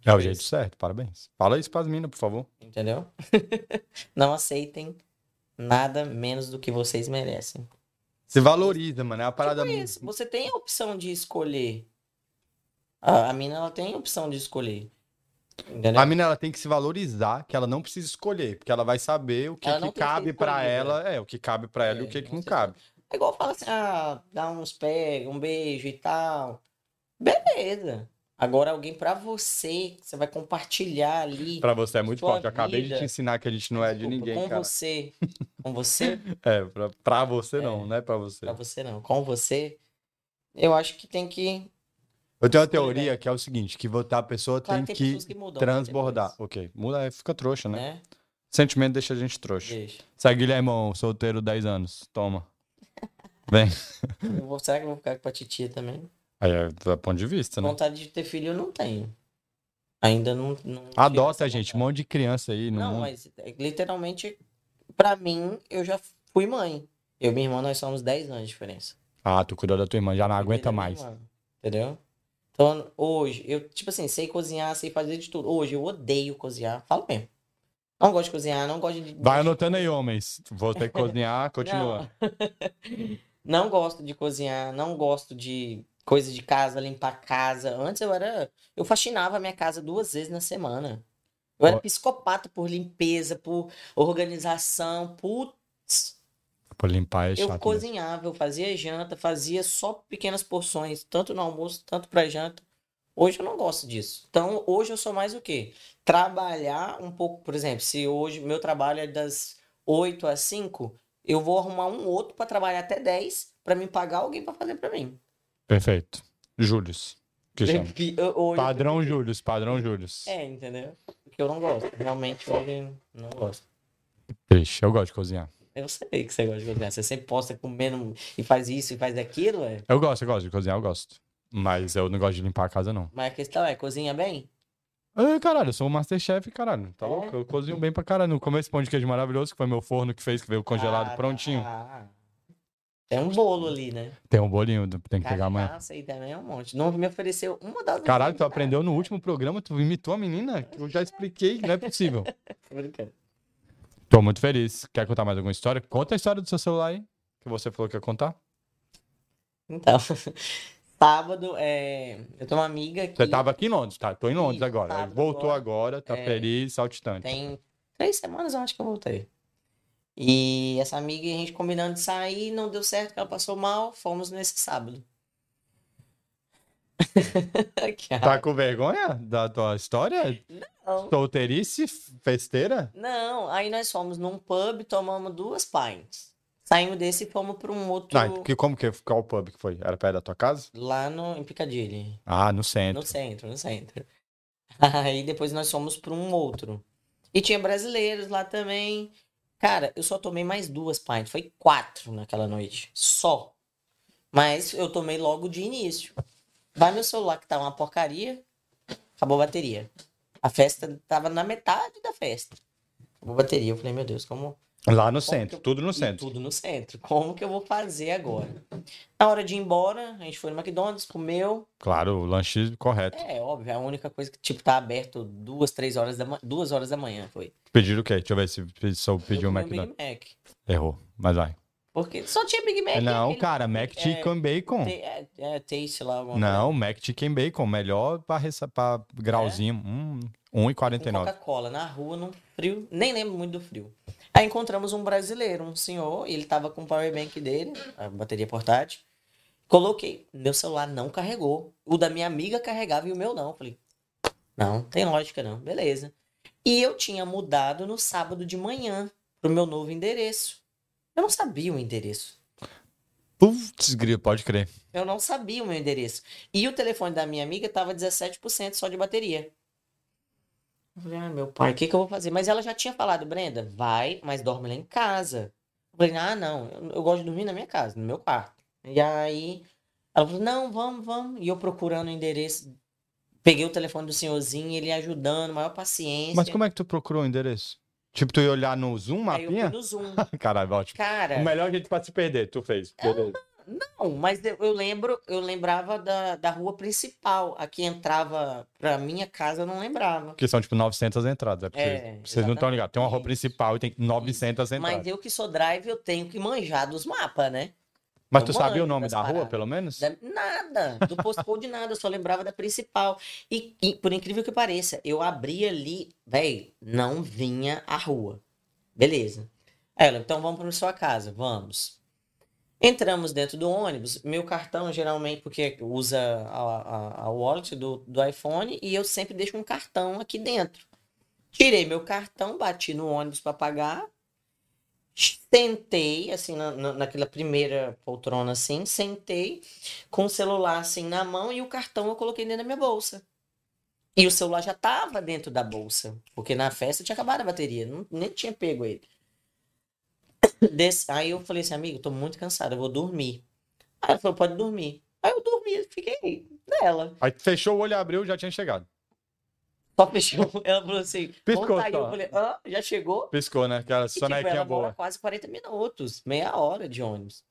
É o jeito certo, parabéns. Fala isso pras minas, por favor. entendeu? não aceitem nada menos do que vocês merecem. Se valoriza, mano. É uma parada. Tipo isso, você tem a opção de escolher. A, a mina, ela tem a opção de escolher. Entendeu? A mina ela tem que se valorizar, que ela não precisa escolher, porque ela vai saber o que, Ela que não tem que ser cabe pra escolhida. ela, é, o que cabe pra ela e É, o que, que com não certeza. cabe. É igual fala assim, ah, dá uns pega, um beijo e tal. Beleza. Agora alguém pra você, que você vai compartilhar ali. Pra você é muito Sua forte. Eu acabei de vida. te ensinar que a gente não é de Desculpa, ninguém, com cara. você. Com você? É, pra, pra você não, É. não é pra você. pra você não. Com você, eu acho que tem que. Eu tenho uma Tudo teoria bem. que é o seguinte, que votar a pessoa né? Claro tem que tem que pessoas que mudam. né, transbordar. depois, Ok, muda, é, fica trouxa, né? né? Sentimento deixa a gente trouxa. Deixa. Sai, Guilhermão, solteiro 10 anos, toma. Vem. Eu vou- será que eu vou ficar com a titia também? Aí é do ponto de vista, né? Vontade de ter filho eu não tenho. Ainda não. não tive Adota, essa gente, um vontade. monte de criança aí no Não, mundo. mas é, literalmente, pra mim, eu já fui mãe. Eu e minha irmã, nós somos 10 anos de diferença. Ah, tu cuidou da tua irmã, já não Eu cuidei da aguenta minha mais. irmã, Entendeu? Então, hoje, eu, tipo assim, sei cozinhar, sei fazer de tudo. Hoje, eu odeio cozinhar. Falo mesmo. Não gosto de cozinhar, não gosto de. Vai anotando aí, homens. Vou ter que cozinhar, continua. Não gosto de cozinhar, não gosto de coisa de casa, limpar casa. Antes eu era. Eu faxinava a minha casa duas vezes na semana. Eu era Ó. psicopata por limpeza, por organização. Putz, Pra limpar é eu chato. mesmo. cozinhava, eu fazia janta, fazia só pequenas porções, tanto no almoço, tanto pra janta. Hoje eu não gosto disso. Então, hoje eu sou mais o quê? Trabalhar um pouco, por exemplo, se hoje meu trabalho é das 8 às 5, eu vou arrumar um outro pra trabalhar até 10 pra me pagar alguém pra fazer pra mim. Perfeito. Július. Que chama. Porque eu- hoje eu- Padrão Július, padrão Július. É, entendeu? Porque eu não gosto. Realmente hoje eu não gosto. Triste, eu gosto de cozinhar. Eu sei que você gosta de cozinhar. Você sempre posta comendo e faz isso e faz aquilo, é. Eu gosto, eu gosto de cozinhar, eu gosto. Mas eu não gosto de limpar a casa, não. Mas a questão é, cozinha bem? Ai, caralho, eu sou o Masterchef, caralho. Tá É? louco? Eu cozinho bem pra caralho. No começo, pão de queijo maravilhoso, que foi meu forno que fez, que veio congelado, Ah, prontinho. tá. Tem um bolo ali, né? Tem um bolinho, tem que pegar amanhã. Cachaça e também é um monte. Não me ofereceu uma das Caralho, tu aprendeu no último programa, tu imitou a menina? que Eu já expliquei, não é possível. Tô brincando. Tô muito feliz. Quer contar mais alguma história? Conta a história do seu celular aí, que você falou que ia contar. Então, sábado, é, eu tenho uma amiga que Você tava aqui em Londres, tá? Tô em Londres Isso, agora. sábado Voltou agora, agora. tá É. feliz, saltitante. tem três semanas, eu acho que eu voltei. E essa amiga, a gente combinando de sair, não deu certo, ela passou mal, fomos nesse sábado. que Tá com vergonha da tua história? Então arrão. Solteirice, festeira? Não, aí nós fomos num pub, tomamos duas pints. Saímos desse e fomos pra um outro Não, então que, como que qual o pub que foi? Era perto da tua casa? lá no, em Piccadilly. Ah, no centro. No centro, no centro. Aí depois nós fomos para um outro. E tinha brasileiros lá também. Cara, eu só tomei mais duas pints. Foi quatro naquela noite. Só. Mas eu tomei logo de início. Vai meu celular que tá uma porcaria. Acabou a bateria. A festa tava na metade da festa. Acabou a bateria. Eu falei, meu Deus, como. Lá no Como que centro, eu- tudo no E centro. Tudo no centro. Como que eu vou fazer agora? Na hora de ir embora, a gente foi no McDonald's, comeu. Claro, o lanche correto. É, óbvio, a única coisa que, tipo, tá aberto duas, três horas da manhã. Duas horas da manhã foi. Pediram o quê? Deixa eu ver se pe- se eu pedi Eu um comi McDonald's. Big Mac. Errou, mas vai. Porque só tinha Big Mac. não, aquele- cara, Mac é, Chicken Bacon. Te- é, é, taste lá. alguma Não, Mac Chicken Bacon. Melhor pra, ressa- pra grauzinho. É? Hum, coisa. Com 1,49. Coca-Cola na rua, num frio. Nem lembro muito do frio. Aí encontramos um brasileiro, um senhor, e ele tava com o power bank dele, a bateria portátil. Coloquei. Meu celular não carregou. O da minha amiga carregava e o meu não. Falei, não, tem lógica não. Beleza. E eu tinha mudado no sábado de manhã pro meu novo endereço. Eu não sabia o endereço. Putz, grilo, pode crer. Eu não sabia o meu endereço. E o telefone da minha amiga tava 17% só de bateria. Eu falei, ah, meu pai, o que que eu vou fazer? Mas ela já tinha falado, Brenda, vai, mas dorme lá em casa. Eu falei, ah, não, eu, eu gosto de dormir na minha casa, no meu quarto. E aí, ela falou, não, vamos, vamos. E eu procurando o endereço, peguei o telefone do senhorzinho, ele ajudando, maior paciência. Mas como é que tu procurou o endereço? Tipo, tu ia olhar no Zoom, Aí eu fui mapinha? no Zoom. Caralho, é ótimo. Cara... O melhor jeito pra se perder, tu fez. Beleza. Não, mas eu, eu lembro, eu lembrava da, da rua principal. A que entrava pra minha casa, eu não lembrava. Porque são, tipo, 900 entradas. É porque É, vocês, vocês não estão exatamente. ligados. Tem uma rua principal e tem 900 entradas. Mas Mas, eu que sou drive, eu tenho que manjar dos mapas, né? tu eu sabia o manjo nome das da rua, paradas. pelo menos? Da- nada, do postcode nada, eu só lembrava da principal. E, e, por incrível que pareça, eu abri ali, velho, não vinha a rua. Beleza. Aí Ela, então vamos para sua casa, vamos. Entramos dentro do ônibus, meu cartão geralmente, porque usa a, a, a wallet do, do iPhone, e eu sempre deixo um cartão aqui dentro. Tirei meu cartão, bati no ônibus para pagar, sentei, assim, na, na- naquela primeira poltrona, assim, sentei com o celular, assim, na mão e o cartão eu coloquei dentro da minha bolsa. E o celular já tava dentro da bolsa, porque na festa tinha acabado a bateria, não- nem tinha pego ele. Des- Aí eu falei assim, amigo, tô muito cansado, eu vou dormir. Aí ela falou, pode dormir. Aí eu dormi, fiquei nela. Aí tu fechou o olho, abriu, já tinha chegado. Só fechou. Ela falou assim, Piscou vamos sair. só. Eu falei, ah, já chegou? Piscou, né? Aquela E, tipo, sonequinha ela boa. mora quase 40 minutos, meia hora de ônibus.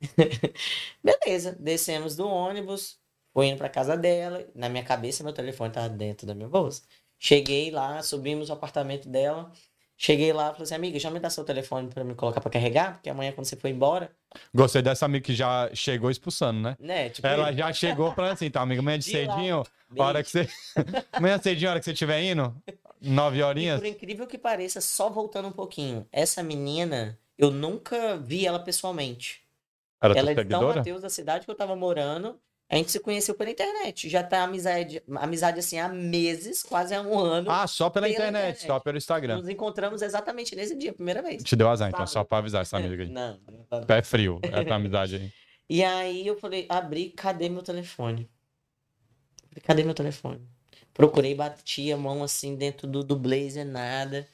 Beleza, descemos do ônibus, fui indo pra casa dela. Na minha cabeça, meu telefone tava dentro da minha bolsa. Cheguei lá, subimos o apartamento dela. Cheguei lá, falei assim, amiga, já me dá seu telefone pra me colocar pra carregar? Porque amanhã, quando você for embora, Gostei dessa amiga que já chegou expulsando, né? né? Tipo, Ela já chegou falando assim, tá, amigo? Amanhã de De lá. cedinho, beijo. hora que você. Amanhã cedinho, hora que você estiver indo, nove E horinhas. por incrível que pareça, só voltando um pouquinho, essa menina, eu nunca vi ela pessoalmente. Era tua Ela é de São seguidora? Mateus, da cidade que eu tava morando. A gente se conheceu pela internet. Já tá amizade, amizade assim há meses, quase há um ano. Ah, só pela, Pela internet, internet. só pelo Instagram. Nos encontramos exatamente nesse dia, primeira vez. Te deu azar, então, Sábado. só pra avisar essa amiga aí. Não, não tá- Pé frio, essa amizade aí. E aí eu falei, abri, cadê meu telefone? Falei, cadê meu telefone? Procurei, bati a mão assim dentro do, do blazer, nada.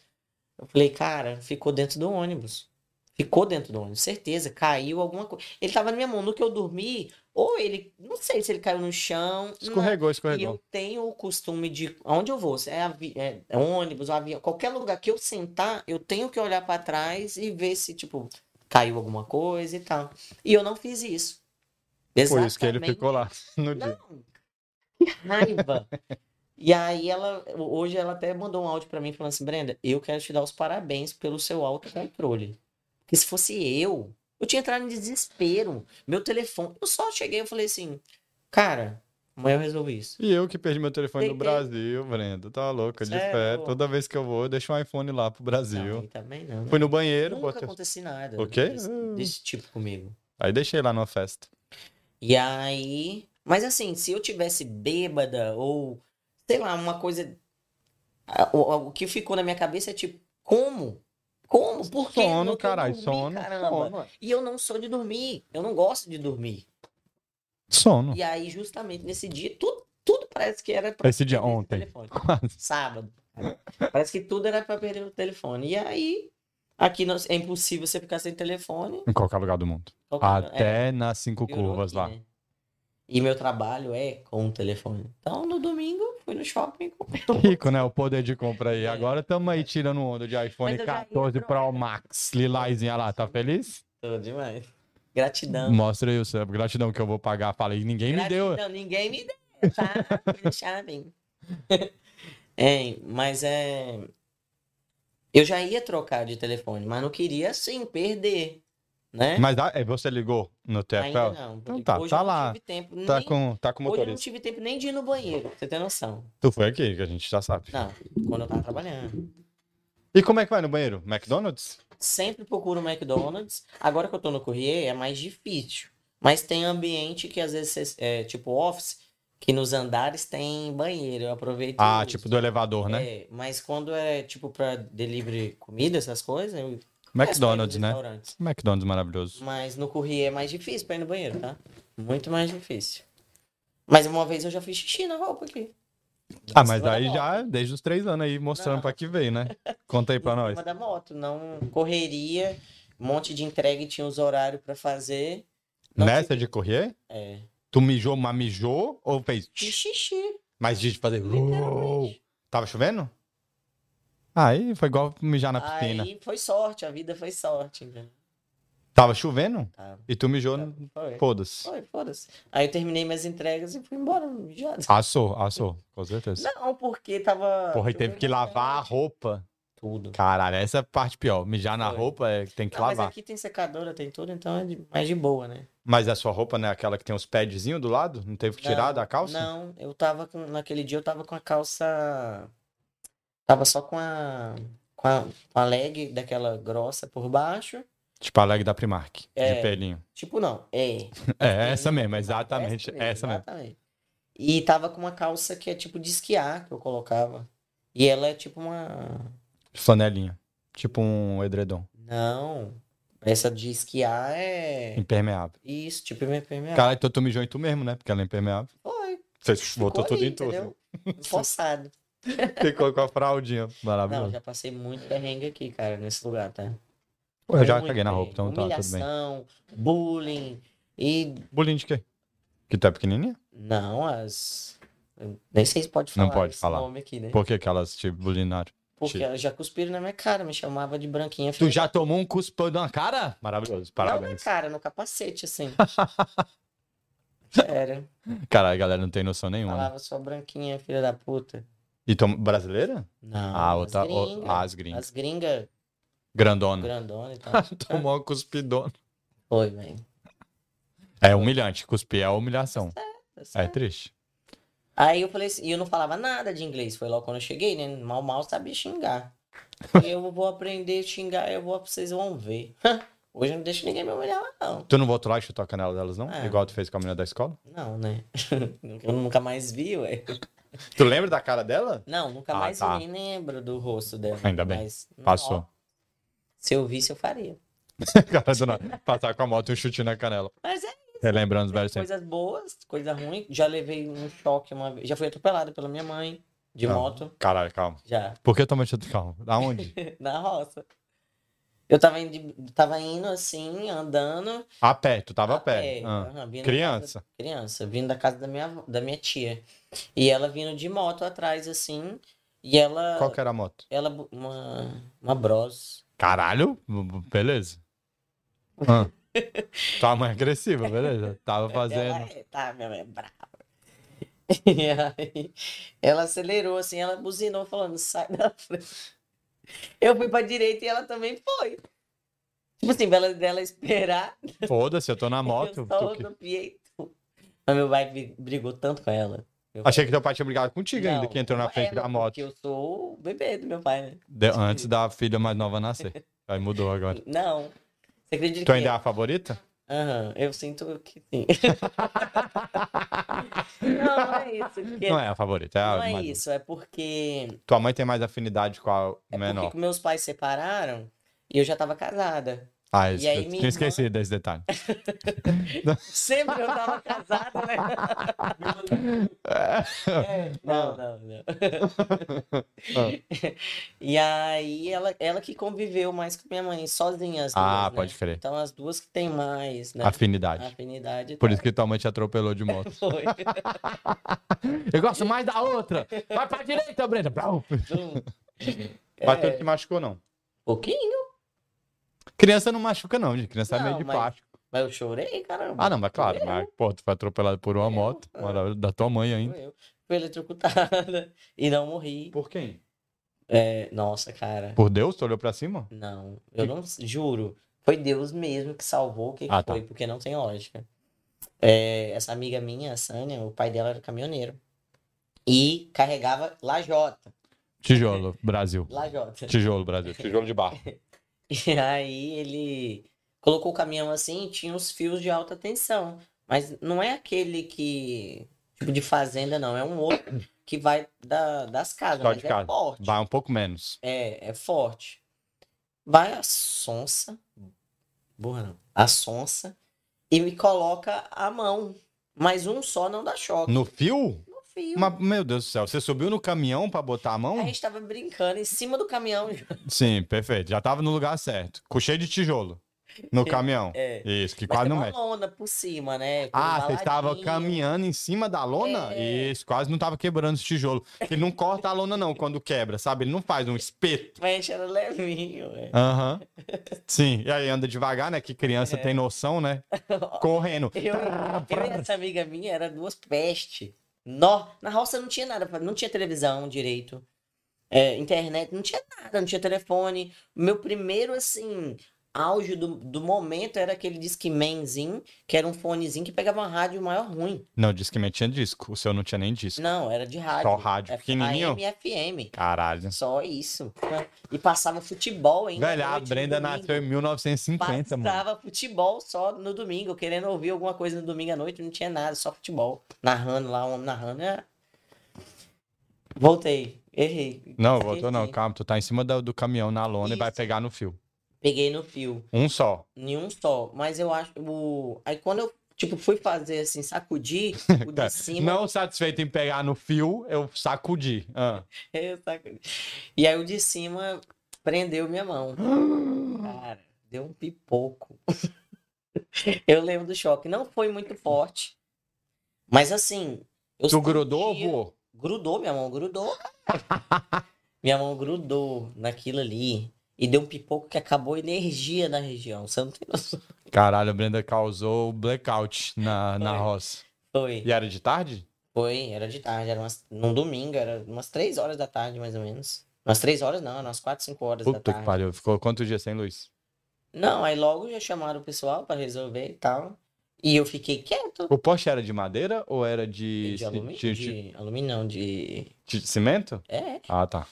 Eu falei, cara, ficou dentro do ônibus. Ficou dentro do ônibus, certeza, caiu alguma coisa. Ele tava na minha mão, no que eu dormi, ou ele, não sei se ele caiu no chão. não- Escorregou, E escorregou. eu tenho o costume de. Onde eu vou? se É, avi- é- é ônibus, um avião, qualquer lugar que eu sentar, eu tenho que olhar pra trás e ver se, tipo, caiu alguma coisa e tal. E eu não fiz isso. Por isso que ele Exatamente. ficou lá no dia. Não. Que raiva. e aí ela. Hoje ela até mandou um áudio pra mim falando assim, Brenda, eu quero te dar os parabéns pelo seu autocontrole. Porque se fosse eu, eu tinha entrado em desespero. Meu telefone. Eu só cheguei e falei assim, cara, amanhã eu resolvo isso. E eu que perdi meu telefone no Tem tempo. Brasil, Brenda. Tá louca, de Sério? fé. Toda vez que eu vou, eu deixo um iPhone lá pro Não, Brasil. aí também não. né? Fui no banheiro, Nunca botei. aconteceu nada O quê? desse, desse tipo comigo. Aí deixei lá numa festa. E aí. Mas assim, se eu tivesse bêbada ou, sei lá, uma coisa. a- O, o que ficou na minha cabeça é tipo, como? Como? Por quê? Sono, Não que eu caralho, dormi, sono. caramba. Sono. é. E eu não sou de dormir. Eu não gosto de dormir. Sono. E aí, justamente nesse dia, tudo, tudo parece que era pra Esse dia perder ontem. telefone. Sábado. Parece que tudo era pra perder o telefone. E aí, Aqui não- é impossível você ficar sem telefone. Em qualquer lugar do mundo. Qualquer- é, Ah, Até nas cinco piorou curvas aqui, lá. né? E meu trabalho é com o telefone. Então, no domingo, fui no shopping. comprei. Rico, né? O poder de compra aí. É. Agora tamo aí tirando onda de iPhone Mas eu já ia 14 pro- Pro Max. Lilazinha lá, tá feliz? Tô demais. Gratidão. Mostra aí o seu. Gratidão que eu vou pagar. Falei, ninguém me deu. Gratidão, ninguém me deu, tá? Vou deixar bem. É, mas é. Eu já ia trocar de telefone, mas não queria sim perder, né? Mas ah, é, você ligou no Ainda TFL? não. Então tá, hoje tá eu não lá. tive tempo, Tá nem- com, tá com o Hoje eu não motorista. tive tempo nem de ir no banheiro, pra você ter noção. Tu foi aqui, que a gente já sabe. Não, quando eu tava trabalhando. E como é que vai no banheiro? McDonald's? Sempre procuro o McDonald's. Agora que eu tô no Courrier, é mais difícil. Mas tem ambiente que às vezes, é, tipo office, que nos andares tem banheiro. Eu aproveito. e Ah, uso. tipo do elevador, né? É, mas quando é tipo pra delivery comida, essas coisas. eu McDonald's, peço pra ir nos né? restaurantes. McDonald's maravilhoso. Mas no Courrier é mais difícil pra ir no banheiro, tá? Muito mais difícil. Mas uma vez eu já fiz xixi na roupa aqui. Ah, mas Cima da aí moto. já desde os três anos aí, mostrando Não. pra que veio, né? Conta aí pra em nós. cima da moto, não correria, um monte de entrega e tinha os horários pra fazer. Não Nessa tive- de correr? É. Tu mijou, mas mijou ou fez? De tch? xixi. Mas de fazer. uou? literalmente. Tava chovendo? Aí foi igual mijar na piscina. Aí foi sorte, a vida foi sorte. entendeu? Tava chovendo Tá, e tu mijou, tá, no- foi. foda-se. Foi, foda-se. Aí eu terminei minhas entregas e fui embora. mijado. Assou, assou, com certeza. Não, porque tava. Porra, e teve que lavar a roupa. tudo. Caralho, essa é a parte pior. Mijar na Foi. roupa é que tem que Não, mas lavar. aqui tem secadora, tem tudo, então é de- mais de boa, né? Mas a sua roupa, né? Aquela que tem os padzinhos do lado? Não teve que tirar Não, da calça? Não, eu tava com. Naquele dia eu tava com a calça. Tava só com a. Com a, com a leg daquela grossa por baixo. Tipo a leg da Primark, de É. pelinho. Tipo, não. É. É, essa mesmo, exatamente. Essa mesmo. Exatamente. E tava com uma calça que é tipo de esquiar que eu colocava. E ela é tipo uma. Flanelinha. Tipo um edredom. Não. Essa de esquiar é. Impermeável. Isso, tipo impermeável. Cara, então tu mijou em tu mesmo, né? Porque ela é impermeável. Foi. Você ficou botou tudo ali, em tu. entendeu? Forçado. assim. Ficou com a fraldinha. Não, Maravilhoso. já passei muito perrengue aqui, cara, nesse lugar, tá? Pô, eu já Muito caguei na roupa, então perrengue. tá tudo bem. Humilhação, bullying e... Bolinho de quê? Que tá pequenininha? Não, as... eu Nem sei se pode falar Não pode esse falar. nome aqui, né? Por que tipo, que elas te bulinaram? Porque Tira. elas já cuspiram na minha cara, me chamava de branquinha. Tu já tomou um cuspão na cara? Maravilhoso, Não na parabéns. cara, no capacete, assim. Sério. Caralho, a galera não tem noção nenhuma. né? Falava sua branquinha, filha da puta. E tom... brasileira? Não, Ah, as outra. o- Hum. gringas. ah, as gringas. As gringas Grandona. grandona e tal. Tomou uma cuspidona. Foi, velho. É humilhante, cuspir é humilhação. Tá certo. É triste. Aí eu falei assim, e eu não falava nada de inglês, foi logo quando eu cheguei, né? Mal, mal sabia xingar. Falei, eu vou aprender a xingar, eu vou, vocês vão ver. Hoje eu não deixo ninguém me humilhar, lá, não. Tu não voltou lá e chutou a canela delas, não? É. Igual tu fez com a menina da escola? Não, né? Eu nunca mais vi, ué. Tu lembra da cara dela? Não, nunca Ah, mais tá. vi, nem lembro do rosto dela. Ainda bem, Mas, Passou. nó, se eu visse, eu faria. cara do nada. Passar com a moto e um chute na canela. Mas é Relembrando os velhos tempos. coisas boas, coisa ruim. Já levei um choque uma vez. Já fui atropelado pela minha mãe, de Ah. moto, Caralho, calma. já, Por que tomou chute? Calma. Aonde? na roça. Eu tava indo, tava indo assim, andando, A pé, tu tava a pé. É, Ah. aham, vindo da casa- Criança. criança, vindo da casa da minha, avó- da minha tia. E ela vindo de moto atrás, assim. E ela. Qual que é? era a moto? Ela. bu- Uma. Uma Bros. Caralho, b- b- beleza. Ah. Tua mãe é agressiva, beleza. Tava Ela fazendo. é, tá, minha mãe é brava. E aí, ela acelerou, assim, ela buzinou, falando, sai da frente. Eu fui pra direita e ela também foi. Tipo assim, bela dela esperar. Foda-se, eu tô na moto. é. eu só tu que- rodopiei. Mas meu pai bri- brigou tanto com ela. Meu pai- Achei que teu pai tinha brigado contigo ainda, Não, que entrou na com frente ela, da moto. Porque eu sou o bebê do meu pai, né? De- antes da filha mais nova nascer. Aí mudou agora. Não. Você acredita Tu que. ainda é a favorita? Aham, eu sinto que sim. não, não é isso. porque- Não é a favorita, é a não é mais- isso, é porque. Tua mãe tem mais afinidade com a É menor. porque meus pais separaram e eu já tava casada. Ah, E isso, aí, eu minha tinha esquecido desse detalhe. Sempre eu tava casada, né? É, Não, não, não. e aí, ela, ela que conviveu mais com minha mãe, sozinha. as Ah, duas, né? pode crer. Então, as duas que tem mais, né? Afinidade. Afinidade. Por isso que tua mãe te atropelou de moto. Foi. Eu gosto mais da outra. Vai pra direita, Brenda. Brau. Dum. Mas É, tanto que machucou, não. pouquinho, Criança não machuca, não, gente. Criança é Não, meio de mas- É. plástico. mas eu chorei, caramba. Ah, não, mas claro. Eu, Mas, pô, tu foi atropelado por É. uma moto. maravilha, Da tua mãe ainda. eu. Fui eletrocutada e não morri. Por quem? É, nossa, cara. Por Deus? Tu olhou pra cima? Não, eu não juro. Foi Deus mesmo que salvou o que que Ah, tá. foi, porque não tem lógica. É, essa amiga minha, a Sânia, o pai dela era caminhoneiro. E carregava lajota. Tijolo, Brasil. Lajota. Tijolo, Brasil. Tijolo de barro. E aí ele colocou o caminhão assim e tinha uns fios de alta tensão. Mas não é aquele que. Tipo de fazenda, não. É um outro que vai da- das casas, Só mas de é casa. forte. Vai um pouco menos. É, é forte. Vai a sonsa. Burra não. A sonsa. E me coloca a mão. Mas um só não dá choque. No fio? No fio. Mas, meu Deus do céu, você subiu no caminhão pra botar a mão? A gente tava brincando em cima do caminhão. Sim, perfeito. Já tava no lugar certo. Com cheio de tijolo. No caminhão. É. Isso, que Mas quase tem não uma mete. lona por cima, né? Com Ah, um você estava baladinho. caminhando em cima da lona? É. Isso, quase não tava quebrando esse tijolo. Ele não corta a lona, não, quando quebra, sabe? Ele não faz um espeto. Mas era levinho, é. Aham. Sim, e aí anda devagar, né? Que criança tem noção, né? Correndo. É. Eu, Tá, eu e essa amiga minha era duas pestes. Nó, na roça não tinha nada, pra- não tinha televisão direito, é, internet, não tinha nada, não tinha telefone. Meu primeiro, assim, auge do, do momento era aquele discmanzinho, que era um fonezinho que pegava uma rádio maior ruim. Não, disse que tinha disco. O seu não tinha nem disco. Não, era de rádio. Só rádio, pequenininho? MFM, Caralho. só isso. E passava futebol ainda. à Velho, a noite, no Brenda domingo. nasceu em 1950, mano. Passava futebol só no domingo, querendo ouvir alguma coisa no domingo à noite, não tinha nada, só futebol. Narrando lá, um homem narrando. é. Voltei, errei. Não, voltou não, Esqueci. calma. Tu tá em cima do, do caminhão na lona e vai Isso. pegar no fio. Peguei no fio, Um só. nenhum só, mas eu acho. O... Aí quando eu, tipo, fui fazer assim, sacudir, o Tá. de cima. Não satisfeito em pegar no fio, eu sacudi. Ah. Eu sacudi. E aí o de cima prendeu minha mão. Cara, deu um pipoco. Eu lembro do choque. Não foi muito forte. Mas assim. Eu Tu grudou, sentia- vô? Grudou, minha mão grudou. cara. minha mão grudou naquilo ali. E deu um pipoco que acabou a energia na região. Você não tem noção. Caralho, a Brenda causou blackout na, na Foi. roça. Foi. E era de tarde? Foi, era de tarde, era umas, num domingo, era umas três horas da tarde, mais ou menos. Umas três horas não, eram umas quatro, cinco horas da Puta tarde. que pariu. Ficou quantos dias sem luz? Não, aí logo já chamaram o pessoal pra resolver e tal. E eu fiquei quieto. O poste era de madeira ou era de, De alumínio, de- de- de alumínio não, de... de cimento? É, Ah, tá.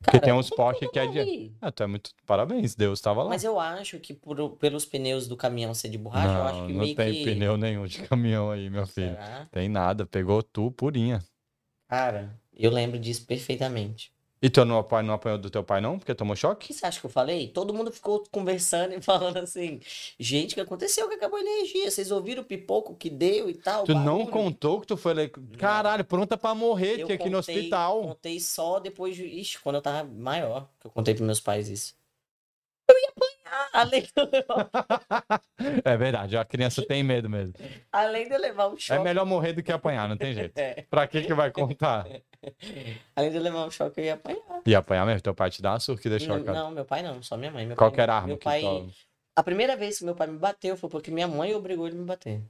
Porque cara, tem uns como postes que é eu de. morri? Ah, tu é muito. Parabéns, Deus tava lá. Mas eu acho que por, pelos pneus do caminhão ser de borracha, eu acho Não, que não meio tem que... pneu assim. nenhum de caminhão aí, meu filho. Será? Tem nada. Pegou tu purinha. Cara, eu lembro disso perfeitamente. E tu não apanhou, não apanhou do teu pai, não? Porque tomou O choque? que você acha que eu falei? Todo mundo ficou conversando e falando assim, gente, o que aconteceu? Que acabou a energia, vocês ouviram o pipoco que deu e tal, o Tu não barulho?" contou que tu foi ele- Caralho, pronta pra morrer, Eu tinha aqui no contei- hospital. Contei só depois de. Ixi, quando eu tava maior, que eu contei pros meus pais isso. Eu ia apanhar, além de eu levar, É verdade, a criança tem medo mesmo. além de eu levar um É choque. melhor morrer do que apanhar, não tem jeito. É, Pra que que vai contar? além de eu levar um choque, eu ia apanhar. E apanhar mesmo? Teu pai te dá uma surra que deixou a Não, cara. meu pai Hum, não, só minha mãe. Meu Qual pai, que era a arma meu que pai, tu... A primeira vez que meu pai me bateu foi porque minha mãe obrigou ele a me bater.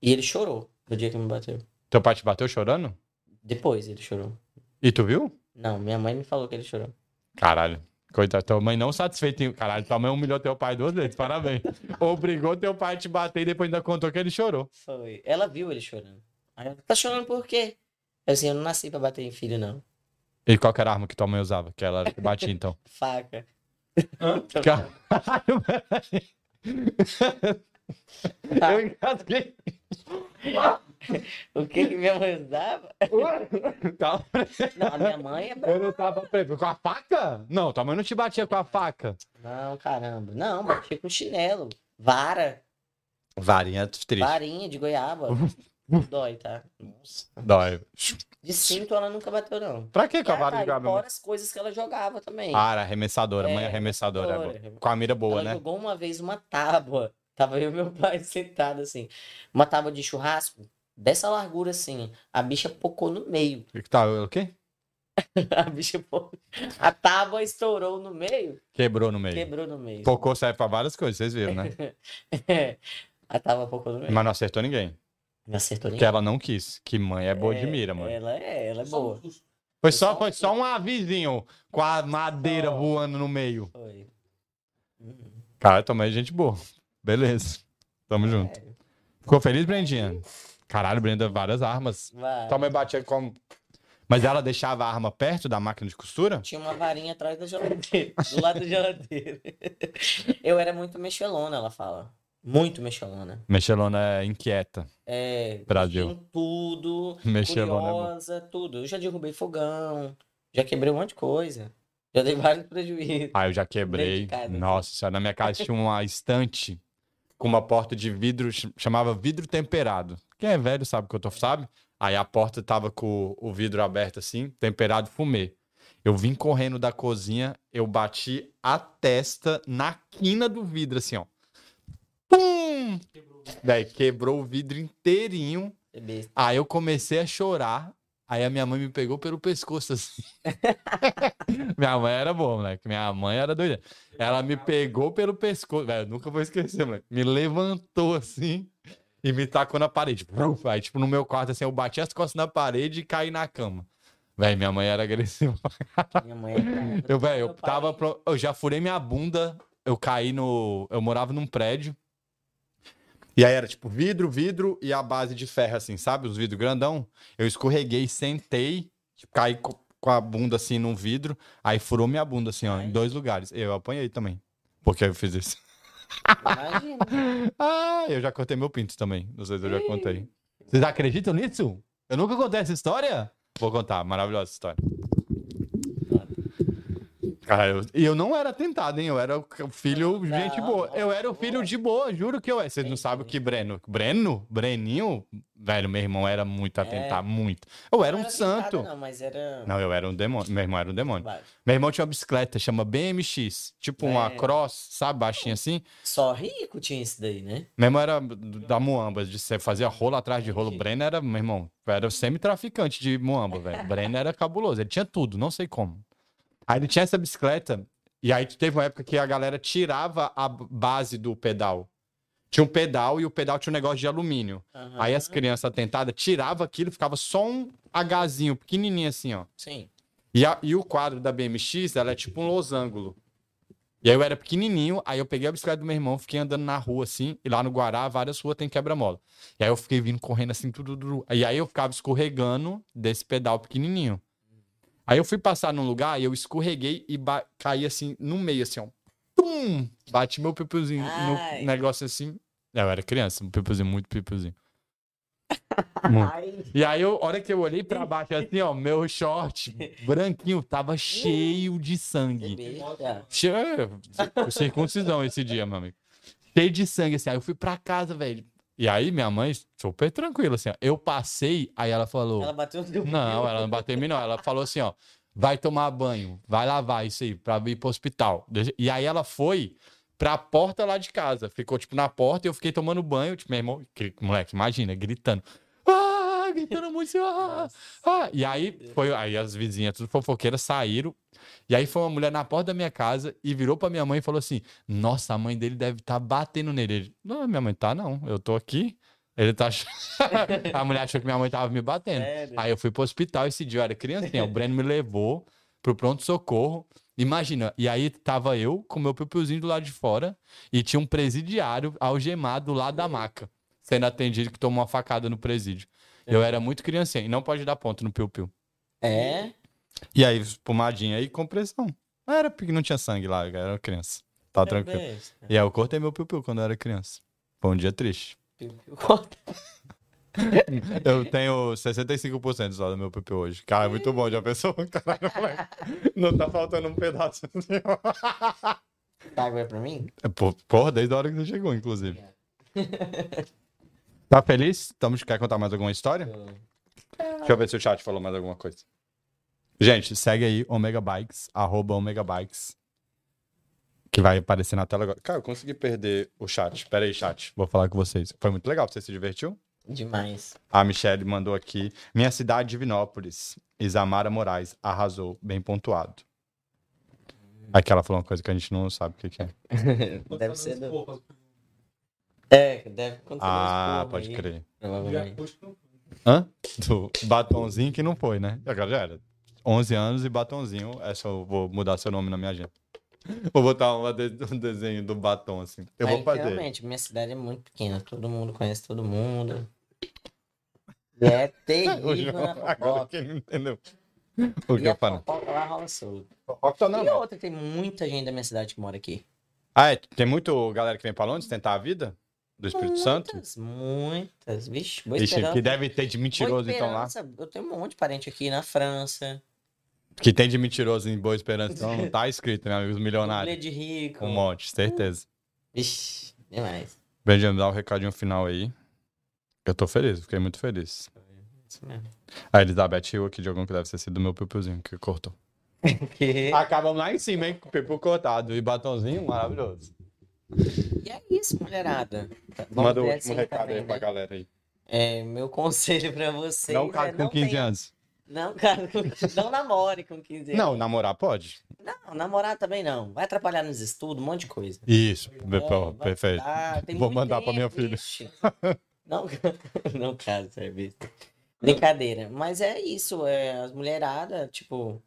E ele chorou no dia que me bateu. Teu pai te bateu chorando? Depois ele chorou. E tu viu? Não, minha mãe me falou que ele chorou. Caralho. Coitado, tua mãe não satisfeita em... Caralho, tua mãe humilhou teu pai duas vezes, parabéns. Obrigou teu pai a te bater e depois ainda contou que ele chorou. Foi. Ela viu ele chorando. Aí ela, tá chorando por quê? Eu assim, eu não nasci pra bater em filho, não. E qual que era a arma que tua mãe usava? Que ela batia então. Faca. Hã? Caralho, velho. Eu engasguei. Tá. O que que minha mãe usava? Calma. Não, a minha mãe é Eu brava. não tava preso. Com a faca? Não, tua mãe não te batia com a faca. Não, caramba. Não, batia com chinelo. Vara. Varinha triste. Varinha de goiaba. Dói, tá? Nossa. Dói. De cinto ela nunca bateu, não. Pra que com a vara Ah, de tá, e goiaba? fora as coisas que ela jogava também. Ah, era arremessadora. Mãe É, arremessadora. arremessadora. boa. Com a mira boa, ela né? jogou uma vez uma tábua. Tava eu e meu pai sentado assim. Uma tábua de churrasco, dessa largura assim. A bicha pocou no meio. Que Tá, o quê? A bicha pocou. A tábua estourou no meio, Quebrou no meio. quebrou no meio. Cocô serve pra várias coisas, vocês viram, né? a tábua pocou no meio. Mas não acertou ninguém. Não acertou Porque ninguém. ela não quis. Que mãe é boa de mira, mano. Ela é, ela é um boa. Foi Foi só, só um foi só um avizinho com a madeira Só. voando no meio. Foi. Hum, Cara, também é gente boa. Beleza. Tamo junto. é. Ficou feliz, Brendinha? Caralho, Brenda, várias armas. Vai. Tua mãe batia com. Mas ela deixava a arma perto da máquina de costura? Tinha uma varinha atrás da geladeira, do lado da geladeira. Eu era muito mexelona, ela fala. Muito mexelona. Mexelona é inquieta. É, Brasil. em tudo, Mexelona é bom. curiosa, tudo. Eu já derrubei fogão, já quebrei um monte de coisa. Já dei vários prejuízos. Ah, eu já quebrei. Dedicada. Nossa senhora, na minha casa tinha uma estante com uma porta de vidro, ch- chamava vidro temperado. Quem é velho sabe o que eu tô, sabe? Aí a porta tava com o vidro aberto assim, temperado fumê. Eu vim correndo da cozinha, eu bati a testa na quina do vidro, assim, ó. Pum! Quebrou. Daí quebrou o vidro inteirinho. É besta. Aí eu comecei a chorar. Aí a minha mãe me pegou pelo pescoço assim. minha mãe era boa, moleque. Minha mãe era doida. Ela me pegou pelo pescoço. Velho, eu nunca vou esquecer, moleque. Me levantou assim e me tacou na parede. Brum! Aí, tipo, no meu quarto, assim, eu bati as costas na parede e caí na cama. Velho, minha mãe era agressiva. Minha mãe era brava. Eu, velho, eu Meu pai- é tava. pro- Eu já furei minha bunda. Eu caí no. Eu morava num prédio. E aí era tipo vidro, vidro e a base de ferro, assim, sabe? Os vidros grandão. Eu escorreguei, sentei, tipo, caí co- com a bunda assim num vidro. Aí furou minha bunda, assim, ó, em Ai. dois lugares. Eu apanhei também. Porque eu fiz isso. Imagina. Ah, eu já cortei meu pinto também. Não sei se eu já contei. Vocês acreditam nisso? Eu nunca contei essa história? Vou contar, maravilhosa essa história. Cara, eu- e eu não era tentado, hein? Eu era o c- filho Não, gente boa. não, Eu era o filho boa. de boa, juro que eu era. Vocês não Entendi. sabem o que Breno. Breno? Breninho? Velho, meu irmão era muito atentado, muito. Eu era um É. Não santo. pintada, não, mas era. não. eu era um demônio. Meu irmão era um demônio. Vai. Meu irmão tinha uma bicicleta, chama BMX. Tipo uma É. cross, sabe? Baixinha assim. Só rico tinha isso daí, né? Meu irmão era da Moamba, de você fazia rolo atrás de rolo. O Breno era, meu irmão, era semi-traficante de Moamba, velho. O Breno era cabuloso, ele tinha tudo, não sei como. Aí ele tinha essa bicicleta, e aí teve uma época que a galera tirava a b- base do pedal. Tinha um pedal e o pedal tinha um negócio de alumínio. Aham. Aí as crianças atentadas tiravam aquilo, ficava só um Hzinho, pequenininho assim, ó. Sim. E, a- e o quadro da BMX, ela é tipo um losango. E aí eu era pequenininho, aí eu peguei a bicicleta do meu irmão, fiquei andando na rua assim, e lá no Guará, várias ruas tem quebra-mola. E aí eu fiquei vindo correndo assim, tudo, tudo. E aí eu ficava escorregando desse pedal pequenininho. Aí eu fui passar num lugar e eu escorreguei e ba- caí assim, no meio, assim, ó. Pum! Bati meu pipuzinho Ai. no negócio assim. Eu era criança, um pipuzinho, muito pipuzinho. Muito. Ai, E aí, eu, a hora que eu olhei pra baixo, assim, ó, meu short branquinho tava cheio de que sangue. besta. Cheio, circuncisão esse dia, meu amigo. Cheio de sangue, assim. Aí eu fui pra casa, velho. E aí, minha mãe, super tranquila, assim, ó. Eu passei, aí ela falou. Ela bateu no teu Não, pio. ela não bateu em mim, não. Ela falou assim, ó. Vai tomar banho, vai lavar isso aí, pra ir pro hospital. E aí ela foi pra porta lá de casa. Ficou, tipo, na porta e eu fiquei tomando banho. Tipo, meu irmão, que- moleque, imagina, gritando. Ah, gritando muito. assim, Ah, ah. E aí, foi, aí as vizinhas, tudo fofoqueiras, saíram. E aí foi uma mulher na porta da minha casa e virou pra minha mãe e falou assim: Nossa, a mãe dele deve estar batendo nele. Ele, não, minha mãe tá, não. Eu tô aqui. Ele tá. ach- a mulher achou que minha mãe tava me batendo. Sério? Aí eu fui pro hospital esse dia, eu era criancinha. o Breno me levou pro pronto-socorro. Imagina, e aí tava eu com meu pipiuzinho do lado de fora e tinha um presidiário algemado do lado da maca, sendo atendido que tomou uma facada no presídio. Eu era muito criancinha e não pode dar ponto no piu-piu. É? Tá E aí, pomadinha aí, compressão. Ah, Era porque não tinha sangue lá, eu era criança. Tá É tranquilo. besta. E aí eu cortei meu piu-piu quando eu era criança. Foi um dia triste. Piu, piu. Corta. Eu tenho 65% só do meu PP hoje. Cara, é muito bom. Já pensou? Caralho, moleque. Não tá faltando um pedaço. assim, ó. Tá água pra mim? É, pô- Porra, desde a hora que você chegou, inclusive. Tá feliz? Estamos quer contar mais alguma história? Deixa eu ver se o chat falou mais alguma coisa. Gente, segue aí Omega Bikes, arroba Omega Bikes, que vai aparecer na tela agora. Cara, eu consegui perder o chat. Pera aí, chat. Vou falar com vocês. Foi muito legal. Você se divertiu? Demais. A Michelle mandou aqui. Minha cidade, Divinópolis. Isamara Moraes. Arrasou. Bem pontuado. Aqui ela falou uma coisa que a gente não sabe o que, que é. Deve ser do... do. É, deve acontecer. Ah, umas porra pode aí, crer. Provavelmente. Hã? Do batonzinho que não foi, né? Agora já era. 11 anos e batonzinho. Essa eu vou mudar seu nome na minha agenda. Vou botar uma de- um desenho do batom, assim. Eu vou Mas, fazer. Realmente, minha cidade é muito pequena. Todo mundo conhece todo mundo. E é terrível O João, na agora fofoca. que ele entendeu. O E que a eu falo? fofoca lá rola solto. Fofoca e a outra, tem muita gente da minha cidade que mora aqui. Ah, é, tem muito galera que vem pra Londres tentar a vida? Do Espírito Santo? Muitas, muitas. Vixe, boa Ixi, esperança. que deve ter de mentiroso, Boa então, lá. Esperança, Eu tenho um monte de parente aqui na França. Que tem de mentiroso em Boa Esperança, então não tá escrito, né, amigos Mulher milionários? de rico. Um monte, certeza. Vixe, demais. Benjamin, dá um recadinho final aí. Eu tô feliz, fiquei muito feliz. Isso mesmo. A Elizabeth Hill aqui de algum que deve ter sido do meu pipuzinho, que cortou. Que- Acabamos lá em cima, hein? Com pipu cortado e batonzinho maravilhoso. E é isso, mulherada. Tá- vamos Manda o ver último assim recado também, aí pra né? galera aí. É, meu conselho pra vocês. Não case é com 15 tenha- anos. Não, cara, com- não namore com 15 anos. Não, namorar pode? Não, namorar também não. Vai atrapalhar nos estudos, um monte de coisa. Isso, É, pô, vai perfeito. estudar, tem Vou muito mandar pra minha tempo, filha. ixi. Não, não caso, serviço. Brincadeira. Mas é isso, é, as mulheradas, tipo,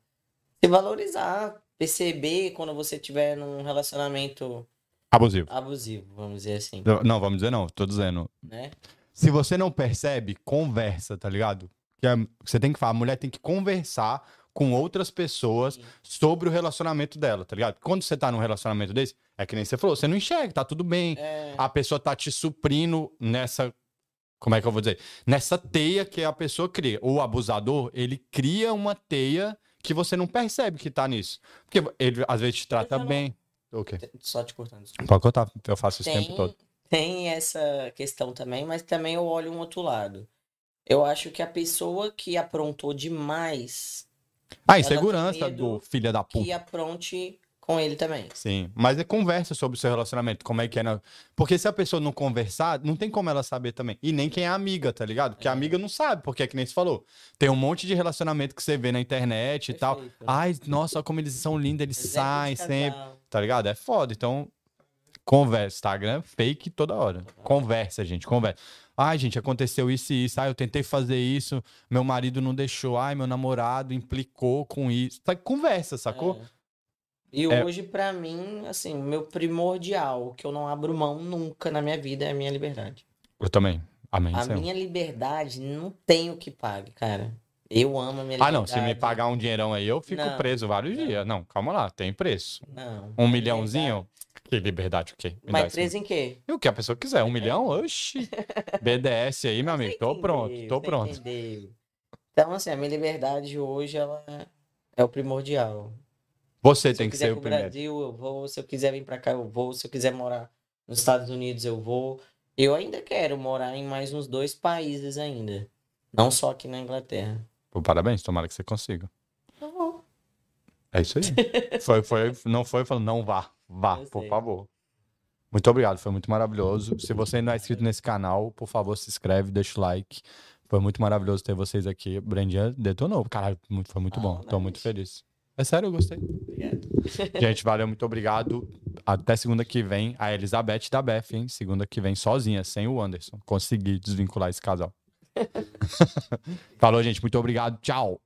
se valorizar, perceber quando você tiver num relacionamento Abusivo. abusivo, vamos dizer assim, Não, vamos dizer não, tô dizendo. né? Se você não percebe, conversa, tá ligado? Que a- você tem que falar, a mulher tem que conversar com outras pessoas Sim. sobre o relacionamento dela, tá ligado? Quando você tá num relacionamento desse, é que nem você falou, você não enxerga, tá tudo bem. É, A pessoa tá te suprindo nessa. Como é que eu vou dizer? Nessa teia que a pessoa cria. O abusador, ele cria uma teia que você não percebe que tá nisso. Porque ele às vezes te trata não- bem. O quê? só te cortando. desculpa. Pode contar, eu faço isso o tempo todo. Tem, tem essa questão também, mas também eu olho um outro lado. Eu acho que a pessoa que aprontou demais, Ah, tem insegurança medo do filho da puta. que apronte com ele também. Sim, mas é conversa sobre o seu relacionamento, como é que é. na- Porque se a pessoa não conversar, não tem como ela saber também. E nem quem é amiga, tá ligado? Porque a amiga não sabe, porque é que nem você falou. Tem um monte de relacionamento que você vê na internet e tal. Perfeito. Ai, nossa, olha como eles são lindos, eles Exemplo de saem sempre, casal. tá ligado? É foda. Então, conversa. Instagram, é fake toda hora. Conversa, gente, conversa. Ai, gente, aconteceu isso e isso. Ai, eu tentei fazer isso, meu marido não deixou. Ai, meu namorado implicou com isso. Tá, conversa, sacou? É. E É. hoje, pra mim, assim, o meu primordial, o que eu não abro mão nunca na minha vida, é a minha liberdade. Eu também. Amém. é a Senhor. minha liberdade não tem o que pague, cara. Eu amo a minha Ah, liberdade. não, se me pagar um dinheirão aí, eu fico Não, preso vários não. dias. Não, calma lá, tem preço. Não. Um a milhãozinho? Que liberdade, o quê? liberdade- Me dá Mas esse- preso em quê? E o que a pessoa quiser, um milhão? Oxi. BDS aí, meu amigo, tô Entendeu, pronto, tô você pronto. entendeu. Então, assim, a minha liberdade hoje, ela é o primordial. Você Se eu tem que quiser ser ir o pro primeiro. Brasil, eu vou. Se eu quiser vir pra cá, eu vou. Se eu quiser morar nos Estados Unidos, eu vou. Eu ainda quero morar em mais uns dois países ainda. Não só aqui na Inglaterra. Pô, parabéns, tomara que você consiga. Eu vou. É isso aí. foi, foi, não foi, falou, não vá, vá, Eu por sei. favor. Muito obrigado, foi muito maravilhoso. Se você ainda não é inscrito nesse canal, por favor, se inscreve, deixa o like. Foi muito maravilhoso ter vocês aqui. Brandinha detonou. Caralho, muito- foi muito Ah, bom. Tô nice. muito feliz. É sério, eu gostei. Obrigado. Gente, valeu, muito obrigado. Até segunda que vem, a Elizabeth da Beth, hein? Segunda que vem, sozinha, sem o Anderson. Consegui desvincular esse casal. Falou, gente. Muito obrigado. Tchau.